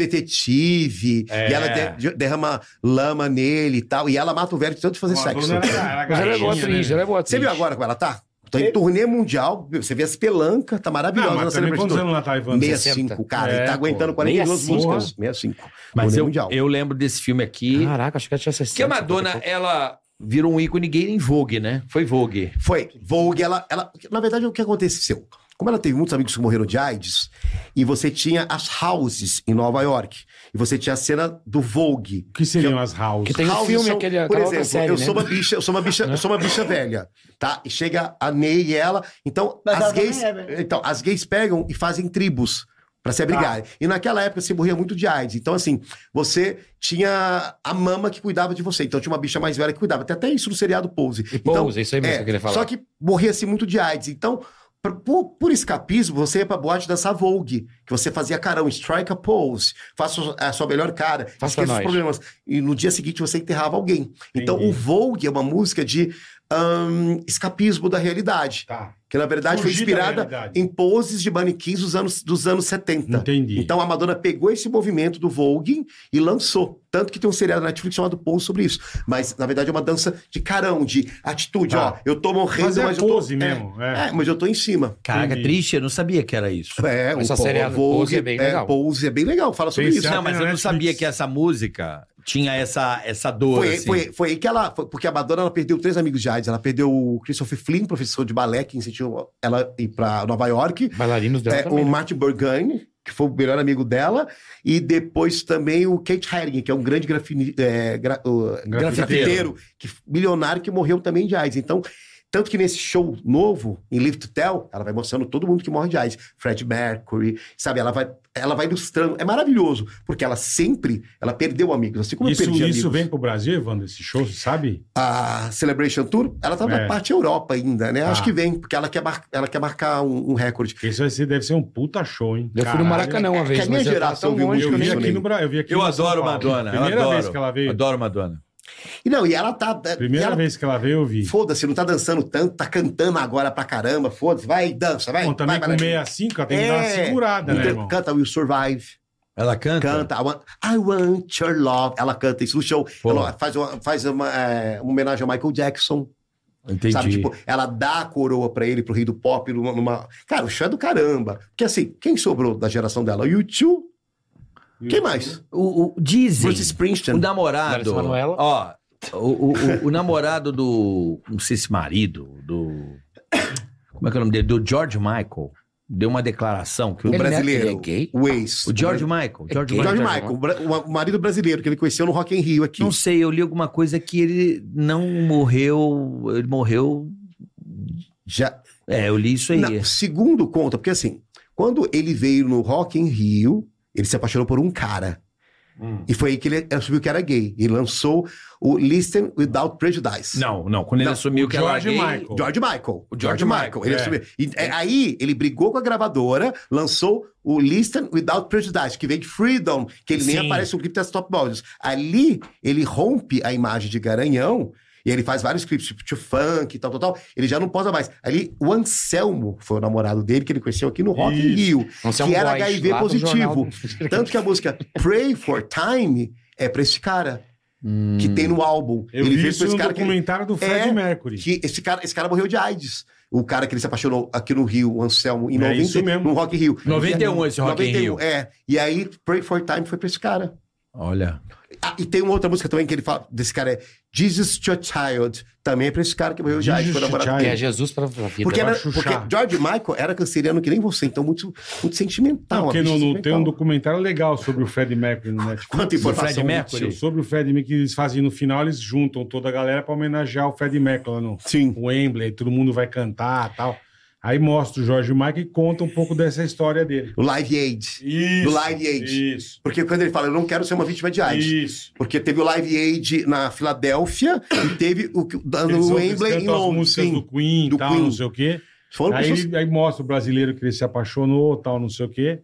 detetive, É. e ela de- de- derrama lama nele e tal, e ela mata o velho de tanto fazer sexo. Madonna era- era Mas ela é boa gatinha, atriz, né? ela é boa atriz. Você viu agora como ela tá? Tá em turnê mundial, você vê as pelancas, tá maravilhosa Não, na Ah, mas também celebração. quantos anos ela tá, Ivan? 65, cara, É, e tá pô, aguentando 42 65. músicas. 65. Mas turnê eu, mundial. eu lembro desse filme aqui. Caraca, acho que é ela tinha 60. que a Madonna, ela virou um ícone gay em Vogue, né? Foi Vogue. Foi. Vogue, ela, ela. Na verdade, o que aconteceu? Como ela teve muitos amigos que morreram de AIDS, e você tinha as houses em Nova York, e você tinha a cena do Vogue. O que seriam as house? Que tem um House filme, são- aquele. Por aquela outra exemplo, série, eu né? sou uma bicha, eu sou uma bicha, eu sou uma bicha velha, tá? E chega a Ney e ela, então Mas as ela gays, também é Tá. velha. então as gays pegam e fazem tribos pra se abrigarem. E naquela época se morria muito de AIDS. Então assim, você tinha a mama que cuidava de você. Então tinha uma bicha mais velha que cuidava. Tem até isso no seriado Pose. E Então, Pose, isso aí mesmo que eu queria falar. Só que morria-se muito de AIDS. Então, pra- por, por escapismo, você ia pra boate dançar Vogue, que você fazia carão, strike a pose, faça a sua melhor cara, Faça esqueça os nós. problemas. E no dia seguinte você enterrava alguém. Então, Entendi. o Vogue é uma música de ahn, escapismo da realidade, Tá. que na verdade Fugir foi da inspirada realidade. em poses de manequins dos anos, dos anos 70. Entendi. Então a Madonna pegou esse movimento do Vogue e lançou. Tanto que tem um seriado na Netflix chamado Pose sobre isso. Mas, na verdade, é uma dança de carão, de atitude. Tá. Ó, eu tô morrendo, Mas é mas pose eu tô... mesmo, é. um É. mas eu tô em cima. Caraca, Entendi. triste, eu não sabia que era isso. É, Essa po- série, Pose, é bem legal. Pose é bem legal, fala sobre Tem isso. certo. Não, mas eu não Netflix. sabia que essa música tinha essa, essa dor, Foi, assim. foi, foi aí que ela. foi- porque a Madonna ela perdeu três amigos de AIDS. Ela perdeu o Christopher Flynn, professor de balé, que incentivou ela a ir pra Nova York. Bailarinos dela É, também. o né? Martin Burgani, que foi o melhor amigo dela, e depois também o Kate Haring, que é um grande grafini, é, gra- o- grafiteiro, que, milionário que morreu também de AIDS. Então, tanto que nesse show novo, em Live to Tell, ela vai mostrando todo mundo que morre de AIDS. Fred Mercury, sabe? Ela vai, ela vai ilustrando. É maravilhoso, porque ela sempre ela perdeu amigos, assim como eu Isso, perdi isso amigos. vem pro Brasil, Evandro, esse show, você sabe? A Celebration Tour, ela tá É. na parte Europa ainda, né? Acho Tá. que vem, porque ela quer, mar- ela quer marcar um- um recorde. Esse vai ser, deve ser um puta show, hein? Eu fui no Caralho. Maracanã uma que vez, a minha mas eu tava geração tão viu longe muito que eu Eu vi nem isso, aqui né? lembro. no Brasil. Eu vi aqui Eu em São adoro Paulo. Madonna. eu Primeira adoro. vez que ela veio. Adoro Madonna. E não, e ela tá. Primeira e ela- vez que ela veio, eu vi. Foda-se, não tá dançando tanto, tá cantando agora pra caramba, foda-se, vai, dança, vai. Bom, também vai, vai, com vai. 65, ela tem que dar uma É. segurada, né, Então, irmão? Canta Will Survive, Ela canta? canta I want, I want Your Love, ela canta isso no show. Pô. Ela faz uma, faz uma, é, uma homenagem ao Michael Jackson, Entendi. sabe? Tipo, ela dá a coroa pra ele, pro rei do pop, numa... numa- Cara, o show é do caramba. Porque assim, quem sobrou da geração dela? O U2? Quem mais? O, o dizem. Bruce Springsteen. O namorado. Larissa Manoela. Ó, o, o, o- o namorado do. Não sei se marido, do. Como é que é o nome dele? Do George Michael. Deu uma declaração que o. O Ele não é- brasileiro. ele é gay? O ex. O George Michael. George É George, Michael. Michael, o bra- o marido brasileiro que ele conheceu no Rock in Rio aqui. Não sei, eu li alguma coisa que ele não morreu. Ele morreu. Já, É, eu li isso aí. Não, segundo conta, porque assim, quando ele veio no Rock in Rio, ele se apaixonou por um cara. E foi aí que ele assumiu que era gay. E lançou o Listen Without Prejudice. Não, não. Quando ele assumiu que George era gay, Michael. George Michael. O O George George Michael. Ele é. assumiu. E, é, aí ele brigou com a gravadora, lançou o Listen Without Prejudice, que vem de Freedom, que ele nem Sim. aparece no clipe das Top Models. Ali ele rompe a imagem de Garanhão e ele faz vários clipes, tipo de funk e tal, tal, tal. Ele já não posa mais. Ali o Anselmo foi o namorado dele, que ele conheceu aqui no Rock in Isso. Rio. Não, você é um que era boy, HIV lá do positivo. jornal. Tanto que a música Pray for Time é pra esse cara, que tem no álbum. Eu vi isso pra no que ele- documentário do Fred É, Mercury. que esse cara, esse cara morreu de AIDS. O cara que ele se apaixonou aqui no Rio, o Anselmo, em É 90, isso mesmo. no Rock in Rio. 91 esse Rock in Rio. É. E aí, Pray for Time foi pra esse cara. Olha. Ah, e tem uma outra música também que ele fala desse cara, é Jesus to a Child. Também é pra esse cara que morreu de AIDS. Jesus Foi to namorado. Child. Que é Jesus pra pra vida. Porque, vai era, chuchar. porque George Michael era canceriano que nem você, então muito, muito sentimental. Não, uma porque bicha não, não tem sentimental. um documentário legal sobre o Fred Mercury no Netflix. Quanta informação. Fred Mercury. útil. Sobre o Fred Mercury que eles fazem no final, eles juntam toda a galera pra homenagear o Fred Mercury lá no (laughs) Sim. Wembley, todo mundo vai cantar e tal. Aí mostra o Jorge Michael e conta um pouco dessa história dele. O Live Aid. Isso. Do Live Aid. Isso. Porque quando ele fala, eu não quero ser uma vítima de AIDS. Isso. Porque teve o Live Aid na Filadélfia e teve o que- da- Eles Tá no vão- eles Wembley em cantam as Londres. músicas sim. do Queen e Do tal, Queen. não sei o quê. Foram Aí, pessoas- ele- aí mostra o brasileiro que ele se apaixonou, tal, não sei o quê.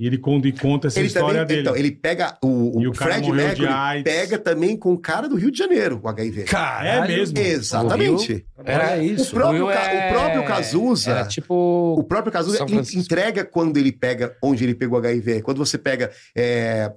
E ele conta, e conta essa ele história também, dele. então, ele pega o, E o o cara Fred morreu de Mercury, AIDS. pega também com o cara do Rio de Janeiro, o HIV. é Caralho. mesmo. Exatamente. Era isso. O próprio, Will Ca- é- o próprio Cazuza, Era tipo. o próprio Cazuza São en- Francisco. entrega quando ele pega, onde ele pegou o HIV. Quando você pega, é,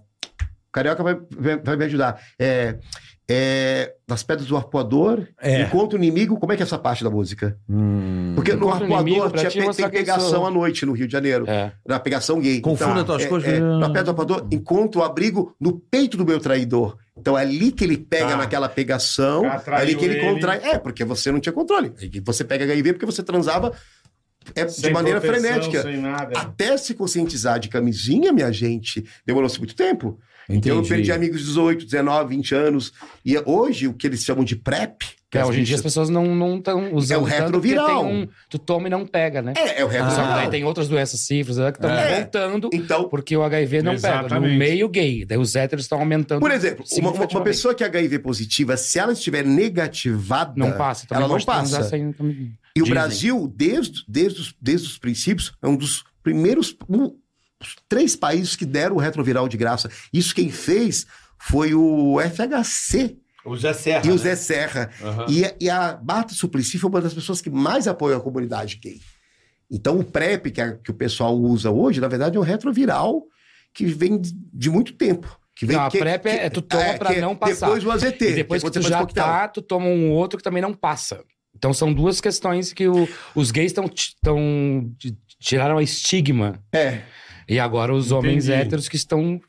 o Carioca vai, vai- vai me ajudar. É, é, das pedras do arpoador, É. encontra o inimigo. Como é que é essa parte da música? Hum, Porque no Encontra o inimigo arpoador pra tinha ti, pe- mostrar tem quem pegação sou. à noite no Rio de Janeiro. É. Na pegação gay. Confunda então, tuas é, coisas. É, na pedra do arpoador, encontro o abrigo no peito do meu traidor. Então é ali que ele pega Tá. naquela pegação, Cara, é ali traiu que ele, ele. contrai. É, porque você não tinha controle. É que Você pega HIV porque você transava é, de Sem maneira proteção, frenética. Ah, Sem nada. Até se conscientizar de camisinha, minha gente, demorou-se muito tempo. Então eu Entendi. perdi amigos de 18, 19, 20 anos. E hoje, o que eles chamam de PrEP... que É, as hoje em dia as bichas- pessoas não estão usando. É o tanto retroviral. porque tem um- tu toma e não pega, né? É, é Só o que retroviral. daí tem outras doenças, cifras, né, que estão É. voltando, Então, porque o HIV não pega. No Exatamente. meio gay, daí os héteros estão aumentando. Por exemplo, uma, uma- uma Então, significativamente. pessoa que é HIV positiva, se ela estiver negativada, Não passa, também ela não pode transar passa. sem- também. E o Dizem. Brasil, desde, desde, os, desde os princípios, é um dos primeiros um, os três países que deram o retroviral de graça. Isso quem fez foi o FHC O Zé Serra. e o né? Zé Serra. Aham. E, a- e a Marta Suplicy foi uma das pessoas que mais apoiou a comunidade gay. Então, o PrEP, que, a- que o pessoal usa hoje, na verdade, é um retroviral que vem de, de muito tempo. Que vem, Não, a que- PrEP é- que- é tu toma pra que é não passar. Depois o AZT. E depois que é você tu faz já coquetel. tá, tu toma um outro que também não passa. Então são duas questões que o- os gays estão tiraram a estigma. É. E agora os homens Entendi. héteros que estão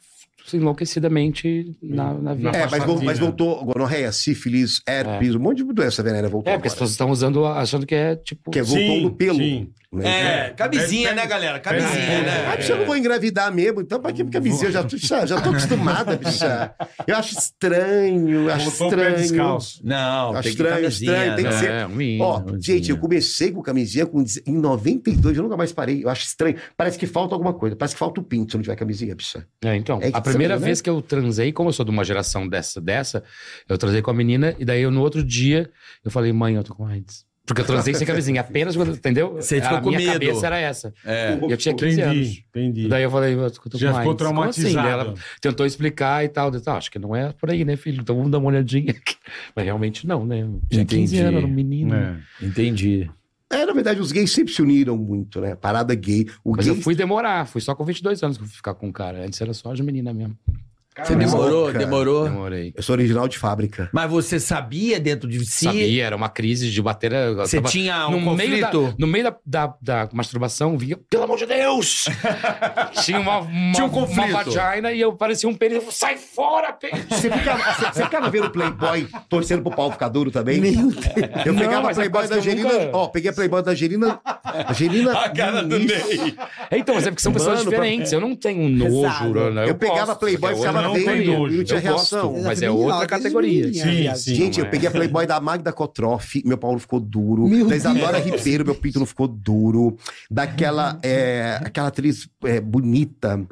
enlouquecidamente na, na vida. Na É, mas, faixa vol- etária. mas voltou gonorreia, sífilis, herpes, um monte de doença venérea voltou. É, porque as agora. pessoas estão usando, achando que é tipo. Que é voltou Sim, do pelo. sim. Né? É, camisinha, né, galera? É, Camisinha, né? Ah, bicho, eu não vou engravidar mesmo, então pra que camisinha? Eu já tô, já, já tô acostumada, bicha. Eu acho estranho, eu acho Voltou o pé Tá estranho. descalço. Não, Acho tem que estranho, camisinha, estranho, tem que né? ser- É, um menino, Ó, um gente, é. eu menino. comecei com camisinha com, deze- em 92, eu nunca mais parei. Eu acho estranho. Parece que falta alguma coisa. Parece que falta o pinto se não tiver camisinha, bicha. É, então, É que a primeira também, né? vez que eu transei, como eu sou de uma geração dessa, dessa, eu transei com a menina, e daí eu, no outro dia, eu falei, mãe, eu tô com AIDS. Porque eu transei sem camisinha, apenas quando, entendeu? Você a ficou com minha medo. cabeça era essa. É. E eu tinha 15 anos. Entendi, entendi. Daí eu falei, eu tô com Já ficou AIDS. Como assim? Daí traumatizado. Ela tentou explicar e tal. Eu disse, ah, acho que não é por aí, né, filho? Então vamos dar uma olhadinha. (laughs) Mas realmente não, né? Eu Tinha 15 Entendi. anos, era um menino. É. Entendi. É, na verdade, os gays sempre se uniram muito, né? Parada gay. O Mas gay. eu fui demorar, fui só com 22 anos que eu fui ficar com o cara. Antes era só as meninas mesmo. Você Demorou, cara. demorou. Demorei. Eu sou original de fábrica. Mas você sabia dentro de si? Sabia, era uma crise de bater. eu Você tava- tinha um no meio, da, conflito? no meio da, da, da masturbação, vinha, pelo amor de (laughs) Deus! tinha uma, uma, Tinha um uma conflito. vagina e eu parecia um pênis. eu, Sai fora, pênis! Você ficava, você- você ficava vendo Playboy torcendo pro pau ficar duro também? Meu Deus. Eu Não, pegava a mas é Playboy coisa da que eu Angelina. nunca- Ó, peguei a Playboy da Angelina. Angelina. A cara do Diniz. Ney. É, então, mas é porque são pessoas Mano, pra- diferentes. Eu não tenho um nojo, Pesado. né? Eu, pegava a gosto, Playboy porque é e ficava outra tem vendo. categoria. nojo. E não tinha Eu gosto, reação. mas é outra categoria. Sim, Sim, viagem. sim. Gente, eu é. peguei a Playboy da Magda Cotroff, meu pau não ficou duro. Meu da Isadora Deus. Ribeiro, meu pinto não ficou duro. Daquela é, aquela atriz é, bonita.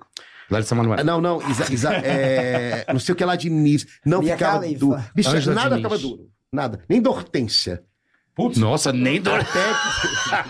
Larissa Ah, Manoel. Não, não, Isa- Isa- é, não sei o que lá de Nis. Não Mia ficava Khalifa. duro. Bicho, Ângela nada Diniz. ficava duro. Nada. Nem da Hortência. Putz, Nossa, nem do... (laughs)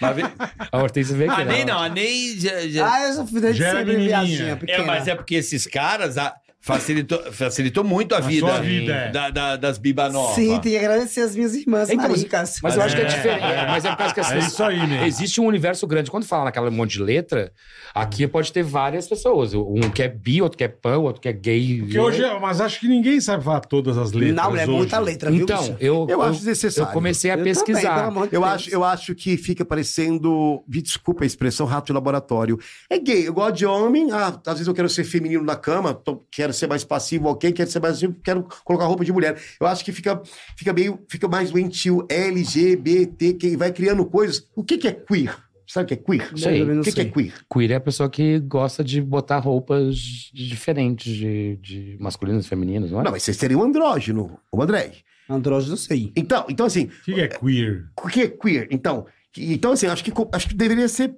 Mas vem- A Hortência veio aqui. A Ney não, a Ney já- já- Ah, eu só fiz desde Já era sempre menininha. viaginha É, pequena. mas é porque esses caras ah, facilitou, facilitou muito a, vida, sua vida, é. da- da- das bibanovas. Sim, tem que agradecer as minhas irmãs Então, mas- maricas. Mas eu acho que é É. diferente. Mas é por causa que assim, é isso aí, né? Existe um universo grande. Quando fala naquela um monte de letra, aqui pode ter várias pessoas. Um que é bi, outro que é pan, outro que é gay. Porque hoje, é- mas acho que ninguém sabe falar todas as letras. Não, é hoje. muita letra, viu? Então, bicha? eu, Eu eu, acho desnecessário. eu comecei a Eu pesquisar. também, pelo amor de Eu Deus. acho, eu acho que fica parecendo. Me desculpa a expressão, rato de laboratório. É gay, eu gosto de homem. ah, às vezes eu quero ser feminino na cama, tô- quero ser mais passivo, ok, quero ser mais passivo, quero colocar roupa de mulher. Eu acho que fica, fica meio. Fica mais doentio LGBT, que vai criando coisas. O que, que é queer? Sabe o que é queer? Sei. O que, que é queer? Queer é a pessoa que gosta de botar roupas diferentes de, de masculinos e femininos, não é? Não, mas vocês seriam andrógeno, o André. Andrógeno, não sei. Então, então assim, O que é queer? O que é queer? Então, que- então assim, acho que, co- acho que deveria ser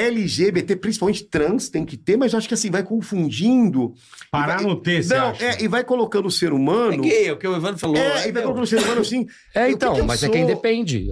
LGBT, principalmente trans, tem que ter, mas acho que assim, vai confundindo. Parar E vai- no T, você Não, acha? é, e vai colocando o ser humano. É gay, é o que o Evandro falou. né, É, é e vai meu. colocando o ser humano assim. É, o então, que que eu mas é sou? quem depende.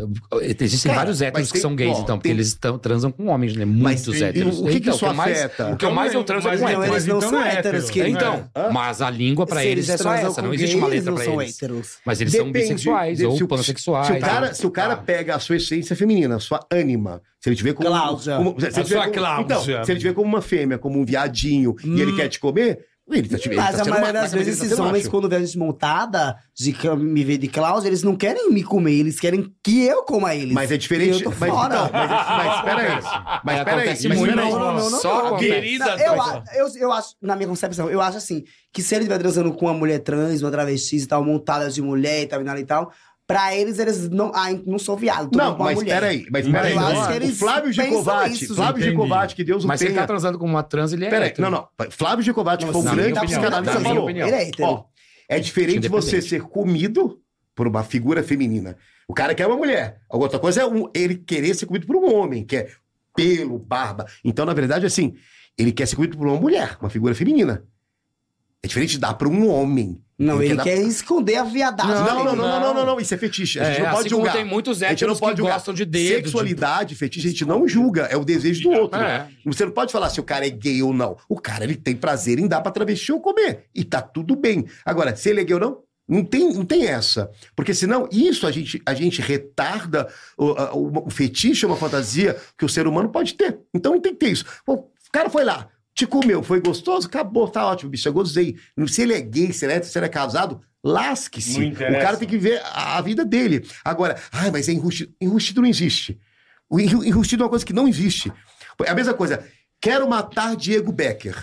Existem Cara, vários héteros mas que tem- são gays, ó, então, porque tem- eles tão- transam com homens, né? Muitos tem- héteros. o que que então, isso o mais- afeta? O que eu mais eu transo é com Mas então héteros. eles não então são não é héteros, hétero, querido. Então, É, mas a língua pra Se eles é só transam essa. com Não existe uma gays, letra não pra são eles. héteros. Mas (laughs) eles são Depende bissexuais de- se ou o- pansexuais. né? Tá. Se o cara, ou- se o cara pega a sua essência feminina, a sua ânima, se ele tiver como. Cláudia. como- se ele A tiver sua como- Cláudia. Então, se ele tiver como uma fêmea, como um viadinho, e Hum. ele quer te comer, ele tá te ele tá Mas a sendo maioria ma- das ele tá vezes, esses sendo homens, macho. quando vê a gente montada, de cla- me ver de Klaus, eles não querem me comer, eles querem que eu coma eles. Mas é diferente. Eu tô mas, fora. Então, mas, (laughs) mas peraí. Mas peraí. acontece Mas muito. né? peraí. Não, não, não, não, Só não. acontece. Querida, Não, eu, a- eu, eu acho, na minha concepção, eu acho assim, que se ele estiver transando com uma mulher trans, uma travesti e tal, montada de mulher e tal, e tal, e tal, pra eles, eles não, ah, não sou viado, tô Não, com uma mas mulher. peraí, mas Entendi. peraí. Eu acho que O eles Flávio pensam Gicovati, isso, Flávio entendi. Gicovati, que Deus o Mas se ele tá tenha. transando com uma trans, ele é Peraí, hétero. não, não. Flávio Gicovati, Tipo que foi assim, Não, um na grande minha opinião, psicanalista, na minha falou. opinião. Ele é hétero. Ó, é diferente você Independente. ser comido por uma figura feminina. O cara quer uma mulher. A Outra coisa é um, ele querer ser comido por um homem, que é pelo, barba. Então, na verdade, assim, ele quer ser comido por uma mulher, uma figura feminina. É diferente de dar para um homem. Não, ele dar- quer esconder a viadagem. Não, não, não, dele. não, não, não, não, isso é fetiche. A gente É, não pode assim como julgar. tem muitos a gente não héteros pode que julgar. gostam de dedo. Sexualidade, fetiche, a gente não julga. É o desejo do De... outro. É. Você não pode falar se o cara é gay ou não. O cara, ele tem prazer em dar pra travesti ou comer. E tá tudo bem. Agora, se ele é gay ou não, não tem, não tem essa. Porque senão, isso a gente, a gente retarda o, a- o- o fetiche, uma fantasia que o ser humano pode ter. Então não tem que ter isso. Pô, o cara foi lá, te comeu, foi gostoso, acabou, tá ótimo, bicho, eu gozei. Se ele é gay, se ele é, hétero, se ele é casado, lasque-se. Não O interessa. cara tem que ver a, a vida dele. Agora, ai, mas é enrustido. Enrustido não existe. O enru- enrustido é uma coisa que não existe. É a mesma coisa. Quero matar Diego Becker.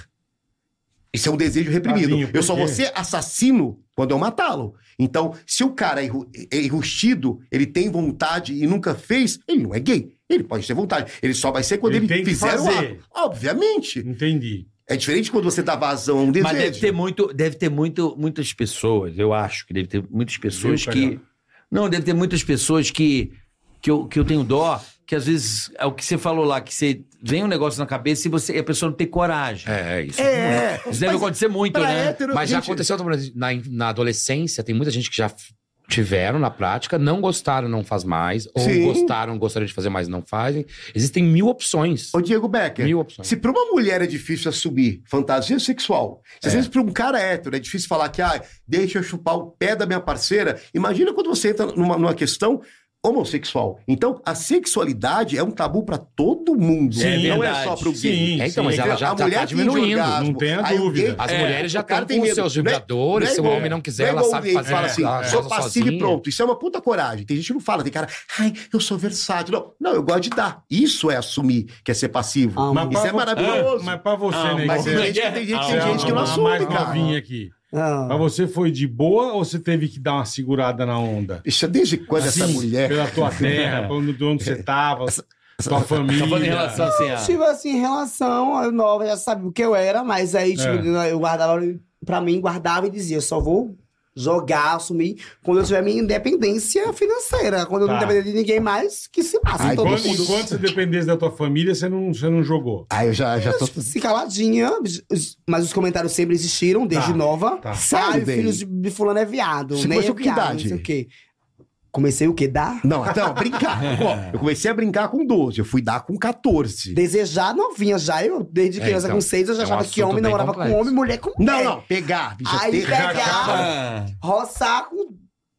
Isso é um desejo reprimido. Tadinho, por eu só quê? vou ser assassino quando eu matá-lo. Então, se o cara é enru- é enrustido, ele tem vontade e nunca fez, ele não é gay. Ele pode ter vontade. Ele só vai ser quando Ele ele, tem que fizer o fazer. ato. Obviamente. Entendi. É diferente quando você dá vazão a um desejo. Mas deve ter, muito, deve ter muito, muitas pessoas, eu acho que deve ter muitas pessoas Viu, que. Não, deve ter muitas pessoas que, que, eu, que eu tenho dó, que às vezes é o que você falou lá, que você vem um negócio na cabeça e você, a pessoa não tem coragem. É, isso. É, Isso deve acontecer muito, pra né? hétero, Mas já gente, aconteceu no Brasil, na, na adolescência, tem muita gente que já f- tiveram na prática, não gostaram, não faz mais, ou Sim. gostaram, gostariam de fazer mais, não fazem. Existem mil opções. Ô, Diego Becker, Mil opções. se pra uma mulher é difícil assumir fantasia sexual, se às vezes pra um cara hétero é difícil falar que, ah, deixa eu chupar o pé da minha parceira, imagina quando você entra numa, numa questão homossexual. Então, a sexualidade é um tabu pra todo mundo. Sim, não é verdade. só pro gay. Sim, É, então, mas sim. ela já- a já tá mulher tem diminuindo, orgasmo, não tenha aí o dúvida. gay- As é, mulheres já o cara estão tem com medo. seus Não é- vibradores, não é se o igual- homem não quiser, é ela igual sabe o gay que fazer Fala ela- assim, ela sou faz passivo e sozinha. pronto. Isso é uma puta coragem. Tem gente que não fala, tem cara, ai, eu sou versátil. Não, não, eu gosto de dar. Isso é assumir, que é ser passivo. Ah, Mas Isso pra é vo- maravilhoso. Ah, Mas pra você, Ah, né? mas tem você- gente, que- tem gente, Ah, tem mas- gente que não a É mais assume, novinha cara. aqui. Ah. Mas você foi de boa ou você teve que dar uma segurada na onda? Isso é desde quando essa Assim, mulher. Pela tua terra, pelo de onde você tava, tua família. Tô Tá falando em relação assim, a... Tipo assim, em relação à nova, já sabia o que eu era, mas aí, tipo, eu guardava pra mim, guardava e dizia, eu só vou jogar, assumir, quando eu tiver minha independência financeira. Quando eu não Tá. depender de ninguém mais, que se passa Ai, todo Enquanto, mundo. enquanto você dependesse da tua família, você não, você não jogou. Ah, eu já, já tô. Tipo, Se caladinha, os- mas os comentários sempre existiram, desde Tá, nova. tá. Ai, Sério, o Dani? filho de- de fulano é viado. Você nem começou é com que viado, idade? Não sei o quê. Comecei o quê? Dar? Não, então, brincar. Ó, eu comecei a brincar com 12, eu fui dar com 14. Desejar novinha já, eu desde É, criança então, com seis, eu já é um achava que assunto homem bem namorava complexo. com homem, mulher com mulher. Não, não, pegar, bicho, Aí ter- pegar, Ah, roçar com.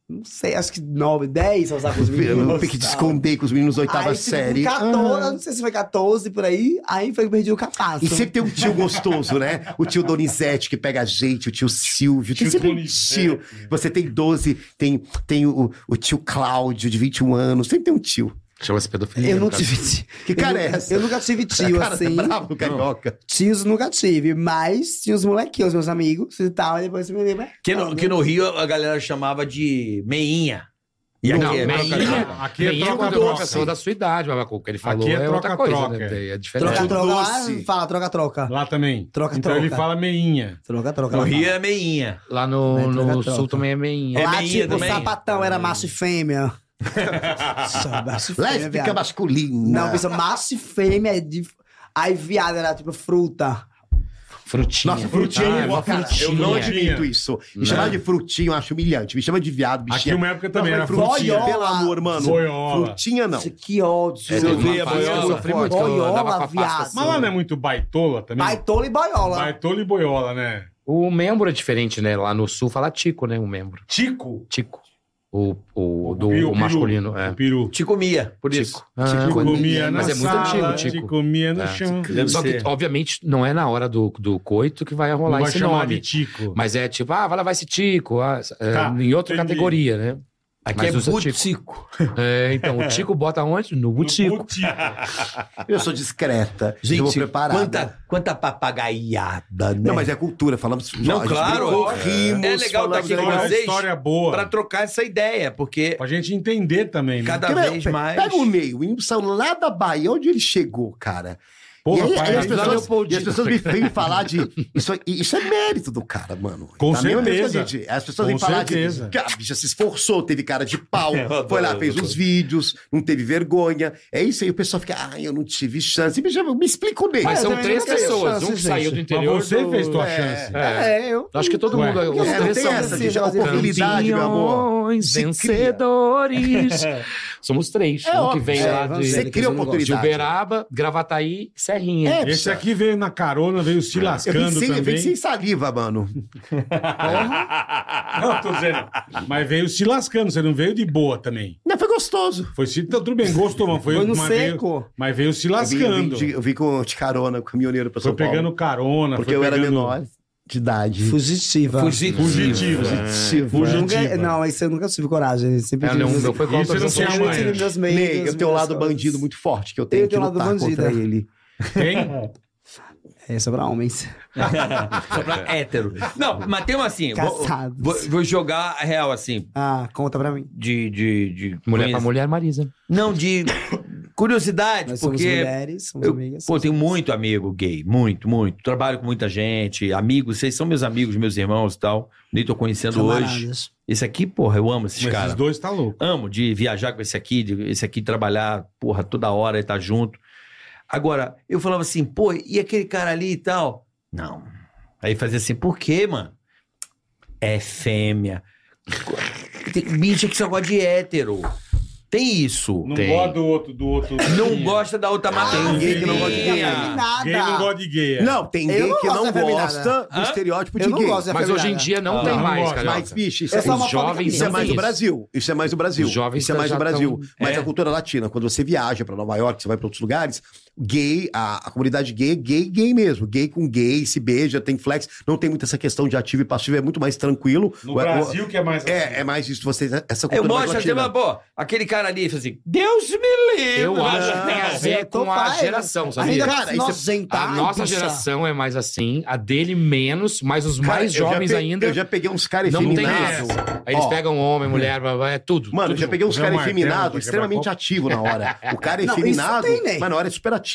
Não sei, acho que 9, 10, roçar com os meninos. Eu tenho que te esconder com os meninos da oitava Aí, tipo, série. com 14, Ah. não sei se foi 14 por aí, aí foi que perdi o capaço. E sempre tem um tio gostoso, né? O tio Donizete que pega a gente, o tio Silvio, o tio, Tio sempre um Donizete. tio. Você tem 12, tem, tem o, o tio Cláudio, de 21 anos, sempre tem um tio. Chama-se pedofilia. Eu no não caso. tive. Que eu cara é nunca- essa? Eu nunca (laughs) tive tio, cara, assim. é bravo, carioca. Tios nunca tive, mas tinha os molequinhos, meus amigos e tal, e depois me lembra. que, no, que no Rio a galera chamava de meinha. E Não, aqui é meinha- troca-troca. Aqui é Nem é quando é uma pessoa troca-troca. da sua idade, mas o que ele falou Aqui é é, outra troca-troca, coisa, né? É diferente. Troca, troca lá, doce. fala, troca, troca. Lá também. Troca-troca. Então ele fala meinha. Troca, troca. No lá, Rio fala. é meinha. Lá no, Vai, no troca-troca. sul também é meinha. É Lá, meinha tipo, também? sapatão era macho e fêmea. Só macho e fêmea, É, Lésbica viado. masculina. Não, pensa, macho e fêmea é de... Aí, viado, era tipo fruta. Frutinha. Nossa, frutinho, Ah, é uma cara, frutinha. eu não admito isso. Me chamar de frutinho eu acho humilhante. Me chama de viado, Aqui bichinha. uma época também é. Não, era mas frutinha. frutinha. Pelo amor, mano. Boiola. Frutinha não. Nossa, Que ódio. É, Eu teve uma odeio a fase que Eu boiola. sofri muito, que eu Boiola, andava com a viado. pasta Mas lá não é muito baitola também? Baitola e boiola. Baitola e boiola, né? O membro é diferente, né? Lá no sul fala tico, né? O membro. Tico. Tico. O, o, do, Piu, o piu. masculino. É. O peru. Te comia, por isso. Ah, Te quando- comia na mas é muito sala, antigo, Tico. Te comia no É, chão. Deve Só que, ser. obviamente, não é na hora do, do coito que vai Não rolar vai esse chamar de nome. Tico. Mas é tipo, ah, vai lavar esse tico. ah, é, Tá, em outra entendi. categoria, né? Aqui Mas é usa tico. butico. É, então, o tico bota onde? No butico. Eu sou discreta. eu vou Gente, preparada. quanta, quanta papagaiada, né? Não, mas é cultura. Falamos... Não, nós claro, brincou, é. Rimos, É legal tá falamos aqui com negócio. Uma vocês. história boa. Pra trocar essa ideia, porque Pra gente entender também, né? cada Porque, meu, vez pe- mais... Pega o meio, o Ingo saiu lá da Bahia, onde ele chegou, cara. um Porra, é e, aí, pai, aí as lá no pessoas, Leopoldina. e as (laughs) pessoas me vêm falar de. Isso, é- isso é mérito do cara, mano. Com na mesma linha que a certeza. gente. As Com pessoas vêm falar certeza. de. Que ah, a bicha se esforçou, teve cara de (laughs) pau, adoro, foi lá, eu fez adoro. uns vídeos, não teve vergonha. É isso aí, o pessoal fica, ah, eu não tive chance. Bicha, me explica o meio. Mas É, são também três nunca deu pessoas. chance, um que gente. saiu do Mas interior. você do- fez tua É. chance. É. eu. Acho que todo Ué. mundo. Não, os não três tem são- essa, gente. É Campeões, oportunidade, meu amor. Campeões, Se cria. (laughs) vencedores. Somos três. É um que óbvio. vem É, lá de, evangélico. Você cria de oportunidade. Uberaba, Gravataí, Serrinha. É, Esse aqui veio na carona, veio se Eu vim lascando sem, eu vim também. sem saliva, mano. (laughs) Não, tô dizendo. Mas veio se lascando, você não veio de boa também. Não, foi gostoso. Foi se... Então, tudo bem, gostou, mas foi... Foi no mas seco. Veio, mas veio se Eu vim, eu vim lascando. de- eu vim com de carona, com caminhoneiro pra Foi São Paulo. pegando carona. Porque foi eu era pegando- (laughs) menor de idade. Fugitiva. Fugitivo. Fugitivo. Fugitivo. né? Eu nunca- Fugitiva. não, isso eu nunca tive assim. coragem. eu Sempre É, não, meu foi com Isso eu não autorização sei de Eu amanhã. mãe. tive meus meios. Ney, eu tenho um minhas lado coisas. bandido muito forte que tá eu tenho Eu que tenho um lado lutar bandido. contra ele. Hein? Essa é pra homens. Só pra hétero. Não, mas tem uma assim. vou- Casados. Vou, vou jogar a real, assim, Ah, conta pra mim. de. de, de Mulher pra conhec- mulher, é Marisa. Não, de curiosidade, Nós somos É, porque. mulheres, somos eu- amigas. Pô, tenho muito amigo gay, muito, muito. Trabalho com muita gente, amigos, vocês são meus amigos, meus irmãos e tal. Nem tô conhecendo hoje. camaradas. Esse aqui, porra, eu amo esses Mas caras. esses dois tá louco. Amo de viajar com esse aqui, de esse aqui trabalhar, porra, toda hora e tá junto. Agora, eu falava assim, pô, e aquele cara ali e tal? Não. Aí fazia assim, por quê, mano? É fêmea. Tem bicha que só gosta de hétero. Tem isso. Não Tem. gosta do outro, do outro. Não gosta da outra matéria. tem gay que não gay. gosta de é. Tem hétero. Gay não gosta de gay. é. Não, tem gay Eu não que gosto não de afeminada. gosta do Hã? estereótipo Eu de não gay. gosto de Mas hoje em afeminada. dia não Ah, tem não mais, gosto. cara. Mas, bicho, isso, Eu sou é- uma Os jovens isso é não mais tem do isso. Brasil. Isso é mais do Brasil. Os jovens isso é mais já do Brasil. tão- Mas É. a cultura latina, quando você viaja pra Nova York, você vai pra outros lugares, gay, a, a comunidade gay é gay, gay mesmo. Gay com gay, se beija, tem flex. Não tem muito essa questão de ativo e passivo, é muito mais tranquilo. No O- o- Brasil que é mais assim. É, é mais isso, vocês, essa Eu cultura mais mostro, assim, latina. mas, pô, aquele cara ali, fala assim, Deus me livre. Eu acho que tem a Não, ver eu tô com a pai, geração, sabia? Ainda Cara, mais isso é- nojentar A e nossa puxar. geração é mais assim, a dele menos, mas os Cara, mais eu já jovens pe- ainda Eu já peguei uns caras não tem efeminados. essa. Aí eles Ó. pegam homem, mulher, blá, blá, é tudo. Mano, eu tudo já peguei uns Zé caras Martelo, efeminados, Zé extremamente Marcou. ativo na hora. O cara é Não, isso efeminado, tem, né? mas na hora é super ativo.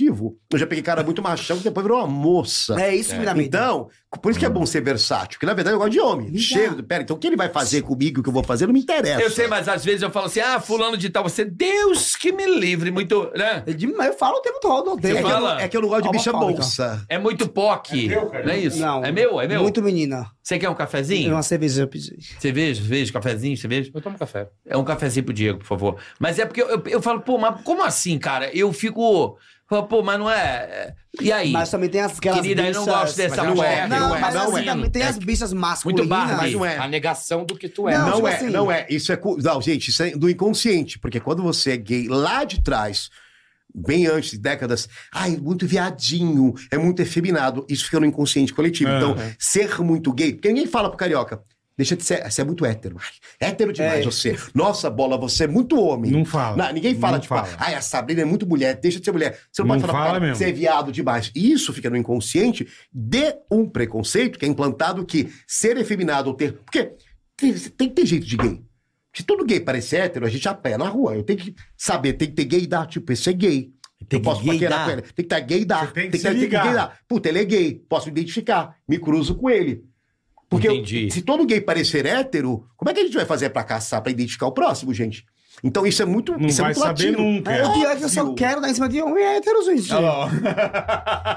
Eu já peguei cara muito machão que depois virou uma moça. É isso que me dá medo. Então, por isso que é bom ser versátil, porque na verdade eu gosto de homem. Me dá. Cheiro, pera, então o que ele vai fazer comigo, o que eu vou fazer, não me interessa. Eu sei, mas às vezes eu falo assim, ah, fulano de tal, você, Deus que me livre, muito, né? É demais, Eu falo o tempo todo, eu É odeio. que, eu, não- fala. é que eu não gosto de Calma, bicha calma, bolsa. É muito POC. É teu, cara? não é isso? Não. É meu? É meu? Muito menina. Você quer um cafezinho? Uma cerveja eu pedi. Cerveja, cerveja, cafezinho, cerveja? Eu tomo café. É um cafezinho pro Diego, por favor. Mas é porque eu, eu, eu falo, pô, mas como assim, cara? Eu fico. falo, Pô, mas não é. E aí? Mas também tem as aquelas Querida, eu não bichas- gosto dessa Mas não é, POC. Não, não é, mas não assim, é. também tem as bichas masculinas. Barbie. Mas não é. A negação do que tu é. Não, Não, tipo é, assim- não é. Isso é. cu- Não, gente, isso é do inconsciente. Porque quando você é gay lá de trás, bem antes de décadas, ai, muito viadinho, é muito efeminado. Isso fica no inconsciente coletivo. É. Então, ser muito gay. Porque ninguém fala pro carioca. Deixa de ser. Você é muito hétero. Ai, hétero demais É. você. Nossa, bola, você é muito homem. Não fala. Não, ninguém fala, Não tipo, fala. ai, a Sabrina é muito mulher, deixa de ser mulher. Você não, Não pode falar, fala pra cara, mesmo. você é viado demais. E Isso fica no inconsciente de um preconceito que é implantado que ser efeminado ou ter. Porque tem, tem que ter jeito de gay. Se todo gay parecer hétero, a gente apanha na rua. Eu tenho que saber, tem que ter gay e dar. Tipo, esse é gay. Tem eu que posso gay paquerar dar. com ele. Tem que estar gay e dar. Você tem que se tá- ligar. dar. Puta, ele é gay. Posso me identificar. Me cruzo com ele. Porque eu- Entendi. se todo gay parecer hétero, como é que a gente vai fazer pra caçar, pra identificar o próximo, gente? Então isso é muito. Não isso é vai muito saber latino. nunca. É, o pior é que eu só Óbvio. quero dar em cima de homem é hétero, gente.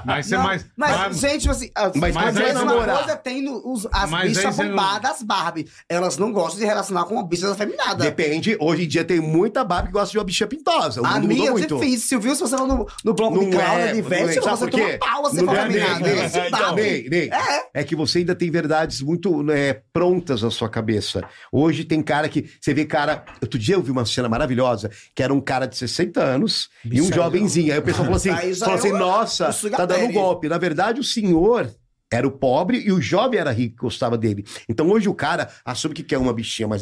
Mas você é Não, mais. mas, mais- gente, tipo assim, a, Mas a aí mesma você não- coisa tem no, os, as Mas aí bichas você não- bombadas Barbie. Elas não gostam de relacionar com bichas afeminadas. Depende. Hoje em dia tem muita Barbie que gosta de uma bicha pintosa. O A mundo minha mudou é muito. difícil, viu? Se você vai no, no bloco de Não Cláudia é, de não é. Vete, Sabe você por toma quê? pau, você Não for é, afeminada. Ney, Esse Ney, Barbie. Ney, Ney, É. É que você ainda tem verdades muito né, prontas na sua cabeça. Hoje tem cara que. Você vê cara. Outro dia eu vi uma cena maravilhosa que era um cara de 60 anos e um jovenzinho. Aí o pessoal falou assim: Aí já falou assim é o- nossa, o sugar tá dando daddy." golpe. Na verdade, o senhor. Era o pobre e o jovem era rico, que gostava dele. Então hoje o cara assume que quer uma bichinha mais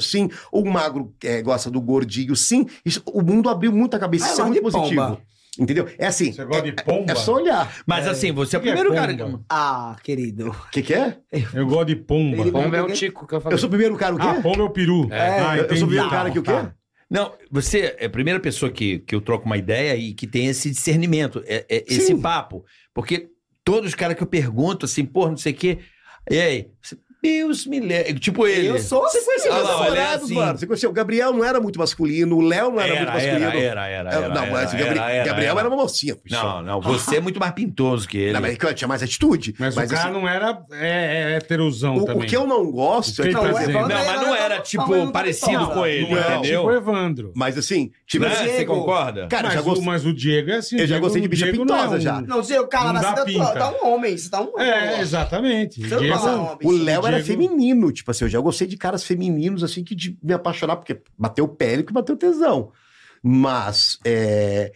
(coughs) sim. Ou o magro eh, gosta do gordinho, sim. Isso- o mundo abriu muito a cabeça. Ah, eu Isso é gosto muito de positivo. pomba. Entendeu? É assim. Você gosta é- de pomba? É só olhar. Mas assim, você é o Que é primeiro cara. pomba? que- Ah, querido. O que, que é? Eu gosto de pomba. Ele- Pomba é o Tico que eu falei. Eu sou o primeiro cara o quê? Ah, pomba é o peru. É. ah, eu sou o entendi. primeiro cara que o quê? Tá. Não, você é a primeira pessoa que, que eu troco uma ideia e que tem esse discernimento, é- é- esse Sim. papo. Porque todos os caras que eu pergunto, assim, pô, não sei o quê. E aí? Você, Deus me livre. Tipo ele. Eu sou Você conheceu Ah, meus lá, olha, namorados, assim. mano. Você conheceu. O Gabriel não era muito masculino, o Léo não era, um muito Era, masculino. era, era, era, É, era, não, mas o era, Gabri- era, Gabriel era, era. uma mocinha. puxa. Não, não, você é muito mais pintoso que ele. Não, mas tinha mais atitude. Mas, o cara assim, não era é, é, heterosão o, também. o que eu não gosto é Não, que, por é exemplo, bom- Não, mas tá não era, tipo, parecido com ele, Não é entendeu? tipo o Evandro. Mas assim, tipo, Né? assim, Você Diego. concorda? cara, mas, já o, gostei. mas o Diego é assim. o Eu já Diego- gostei de o bicha Diego não é pintosa um- já. Não, sei, o cara Não dá nasceu pinta. tá um homem, você tá um homem. É, exatamente. Você não Diego- gosta de homem. O Léo era é um Diego- feminino, tipo assim, eu já gostei de caras femininos, assim, que de me apaixonar, porque bateu pele que bateu tesão. Mas é,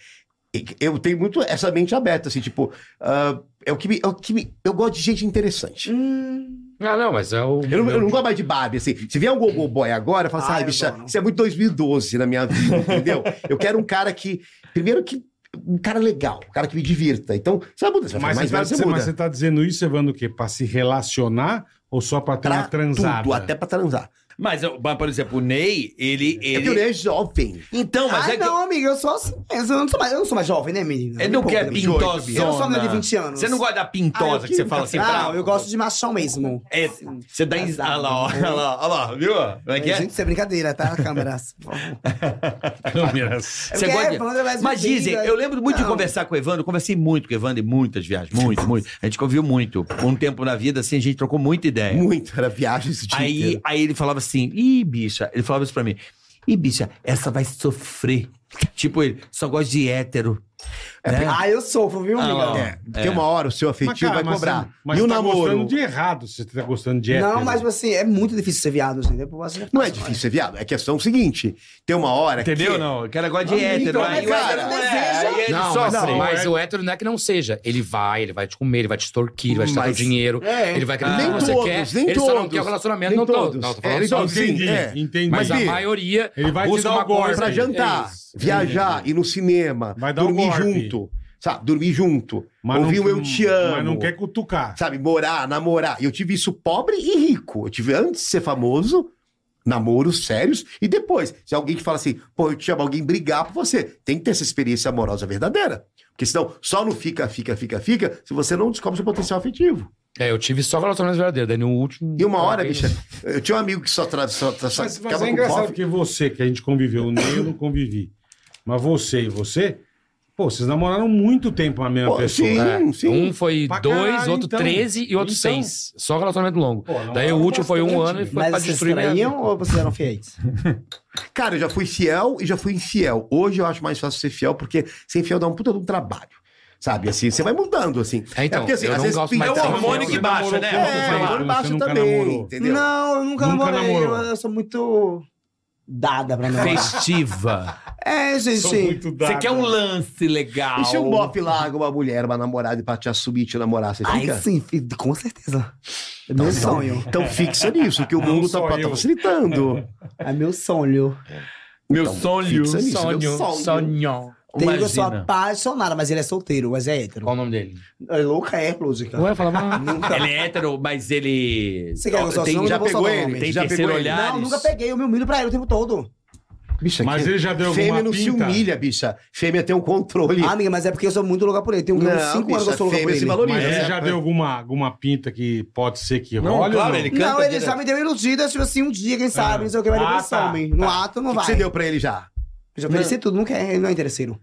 eu tenho muito essa mente aberta, assim, tipo, ah, é o que me. é o que me- eu gosto de gente interessante. Hum. Ah, não, mas é o. Eu não, eu não gosto mais de Barbie, assim. Se vier um Gogo Boy agora, eu falo assim, Ah, ai, eu bicha, adoro. isso é muito 2012 na minha vida, entendeu? eu quero um cara que. Primeiro que. um cara legal, um cara que me divirta. Então, você vai mudar, você vai Mas, ficar mais você, tá, velho, você você, mas você muda. tá dizendo isso, Evandro, o quê? Pra se relacionar ou só pra ter uma Pra transada? Tudo, até pra transar. Mas, eu- mas, por exemplo, o Ney, ele. É que o ele... Ney é jovem. Então, mas Ai, é que. não, amiga, eu sou assim. Eu não sou mais, eu não sou mais jovem, né, menina? Ele não Me quer poupa, né? pintosa. Eu não sou menor de 20 anos. Você não gosta da pintosa que você fala assim, Não, pra- Ah, eu gosto de machão mesmo. É, você dá. em- Olha lá, ó, olha lá, olha lá, viu? Como é que é? Gente, isso é brincadeira, tá? (laughs) Câmeras. por favor. Câmeras. Eu Você quero gosta de- Evandro mais Mas metido, dizem, aí- eu lembro muito de Não. conversar com o Evandro, eu conversei muito com o Evandro em muitas viagens, muito, muito. A gente conviveu muito. Por Um tempo na vida, assim, a gente trocou muita ideia. Muito, era viagem esse dia Aí, inteiro. aí ele falava assim, ih, bicha, ele falava isso pra mim, ih, bicha, essa vai sofrer. Tipo, ele só gosta de hétero. né? Ah, eu sofro, viu, Ah, amiga? lá, ó. É, porque uma hora o seu afetivo vai cobrar. Mas e o você tá namoro? gostando de errado, se você tá gostando de hétero. Não, mas assim, é muito difícil ser viado, entendeu? Por causa de- Não é difícil ser viado, é questão seguinte. Tem uma hora Entendeu? que... Não, o cara gosta de Então, hétero. né, aí o hétero cara? não é, aí ele Não, mas, sofre. não, mas o hétero não é que não seja. Ele vai, ele vai te comer, ele vai te extorquir, ele vai te dar teu Mas- dinheiro, É. ele vai querer Nem o que você todos, quer. nem ele só não todos. quer o relacionamento, Nem não todos. todo. Não, tô falando É, ele só. só- Entendi, Sim, é. entendi. Mas a Bi, maioria ele vai te busca dar o uma golpe. coisa... pra jantar, É isso. viajar, ir no cinema, Vai dar um dormir golpe. junto. Sabe, dormir junto. Mas ouvir não- o Eu Te Amo. Mas não quer cutucar. Sabe, morar, namorar. E eu tive isso pobre e rico. Eu tive antes de ser famoso, namoros sérios, e depois. Se alguém que fala assim, pô, eu te amo, alguém brigar por você. Tem que ter essa experiência amorosa verdadeira. Porque senão só não fica, fica, fica, fica, se você não descobre seu potencial afetivo. É, eu tive só relacionamento verdadeiro. Daí no último... E uma hora, alguém- bicha, eu tinha um amigo que só, tra... só, tra- só Mas, mas ficava é com engraçado bofe. porque você, que a gente conviveu, nem eu não convivi. Mas você e você, pô, vocês namoraram muito tempo a mesma Pô, pessoa. né? sim, É, sim. Um foi Pra dois, caralho, outro então. treze e outro Então. seis. Só relacionamento longo. Pô, não Daí o é último foi um bastante, ano e velho. foi pra Mas vocês destruir minha vida. traíam ou vocês eram fiéis? Cara, eu já fui fiel e já fui infiel. Hoje eu acho mais fácil ser fiel, porque ser fiel dá um puta de um trabalho. Sabe, assim, você vai mudando, assim. É, então, eu não gosto pinga mais um de ser hormônio fiel. que... que baixa, Você né? namorou É, pouco, o sei lá, hormônio você baixo nunca também, namorou. entendeu? Não, eu nunca, Nunca namorei. namorou. Eu, eu sou muito dada pra namorar. Festiva. É, Sou gente. muito Você dado. quer um lance legal. E se um bofe larga uma mulher, uma namorada, pra te assumir e te namorar, você Aí fica? sim, fi- com certeza. É Tá meu sonho. Então fixa nisso, que o Não mundo tá, sou tá eu. (laughs) facilitando. É meu sonho. Meu Então, sonho. fixa nisso, meu Sonho, sonho. sonho. Tem eu sou Imagina. apaixonada, mas ele é solteiro, mas é hétero. Qual o nome dele? É louca, é, Tá. lógica. Ué, falava... "Ah, Nunca. Ele é hétero, mas ele. Você quer que eu só tem, sou? já Eu vou pegou soltar o ele? nome. Tem Já terceiro pegou ele? olhar. Não, nunca peguei. Eu me humilho pra ele o tempo todo. Bicha, Mas que- ele já deu alguma é Fêmea não se pinta? humilha, bicha. Fêmea tem um controle. Ah, amiga, mas é porque eu sou muito louca por ele. Tem uns 5 anos que eu sou louca por é fêmea se ele. valoriza. Mas ele né? já deu alguma, alguma pinta que pode ser que Não, role claro, ou não? ele- Não, Canta ele direto. já me deu iludida, tipo assim, um dia, quem sabe, não sei o que, mas Ah, depois tá, some. tá. No ato não O que vai. que você deu pra ele já? Eu já ofereci tudo, não quer, ele não é interesseiro.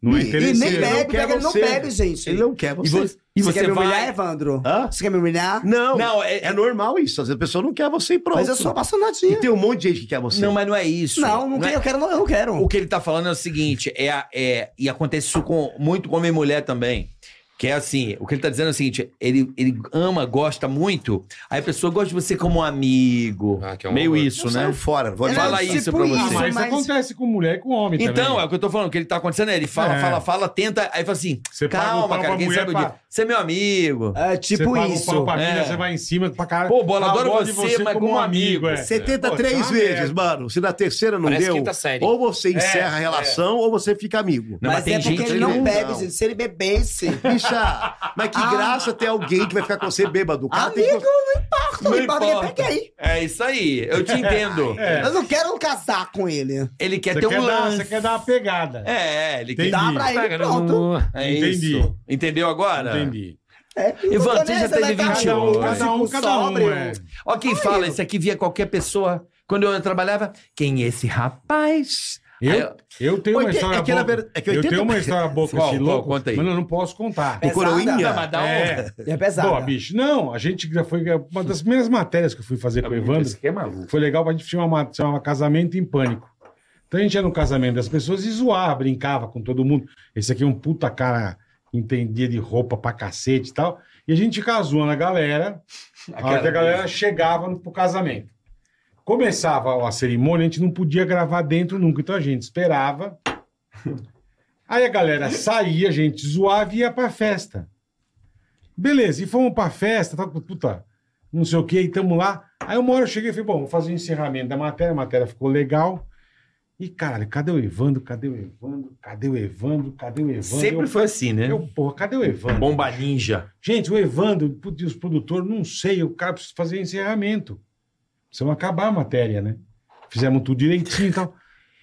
Não é E- e E interessante. nem bebe, quer pega, ele não você. bebe, gente. Ele não quer você. E você, você quer me vai- humilhar, Evandro? Hã? Você quer me humilhar? Não, Não, é, é- normal isso. Às vezes a pessoa não quer você e pronto. Mas eu sou E apaixonadinha. tem um monte de gente que quer você. Não, mas não é isso. Não, não, quero, é- eu quero, não, eu não quero. O que ele tá falando é o seguinte: é, a- é- e acontece isso com, muito com homem e mulher também. Que é assim, o que ele tá dizendo é o seguinte: ele, ele ama, gosta muito, aí a pessoa gosta de você como um amigo. Ah, que é um meio horror. isso, Eu né? saio fora. Vou Não, fala tipo isso pra você. Ah, mas mas- isso acontece com mulher e com homem Então, é (laughs) também. o que eu tô falando, o que ele tá acontecendo é, ele fala, É. fala, fala, tenta, aí fala assim, Você paga o pau calma, pra cara, quem mulher sabe o pra- dia. Você é meu amigo. É tipo você isso. Paga o pau pra filha, É. você vai em cima pra caralho. Pô, Bola, Ah, adoro gosto de você, mas como amigo. é. Você Pô, tenta isso é três uma vezes, merda. mano. Se na terceira não Parece tá deu, quinta série. ou É, você encerra a relação, ou você fica amigo. Não, mas, mas tem é porque gente ele que não não. bebe, gente. Se ele bebesse. Bicha, mas que Ah. graça ter alguém que vai ficar com você bêbado. O cara tem Amigo, que- não importa. Não Não importa, ele é importa. gay. (laughs) É isso aí, eu te entendo. Eu não quero casar com ele. Ele quer Você ter quer um dar- lance. Você quer dar uma pegada. É, ele quer Entendi. dar. Dá pra ele, pronto. É Entendi. isso. Entendeu agora? Entendi. É, eu Ivan, tô você já nessa, teve né, cara? 20 Cada um, Tio, cada um, fico cada um. sóbrio. é. Ó, quem fala, isso aqui via qualquer pessoa. Quando eu trabalhava, quem é esse rapaz? Aí Eu, eu tenho uma Oitenta- história é que na boa. verdade- é que Eu tenho 80 uma história boa com Qual? esse Qual? louco, Conta aí. mas eu não posso contar. Pesada. coroinha? Mas dá um- É. É pesado. Pô, bicho, não, a gente já foi é uma das primeiras matérias que eu fui fazer com o Evandro. que é maluco. Foi legal pra gente tinha uma chamava Casamento em Pânico. Então a gente ia no casamento das pessoas e zoava, brincava com todo mundo. Esse aqui é um puta cara que entendia de roupa pra cacete e tal. E a gente ficava zoando a galera. A hora que a galera chegava no- pro casamento. Começava a cerimônia, a gente não podia gravar dentro nunca. Então a gente esperava. Aí a galera saía, a gente zoava e ia pra festa. Beleza, e fomos pra festa, tal, puta, não sei o que, e tamo lá. Aí uma hora eu cheguei e falei, bom, vou fazer o encerramento da matéria, a matéria ficou legal. Ih, caralho, cadê o Evandro? Cadê o Evandro? Cadê o Evandro? Cadê o Evandro? Sempre eu, foi assim, né? eu, porra, cadê o Evandro? Bomba ninja. Gente, o Evandro putz, e os produtores, não sei, o cara precisa fazer encerramento. Precisamos acabar a matéria, né? Fizemos tudo direitinho e tal.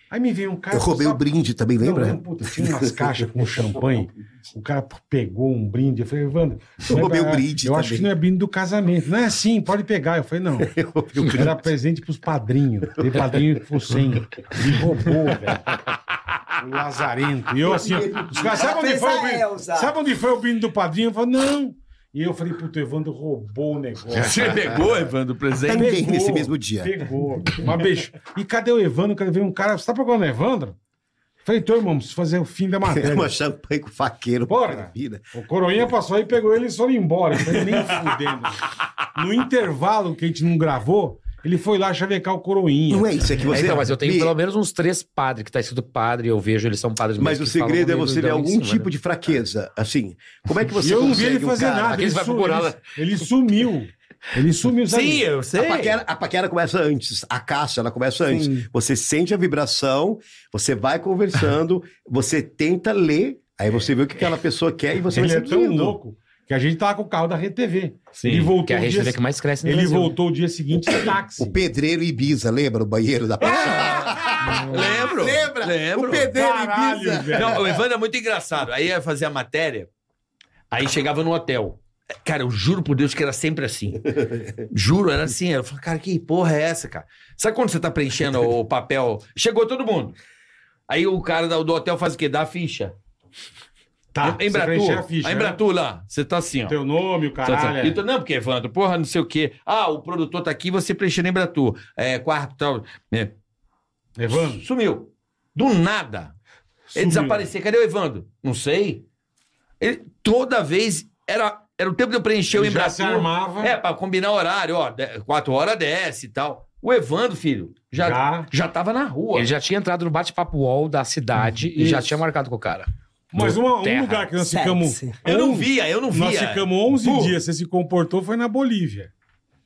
Aí me veio um cara. Eu roubei o sabe- brinde também, Não, lembra? não, puta, tinha (laughs) umas caixas com champanhe. O cara pegou um brinde. Eu falei, Evandro. Eu roubei lembra- o brinde Eu também. acho que não é brinde do casamento. Não é assim, pode pegar. Eu falei, não. (laughs) Eu roubei o brinde. Era presente pros padrinhos. Teve padrinho com 100. Me roubou, velho. O lazarento. E eu assim, os caras, sabe Ela onde fez foi a o brinde? Elza. Sabe onde foi o brinde do padrinho? Eu falei, não. E eu falei, puta, o Evandro roubou o (laughs) negócio. Você pegou, Evandro, o presente? Também Pegou, nesse mesmo dia. Tá Pegou. Mas beijo. E cadê o Evandro? Cadê veio um cara? Você tá procurando o Evandro? Falei, então, irmão, preciso fazer o fim da matéria. É, Uma champanhe com faqueiro. Porra. pra vida. O coroinha passou aí, pegou ele e foram embora. Eu falei, nem fudendo. No intervalo que a gente não gravou, ele foi lá chavecar o coroinha. Não é isso, é que É, você... então, mas eu tenho Me- pelo menos uns três padres que tá escrito padre, eu vejo, eles são padres Mas mesmo o que falam segredo é comigo, você ter então, algum isso, tipo né? de fraqueza. Assim, como é que você e eu não vi consegue ele um fazer cara- nada. Aqui Ele, vai su- procurar ele- lá. ele sumiu. Ele sumiu, sabe? Sim, eu A sei. paquera, a paquera começa antes, a caça ela começa antes. Você sente a vibração, você (laughs) vai conversando, você tenta ler, aí você vê o que aquela pessoa quer e você Ele vai é tão seguindo. louco que a gente tava com o carro da RTV. Sim, ele Que voltou um é a o dia, rede que mais cresce no ele Brasil. voltou o dia seguinte de táxi. O pedreiro Ibiza, lembra o banheiro É, da praça? (laughs) Lembro. lembra? Lembro. O pedreiro Ibiza. Caralho, velho. Não, o Evandro é muito engraçado. Aí ia fazer a matéria, aí chegava no hotel. Cara, eu juro por Deus que era sempre assim. Juro, era assim. Eu falei, cara, que porra é essa, cara? Sabe quando você tá preenchendo o papel? Chegou todo mundo. Aí o cara da- do hotel faz o quê? Dá a ficha. Tá, em você preencheu Embratur. a A, ficha, né? Embratur lá. Você tá assim, ó. Teu nome, o caralho. é. Então, não, porque, Evandro, porra, não sei o quê. Ah, o produtor tá aqui, você preencheu na Embratur. É, quarto, tal. É, é. Evandro. Sumiu. Do nada. Ele Sumiu. desapareceu. Cadê o Evandro? Não sei. Ele, toda vez era, era o tempo de eu preencher o Ele já se Embratur. armava. É, pra combinar horário, ó. de- Quatro horas desce e tal. O Evandro, filho, já, já. já. tava na rua. Ele já tinha entrado no bate-papo wall da cidade e já tinha marcado com o cara. Mas uma- um Terra. lugar que nós ficamos. Sexy. Eu não onze- via, eu não via. Nós ficamos 11 Pô. dias, você se comportou, foi na Bolívia.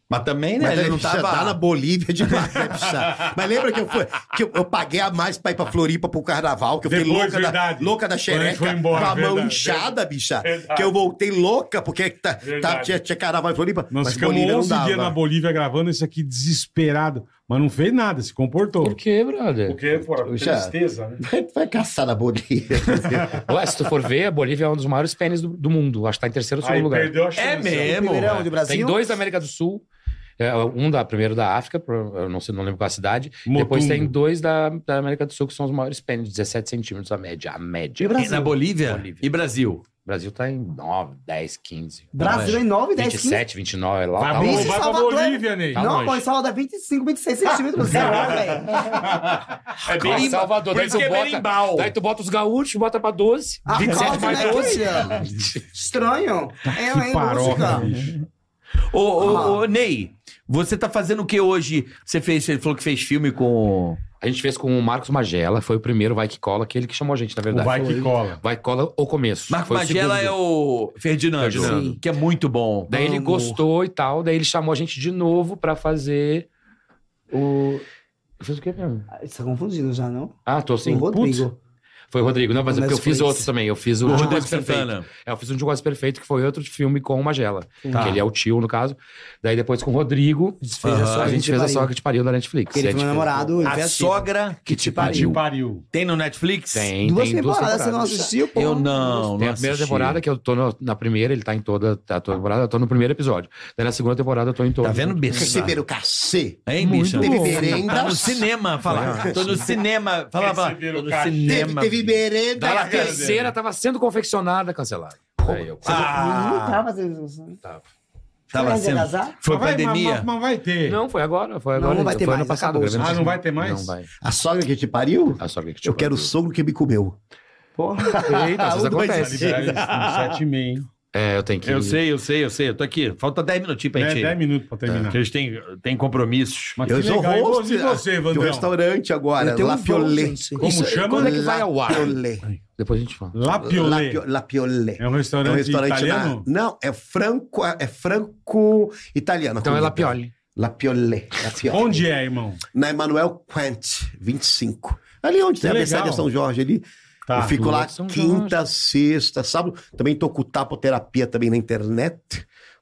Mas também, né? é, Mas ele não já tava. tá na Bolívia demais, né, (laughs) bicha? Mas lembra que eu fui, que eu, eu paguei a mais pra ir pra Floripa pro carnaval, que eu fiquei Depois, louca da, verdade. louca da Quando a gente xereca, foi embora, com a mão verdade, inchada, bicha. Verdade. Que eu voltei louca, porque tá, Verdade. tá, tinha, tinha carnaval em Floripa. Nós mas ficamos Bolívia não 11 dava. dias na Bolívia gravando isso aqui desesperado. Mas não fez nada, se comportou. Por quê, brother? Porque, pô, Já. tristeza, né? Vai, (laughs) vai caçar na Bolívia. Ué, se tu for ver, a Bolívia é um dos maiores pênis do, do mundo. Acho que tá em terceiro ou segundo Aí lugar. perdeu a chance. É ó. mesmo. Primeirão de Brasil. Tem dois da América do Sul. é, Um da primeiro da África, pro- eu não sei, não lembro qual é a cidade. Motumbo. Depois tem dois da, da América do Sul, que são os maiores pênis, 17 centímetros a média. A média. E Na Bolívia? Bolívia. E Brasil? O Brasil tá em 9, 10, 15. é Brasil em 9, 10, 15. 27, 29, é lá. Vai, tá pro- Isso, longe. vai pra Salvador. Bolívia, né, Ney. Tá Não, longe. pô, em é Salvador 25, 26 centímetros. Caralho, velho. É Nossa, Salvador, Por daí isso tu, que é bota, berimbau. daí tu bota os gaúchos, bota pra 12. A 27 Rosa, mais né, 12. querida? Estranho. É, Que hein, paroca, música. bicho. Ô, ô, Ah. ô, Ney, você tá fazendo o que hoje? Você fez, ele falou que fez filme com. A gente fez com o Marcos Magela, foi o primeiro Vai Que Cola, que ele que chamou a gente, na O verdade. vai que cola. Vai Cola, o começo. Marco Foi o Magela segundo. é o Ferdinando, Ferdinando. que é muito bom. Daí ele Amo. gostou e tal, daí ele chamou a gente de novo pra fazer o. Fez o quê mesmo? Ah, Você tá confundindo já, não? Ah, tô sim. o Rodrigo. Foi o Rodrigo. Não, mas é porque eu Mas foi fiz esse. outro também. Eu fiz o O De Rodrigo Quase Perfeito. Santana. É, eu fiz um De Quase Perfeito, que foi outro filme com o Magela. Tá. Que ele é o tio, no caso. Daí depois com o Rodrigo, Fez a sogra a gente fez a pariu. sogra que te pariu na Netflix. Que ele É, foi meu tipo, namorado. ele foi A assim. sogra Que te De pariu. pariu. tem no Netflix? Tem, Duas tem duas temporadas você não temporadas. assistiu, pô. Eu não, Tem não a primeira assisti. temporada que eu tô no- na primeira, ele tá em toda, tá toda temporada, eu tô no primeiro episódio. Daí na segunda temporada eu tô em toda. Tá vendo besta? Receberam cacê. Hein, bicha? Tá Teve no merendas. cinema, fala. Tô no cinema. Fala, fala. Tô Receberam no cachê. Teve, cinema. teve merenda. Daí a terceira tava sendo confeccionada, cancelada. Daí eu- Não Ah, tava fazendo isso. tava Mas é sendo. casar? Foi Mas vai- pandemia. Mas, mas vai ter. Não, foi agora, foi Não, agora. não vai ter foi mais, ano passado. acabou. gravei no Ah, não vai ter mais? Não vai. A sogra que te pariu? A sogra que te Eu quero o pariu. sogro que me comeu. Porra. Eita, às vezes Um, dois, É acontece. ali. Aliás, um Sete e meia, hein? É, eu tenho que. Eu sei, eu sei, eu sei. Eu tô aqui. Falta 10 minutinhos pra Dez gente. É, Né, dez minutos pra terminar. Porque eles têm, têm compromissos. Mas Tá. Eu que sou legal. E host você- E você, do Vandrão? um restaurante agora, Eu tenho um La voo, Piolé. gente. Como Isso- chama? Quando é que vai ao ar? Piolé. Depois a gente fala. La La Piolé. Pio- La Piolé. É um restaurante, É um restaurante italiano? na... Não, é franco, é franco italiano. Então é La Pioli. La Piolé. La Piolé. Onde é, irmão? Na Emanuel Quent, 25. Ali onde tem a Que Mercedes legal. São Jorge ali. Tá. eu fico lá São quinta, sexta, sábado. Também tô com tapoterapia também na internet,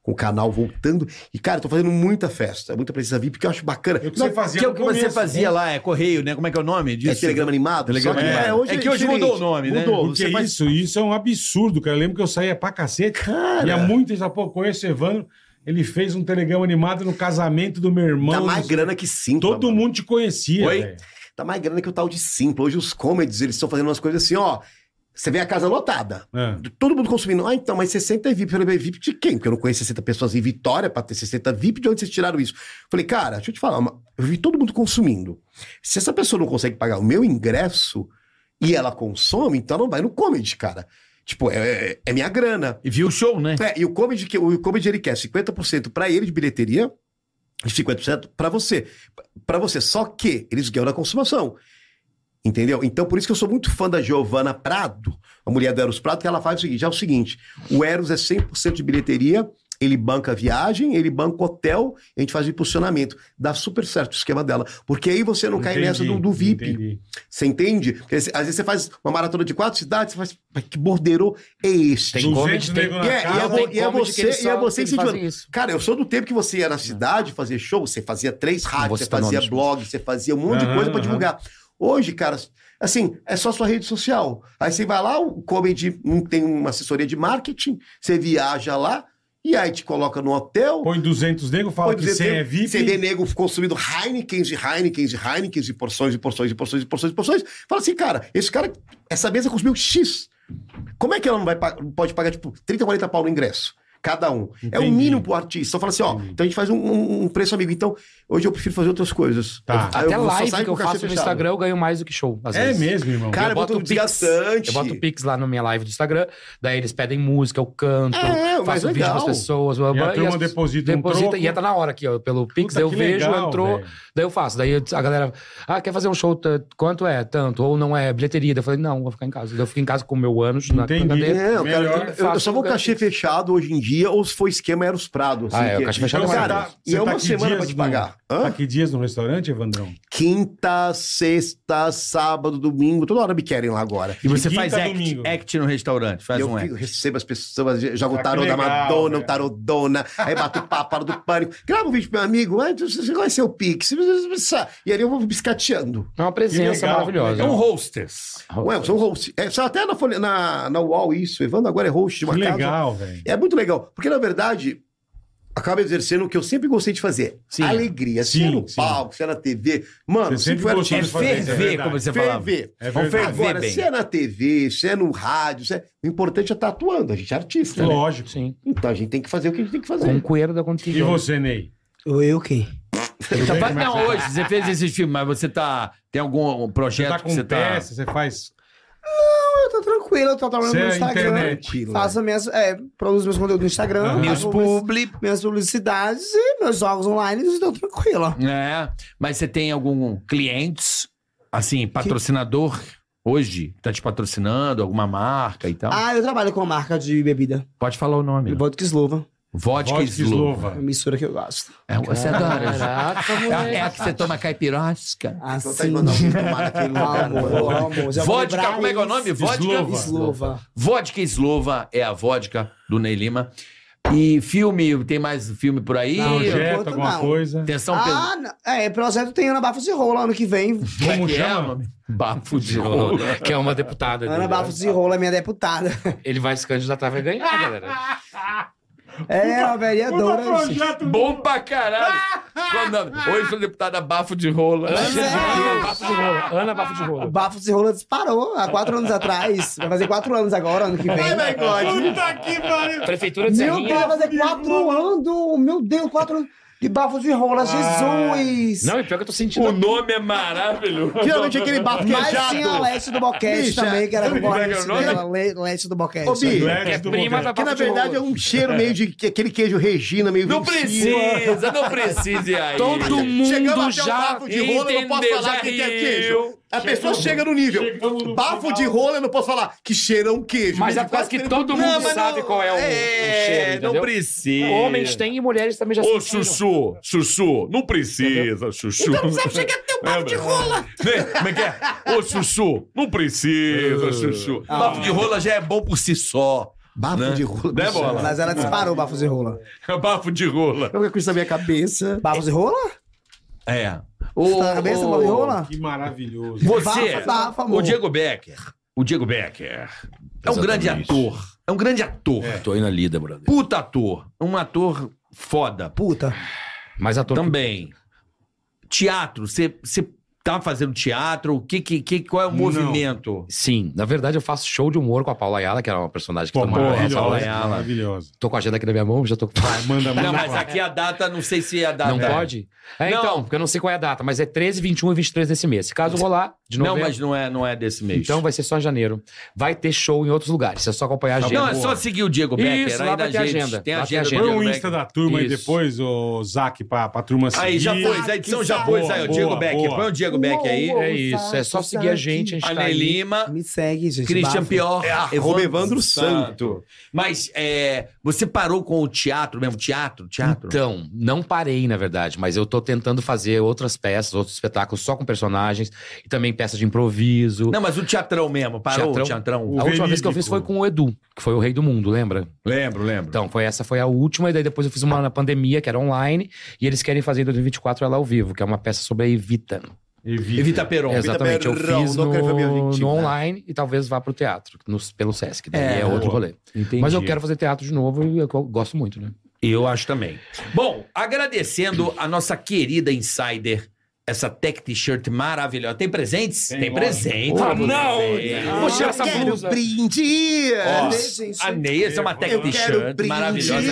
com o canal voltando. E, cara, tô fazendo muita festa, muita presença VIP, porque eu acho bacana. É o que Não, você fazia Que é o no que você começo, fazia né? lá, é correio, né? Como é que é o nome é disso? telegrama animado? Telegrama só que, animado. É que hoje diferente. mudou o nome, né? Mudou. Porque Você faz... isso, isso é um absurdo, cara. Eu lembro que eu saía pra cacete. Cara. E há muito já, pô, conheço o Evandro. Ele fez um telegrama animado no casamento do meu irmão. Dá tá mais grana que cinco. Todo mano. mundo te conhecia, Oi? velho. Tá mais grana que o tal de Simpla. Hoje os comedies, eles estão fazendo umas coisas assim, ó. Você vê a casa lotada. É. Todo mundo consumindo. Ah, então, mas 60 é VIP. Eu falei, VIP de quem? Porque eu não conheço 60 pessoas em Vitória pra ter 60 VIP. De onde vocês tiraram isso? Eu falei, cara, deixa eu te falar. uma- Eu vi todo mundo consumindo. Se essa pessoa não consegue pagar o meu ingresso e ela consome, então ela não vai no comedy, cara. Tipo, é, é- é minha grana. E viu o show, né? É, e o comedy, que- o comedy ele quer 50% pra ele de bilheteria e 50% pra você. Pra você, só que eles ganham na consumação. Entendeu? Então, por isso que eu sou muito fã da Giovana Prado, a mulher do Eros Prado, que ela faz o seguinte, é o seguinte, o Eros é 100% de bilheteria, ele banca a viagem, ele banca o hotel, a gente faz o impulsionamento. Dá super certo o esquema dela, porque aí você não cai Entendi, nessa do, do VIP. entendi. Você entende? Porque às vezes você faz uma maratona de quatro cidades, você faz, "Mas que borderô é este? Tem 200 comedy, nego E na é, e é, casa. vo- e é comedy que eles você, e é só- você eles incentivando. fazem isso. É. Cara, eu sou do tempo que você ia na cidade fazer show, você fazia três vou rádios, você citar fazia nomes. blog, você fazia um monte Aham, de coisa pra aham. divulgar. Hoje, cara, assim, é só sua rede social. Aí você vai lá, o comedy não tem uma assessoria de marketing, você viaja lá e aí te coloca no hotel. Põe 200 nego, fala Pode que dizer, você tem- é VIP. Você vê nego consumindo Heineken de Heineken de Heineken de porções e porções e porções e porções e porções. Fala assim, cara, esse cara, essa mesa consumiu X. Como é que ela não vai, pa- pode pagar, tipo, 30, 40 pau no ingresso? Cada um. É o Entendi. mínimo pro artista. Então fala assim, ó, então a gente faz um, um- um preço amigo. Então, hoje eu prefiro fazer outras coisas. Tá. Aí Até eu só live que saio com eu o cachê faço no fechado. Instagram, eu ganho mais do que show. às É vezes. mesmo, irmão. Cara, eu boto é muito o Pix. desgastante. Eu boto o Pix lá na minha live do Instagram, daí eles pedem música, eu canto, É, mas faço vídeo legal. pras pessoas, blá, E a blá, turma as- deposita um troco. e entra na hora aqui, ó, pelo Pix, Puta, eu que vejo, legal, entrou, velho. daí eu faço. Daí a galera, ah, quer fazer um show, t- quanto é? Tanto, ou não é bilheteria? Daí eu falei, não, vou ficar em casa. Daí eu fico em casa com o meu ânus na Entendi. cadeira. É, o cara, Melhor eu- eu, faço só vou um cachê fechado hoje em dia, ou se for esquema, era os prados. assim, Ah, é, o cachê fechado Então, é você Cara, tá, maravilhoso. e você é tá uma que semana dias pra te no- pagar. Hã? Tá que dias no restaurante, Evandrão? Quinta, sexta, sábado, domingo. Toda hora me querem lá agora. E você De faz quinta a act, domingo. act no restaurante, faz E eu um act. fico- recebo as pessoas, jogo Ah, o tarô que da legal, Madonna, velho. o tarô dona, aí bato o papo, paro do pânico. Grava um vídeo pro meu amigo, ah, você você conheceu o Pix. E ali eu vou biscateando. É uma presença Que legal, maravilhosa. É um hostess. Ué, eu sou host. É, só até na, folha, na, na UOL isso, o Evandro agora é host de Que uma casa. legal, velho. É muito legal, porque na verdade acaba exercendo o que eu sempre gostei de fazer. Sim. Alegria. Se Sim, é no sim. palco, se é na TV. Mano, Você se sempre for gostou É de fazer isso, é ferver, verdade. como você falava. ferver. É Vamos verdade. ferver. Agora, bem. se é na TV, se é no rádio, se é... o importante é estar atuando, a gente é artista, né? Lógico. Sim. Então a gente tem que fazer o que a gente tem que Com fazer. coeiro da E contigo. você, Ney? Eu, eu quem? é Tá, mas não, hoje, você fez esses filmes, mas você tá. Tem algum Você projeto tá que com você tá. peça, você faz. Eu tô Ah, tá tranquilo, eu tô trabalhando Você no é Instagram. internet. Faço minhas. É, produzo meus conteúdos no Instagram. Aham. Meus Meus publi. minhas publicidades e meus jogos online, eu estou tranquila. É. Mas você tem algum clientes, assim, patrocinador hoje? Tá te patrocinando, alguma marca e tal? Ah, eu trabalho com a marca de bebida. Pode falar o nome. Vodka Slova. Vodka, Vodka Slow. A eslova. mistura que eu gosto. É, você adora. gente. Caraca, moleque. É, é a que você toma caipirosca. Então Assim. tá (laughs) mandando alguém tomar naquele Ah, lugar. amor, amor. já vou Vodka, lembrar como é que é o isso. nome? Vodka Slova. Slova. Vodka Slova é a vodka do Ney Lima. E filme, tem mais filme por aí? Não, já- Projeto, Enquanto alguma não. coisa. Atenção, Ah, não. é, projeto tem Ana Bafos de Rola ano que vem. Pedro. Como é que é, chama? mano? Bafo de rolo. que é uma deputada. Ana dele. Bafos de Rola é minha deputada. Ele vai se candidatar, vai ganhar, galera. (laughs) É, uma Puta vereadora. gente. projeto Bom pra caralho. (laughs) Qual o nome? Hoje sou deputada Bafo de Rola. É. Ana Bafo de Rolo. Ana Bafo de Rolo. Bafos de Rola disparou há quatro anos atrás. Vai fazer quatro anos agora, ano que vem. Ai, my God. Puta que pariu. Prefeitura de Meu Deus, Serrinha. vai fazer quatro anos. Meu Deus, quatro anos. De Bafos de Rola, Jesus. Não, e pior que eu tô sentindo. O nome é maravilhoso. Finalmente aquele bafo é Mas tinha a queijado. Leste do Boquete Bicha, também, que era sabe com a como é que é o Leste nome? dela, Le- Leste do Boquete. Ô, Bi, Leque É do prima Boquete. da que na Bafo de verdade é Rolo. um cheiro meio de que- aquele queijo Regina, meio Não vencido. precisa, não precisa ir aí. (laughs) Todo mundo Chegamos até o já bafo de rolo, eu não posso entendeu, falar já o que que é riu. queijo. A Chegamos- pessoa chega no nível. chegamos no Bafo final. de rola, eu não posso falar que cheira um queijo. Mas é Ele por causa quase que ele- todo mundo mas sabe qual é o, o cheiro, É, não entendeu? precisa. Homens têm e mulheres também já Ô, sentiram. Chuchu, Chuchu, não precisa, Chuchu. Então sabe chegar até o papo de rola. Como é que é? Ô, Chuchu, não (laughs) precisa, Chuchu. Papo de rola já é bom por si só. Bafo Né? de rola. Né, bicho? Bola? Mas ela disparou bafos e rola. É Bafo de rola. Eu fico com isso na minha cabeça. Bafos e rola? É. Tá na cabeça, bafos e rola? Que maravilhoso. Você, Bafa, bafa, tá, amor. o Diego Becker, o Diego Becker é um Exatamente. grande ator. É um grande ator. Tô aí na lida, brother. Puta ator. Um ator foda. Puta. Mas ator que- Também. Teatro, você você tá fazendo teatro? O que, que, que- qual é o Não. movimento? Sim, na verdade eu faço show de humor com a Paula Ayala, que era uma personagem que Pô, tá maravilhosa. maravilhosa, Ayala. maravilhosa. Tô com a agenda aqui na minha mão, já tô Vai, manda, manda. Não, mas aqui a data, não sei se é a data. Não pode? É, Não. então, porque eu não sei qual é a data, mas é 13, 21 e 23 desse mês. Se caso rolar, de Não, novo. mas não é, não é desse mês. Então vai ser só em janeiro. Vai ter show em outros lugares, é só acompanhar a agenda. não, é só seguir o Diego Becker. Isso, aí lá dá vai ter gente. agenda. Tem Lá tem agenda. do agenda. Põe Diego o Becker. Insta da turma Isso. e depois, o Zac, pra, pra turma seguir. Aí já pôs, a edição já pôs. Aí, ó, Boa, Diego boa, Becker. boa. Põe o Diego Becker aí. É isso, é só seguir a gente, a gente tá Anei aí. Lima, Me segue, gente. Christian bafo. Pior, arroba Evandro Mas é, você parou com o teatro mesmo? Teatro, teatro? Então, não parei, na verdade, mas eu tô tentando fazer outras peças, outros espetáculos só com personagens e também peças de improviso. não, mas o teatrão mesmo. Parou o Teatrão? teatrão? a última vez que eu verídico. fiz foi com o Edu, que foi o Rei do Mundo, lembra? Lembro, lembro. Então, foi essa foi a última, e daí depois eu fiz uma na pandemia, que era online, e eles querem fazer em 2024 ela ao vivo, que é uma peça sobre a Evita. Evita. Evita é Peron. Exatamente, eu Berrão, fiz não no, quero ver minha no vítima. online e talvez vá pro teatro, nos- pelo Sesc, daí É, é, outro boa. rolê. Entendi. Mas eu quero fazer teatro de novo e eu gosto muito, né? Eu acho também. Bom, agradecendo a nossa querida insider, essa tech t-shirt maravilhosa. Tem presentes? Tem, Tem, lógico. presentes. Ah, não! Vou tirar essa Quero blusa. brinde! Ó, Cadê, gente? a Ney, essa é uma tech Eu quero t-shirt brinde. maravilhosa.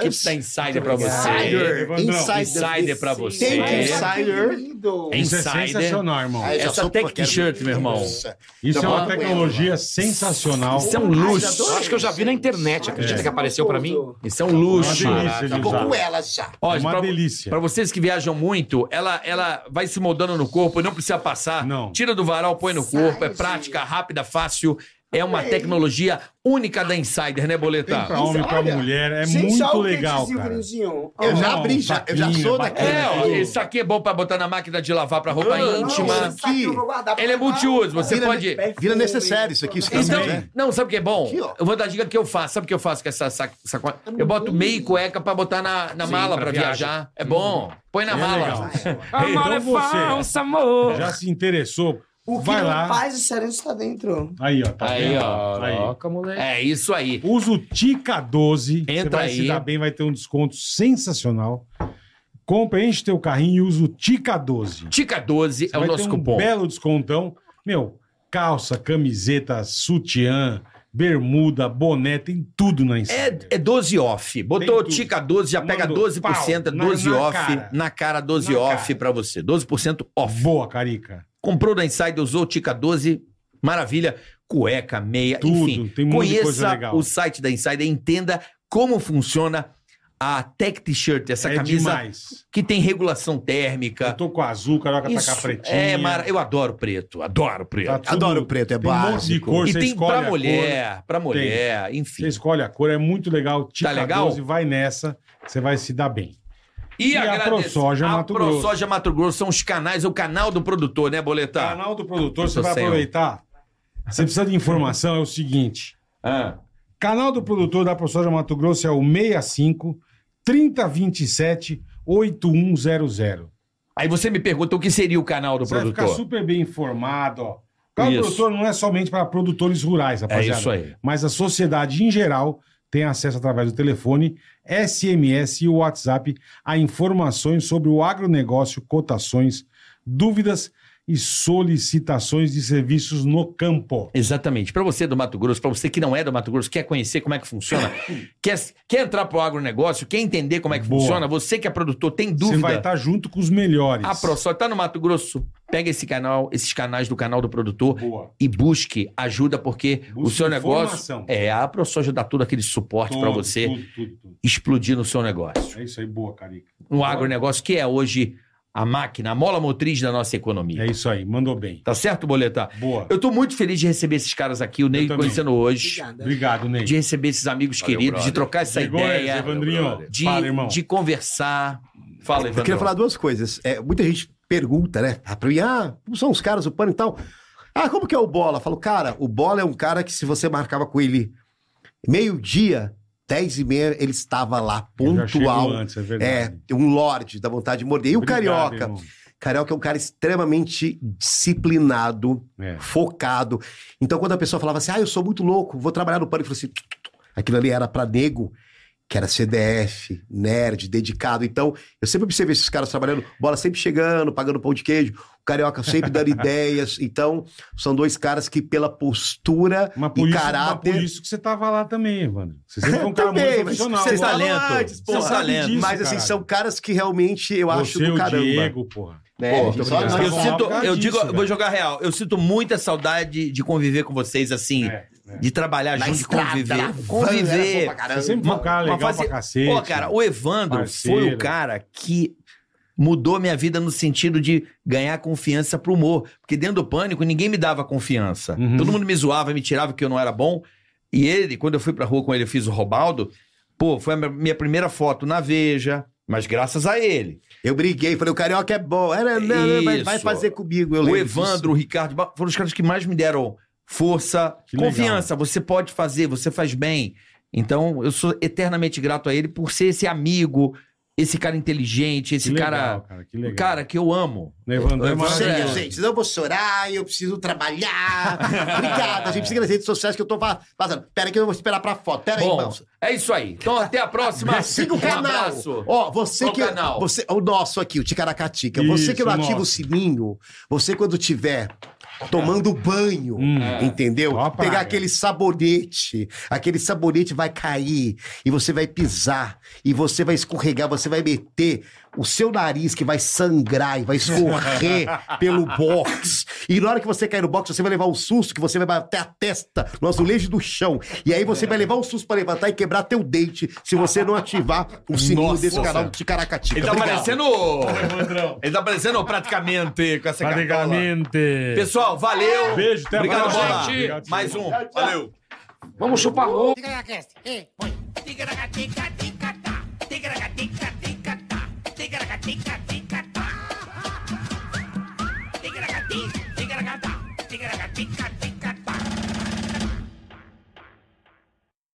Que tá insider pra você. Insider. Evandrão, Insider pra você. um Gente, É. olha que lindo. É Isso é insider. sensacional, irmão. Aí Ah, já Essa sou- tech quero- t-shirt, meu irmão. Nossa. Isso é uma Então, tecnologia sensacional. Isso é um luxo. Eu acho que eu já vi na internet, acredita É. que apareceu pra mim? Isso é um luxo. Uma delícia de Ficou usar. com ela já. Ó, É uma pra- delícia. Pra vocês que viajam muito, ela, ela vai se moldando no corpo, não precisa passar. Não. Tira do varal, põe no corpo. É prática, rápida, fácil. É uma tecnologia única da Insider, né, Tem pra Boletar? homem, pra olha. mulher. É Gente, olha muito o legal, kitzinho cara. bonitinho. Eu já Não, abri, já, eu já papinha, sou papinha. daquele. É, ó, isso aqui é bom pra botar na máquina de lavar pra roupa Ah, Não, íntima. não. aqui. Ele é multiuso, você Vira- pode... Vira necessário isso aqui, isso também, Então, né? não, sabe o que é bom? Aqui, ó. Ah, eu vou dar a dica que eu faço. Sabe o que eu faço com essa sac- sacola? Eu boto meia e cueca pra botar na, na Sim, mala pra pra viagem. viajar. É bom. Põe na É mala. legal. Então você é amor! já se interessou, O que vai não lá. faz diferença tá dentro. Aí, ó. Tá Aí, vendo? ó. Aí. Caraca, moleque. É isso aí. Usa o Tica 12. você Entra vai se aí. dar bem, vai ter um desconto sensacional. Compra, enche teu carrinho e usa o Tica 12. Tica 12 é o Vai nosso ter um cupom. belo descontão. Meu, calça, camiseta, sutiã, bermuda, boné, tem tudo na Insider. É, é 12 off. Botou Tem tudo. Tica 12, já pega Mandou 12%, é pau, na- 12 na off. cara. Na cara, 12 Na off cara. pra você. 12% off. Boa, Carica. Comprou da Insider, usou o Tica 12, maravilha. Cueca, meia, Tudo, enfim. tem muita conheça coisa legal. o site da Insider, entenda como funciona a Tech T-shirt, essa é camisa demais. que tem regulação térmica. Eu tô com azul, Caraca tá com a Isso pretinha. é mara... Eu adoro preto, adoro preto. Tá tudo- Adoro o preto, é Tem um monte de básico. cor, e você tem escolhe a pra cor. mulher, pra mulher, enfim. Você escolhe a cor, é muito legal. Tica Tá legal? 12, vai nessa, você vai se dar bem. E, E a agradeço. ProSoja a Mato ProSoja Mato Grosso são os canais, é o canal do produtor, né, Boletar? Canal do produtor, você Tô vai sem, ó. aproveitar. Você precisa de informação, é o seguinte. Ah. Canal do produtor da ProSoja Mato Grosso é o 65 3027 8100. Aí você me pergunta o que seria o canal do Você vai ficar produtor. super bem informado, ó. O canal do Isso. produtor não é somente para produtores rurais, É rapaziada. isso aí. Mas a sociedade em geral tem acesso através do telefone, SMS e o WhatsApp a informações sobre o agronegócio, cotações, dúvidas e solicitações de serviços no campo. Exatamente. Pra você do Mato Grosso, pra você que não é do Mato Grosso, quer conhecer como é que funciona, (coughs) quer, quer entrar pro agronegócio, quer entender como é que Boa. funciona, você que é produtor, tem Você vai dúvida. estar junto com os melhores. A ProSoja tá no Mato Grosso, pega esse canal, esses canais do canal do produtor Boa. e busque ajuda, porque o Busque seu negócio. informação. É, a ProSoja dá todo aquele suporte pra Tudo, você tudo, tudo, tudo. explodir no seu negócio. É isso aí, boa, Carica. no agronegócio, um que é hoje a máquina, a mola motriz da nossa economia. É isso aí, mandou bem. Tá certo, Boletar? Boa. Eu tô muito feliz de receber esses caras aqui, o Ney também. conhecendo hoje. Obrigada. Obrigado, Ney. De receber esses amigos Valeu, queridos, de brother. trocar essa Chegou esse, ideia, Evandrinho. de, Fala, irmão. de conversar. Fala, Eu queria Evandro. falar duas coisas. É, muita gente pergunta, né? Ah, Pra mim, ah, como são os caras, o pano e tal. Ah, como que é o Bola? Eu falo, cara, o Bola é um cara que se você marcava com ele meio-dia, dez e meia, ele estava lá, Eu já chego pontual. Antes, é verdade. É, um lorde, dá vontade de morder. E o Obrigado, Carioca? irmão. Carioca é um cara extremamente disciplinado, É. focado. Então, quando a pessoa falava assim, ah, eu sou muito louco, vou trabalhar no pânico, eu falei assim, "Tuc, tuc, tuc." aquilo ali era pra nego, que era CDF, nerd, dedicado. Então, eu sempre observei esses caras trabalhando, bola sempre chegando, pagando pão de queijo, o Carioca (laughs) sempre dando ideias. Então, são dois caras que, pela postura Mas por, e isso, caráter. mas por isso que você tava lá também, Evandro. Você sempre foi (laughs) um cara muito Também, mas profissional. você Seu Você tá- talento. antes, seu porra. talento. Sabe disso, Mas assim, caralho. são caras que realmente eu acho Você, do o caramba. Diego, porra. né? Pô, Só- obrigado. É, Eu Tá bom, sinto, por causa eu disso, digo, velho. vou jogar real. Eu sinto muita saudade de conviver com vocês, assim, É, é. de trabalhar Na junto, estrada, de na van, era conviver. bom pra Conviver. Você caramba. sempre foi um cara Uma legal fase- pra cacete. Pô, cara, o Evandro foi Parceiro. o cara que mudou minha vida no sentido de ganhar confiança pro humor. Porque dentro do pânico, ninguém me dava confiança. Uhum. Todo mundo me zoava, me tirava que eu não era bom. E ele, quando eu fui pra rua com ele, eu fiz o Robaldo. Pô, foi a minha primeira foto na Veja. Mas graças a ele. Eu briguei, falei, o Carioca é bom. Era, não, não, vai, vai Isso. fazer comigo. Eu o lembro disso. Evandro, o Ricardo, Ba- foram os caras que mais me deram força, Que legal. confiança. Você pode fazer, você faz bem. Então, eu sou eternamente grato a ele por ser esse amigo, esse cara inteligente, esse Que legal, cara, um cara, que legal. cara que eu amo. Evandro é Eu- Não sei, Maravilhoso. gente, senão eu vou chorar, eu (laughs) preciso trabalhar. Obrigado, a gente precisa ir nas redes sociais que eu tô va- vazando. Pera que eu vou esperar pra foto. Pera aí, Bom, irmão. é isso aí. Então, até a (laughs) próxima. (laughs) Siga Um o canal. abraço. Ó, você Qual que. canal? Você, o nosso aqui, o Ticaracatica. você que não Isso, ativa nosso. o sininho, você quando tiver tomando banho, Hum. É. entendeu? Ó a praga. Pegar aquele sabonete. Aquele sabonete vai cair e você vai pisar e você vai escorregar, você vai meter o seu nariz que vai sangrar e vai (laughs) escorrer pelo box. E na hora que você cair no box, você vai levar um susto que você vai bater a testa no azulejo do chão. E aí você vai levar um susto pra levantar e quebrar teu dente se você não ativar o sininho Nossa. desse canal de Caracatica. Ele tá Obrigado. aparecendo. Evandrão. Ele tá aparecendo praticamente com essa é cartola. Praticamente. Pessoal, valeu. Beijo, até a Obrigado, próxima. Bola. Obrigado, Mais um. Valeu. Vamos chupar roupa. Ticaracast. Ei, põe. Ticaracá, tica, tica.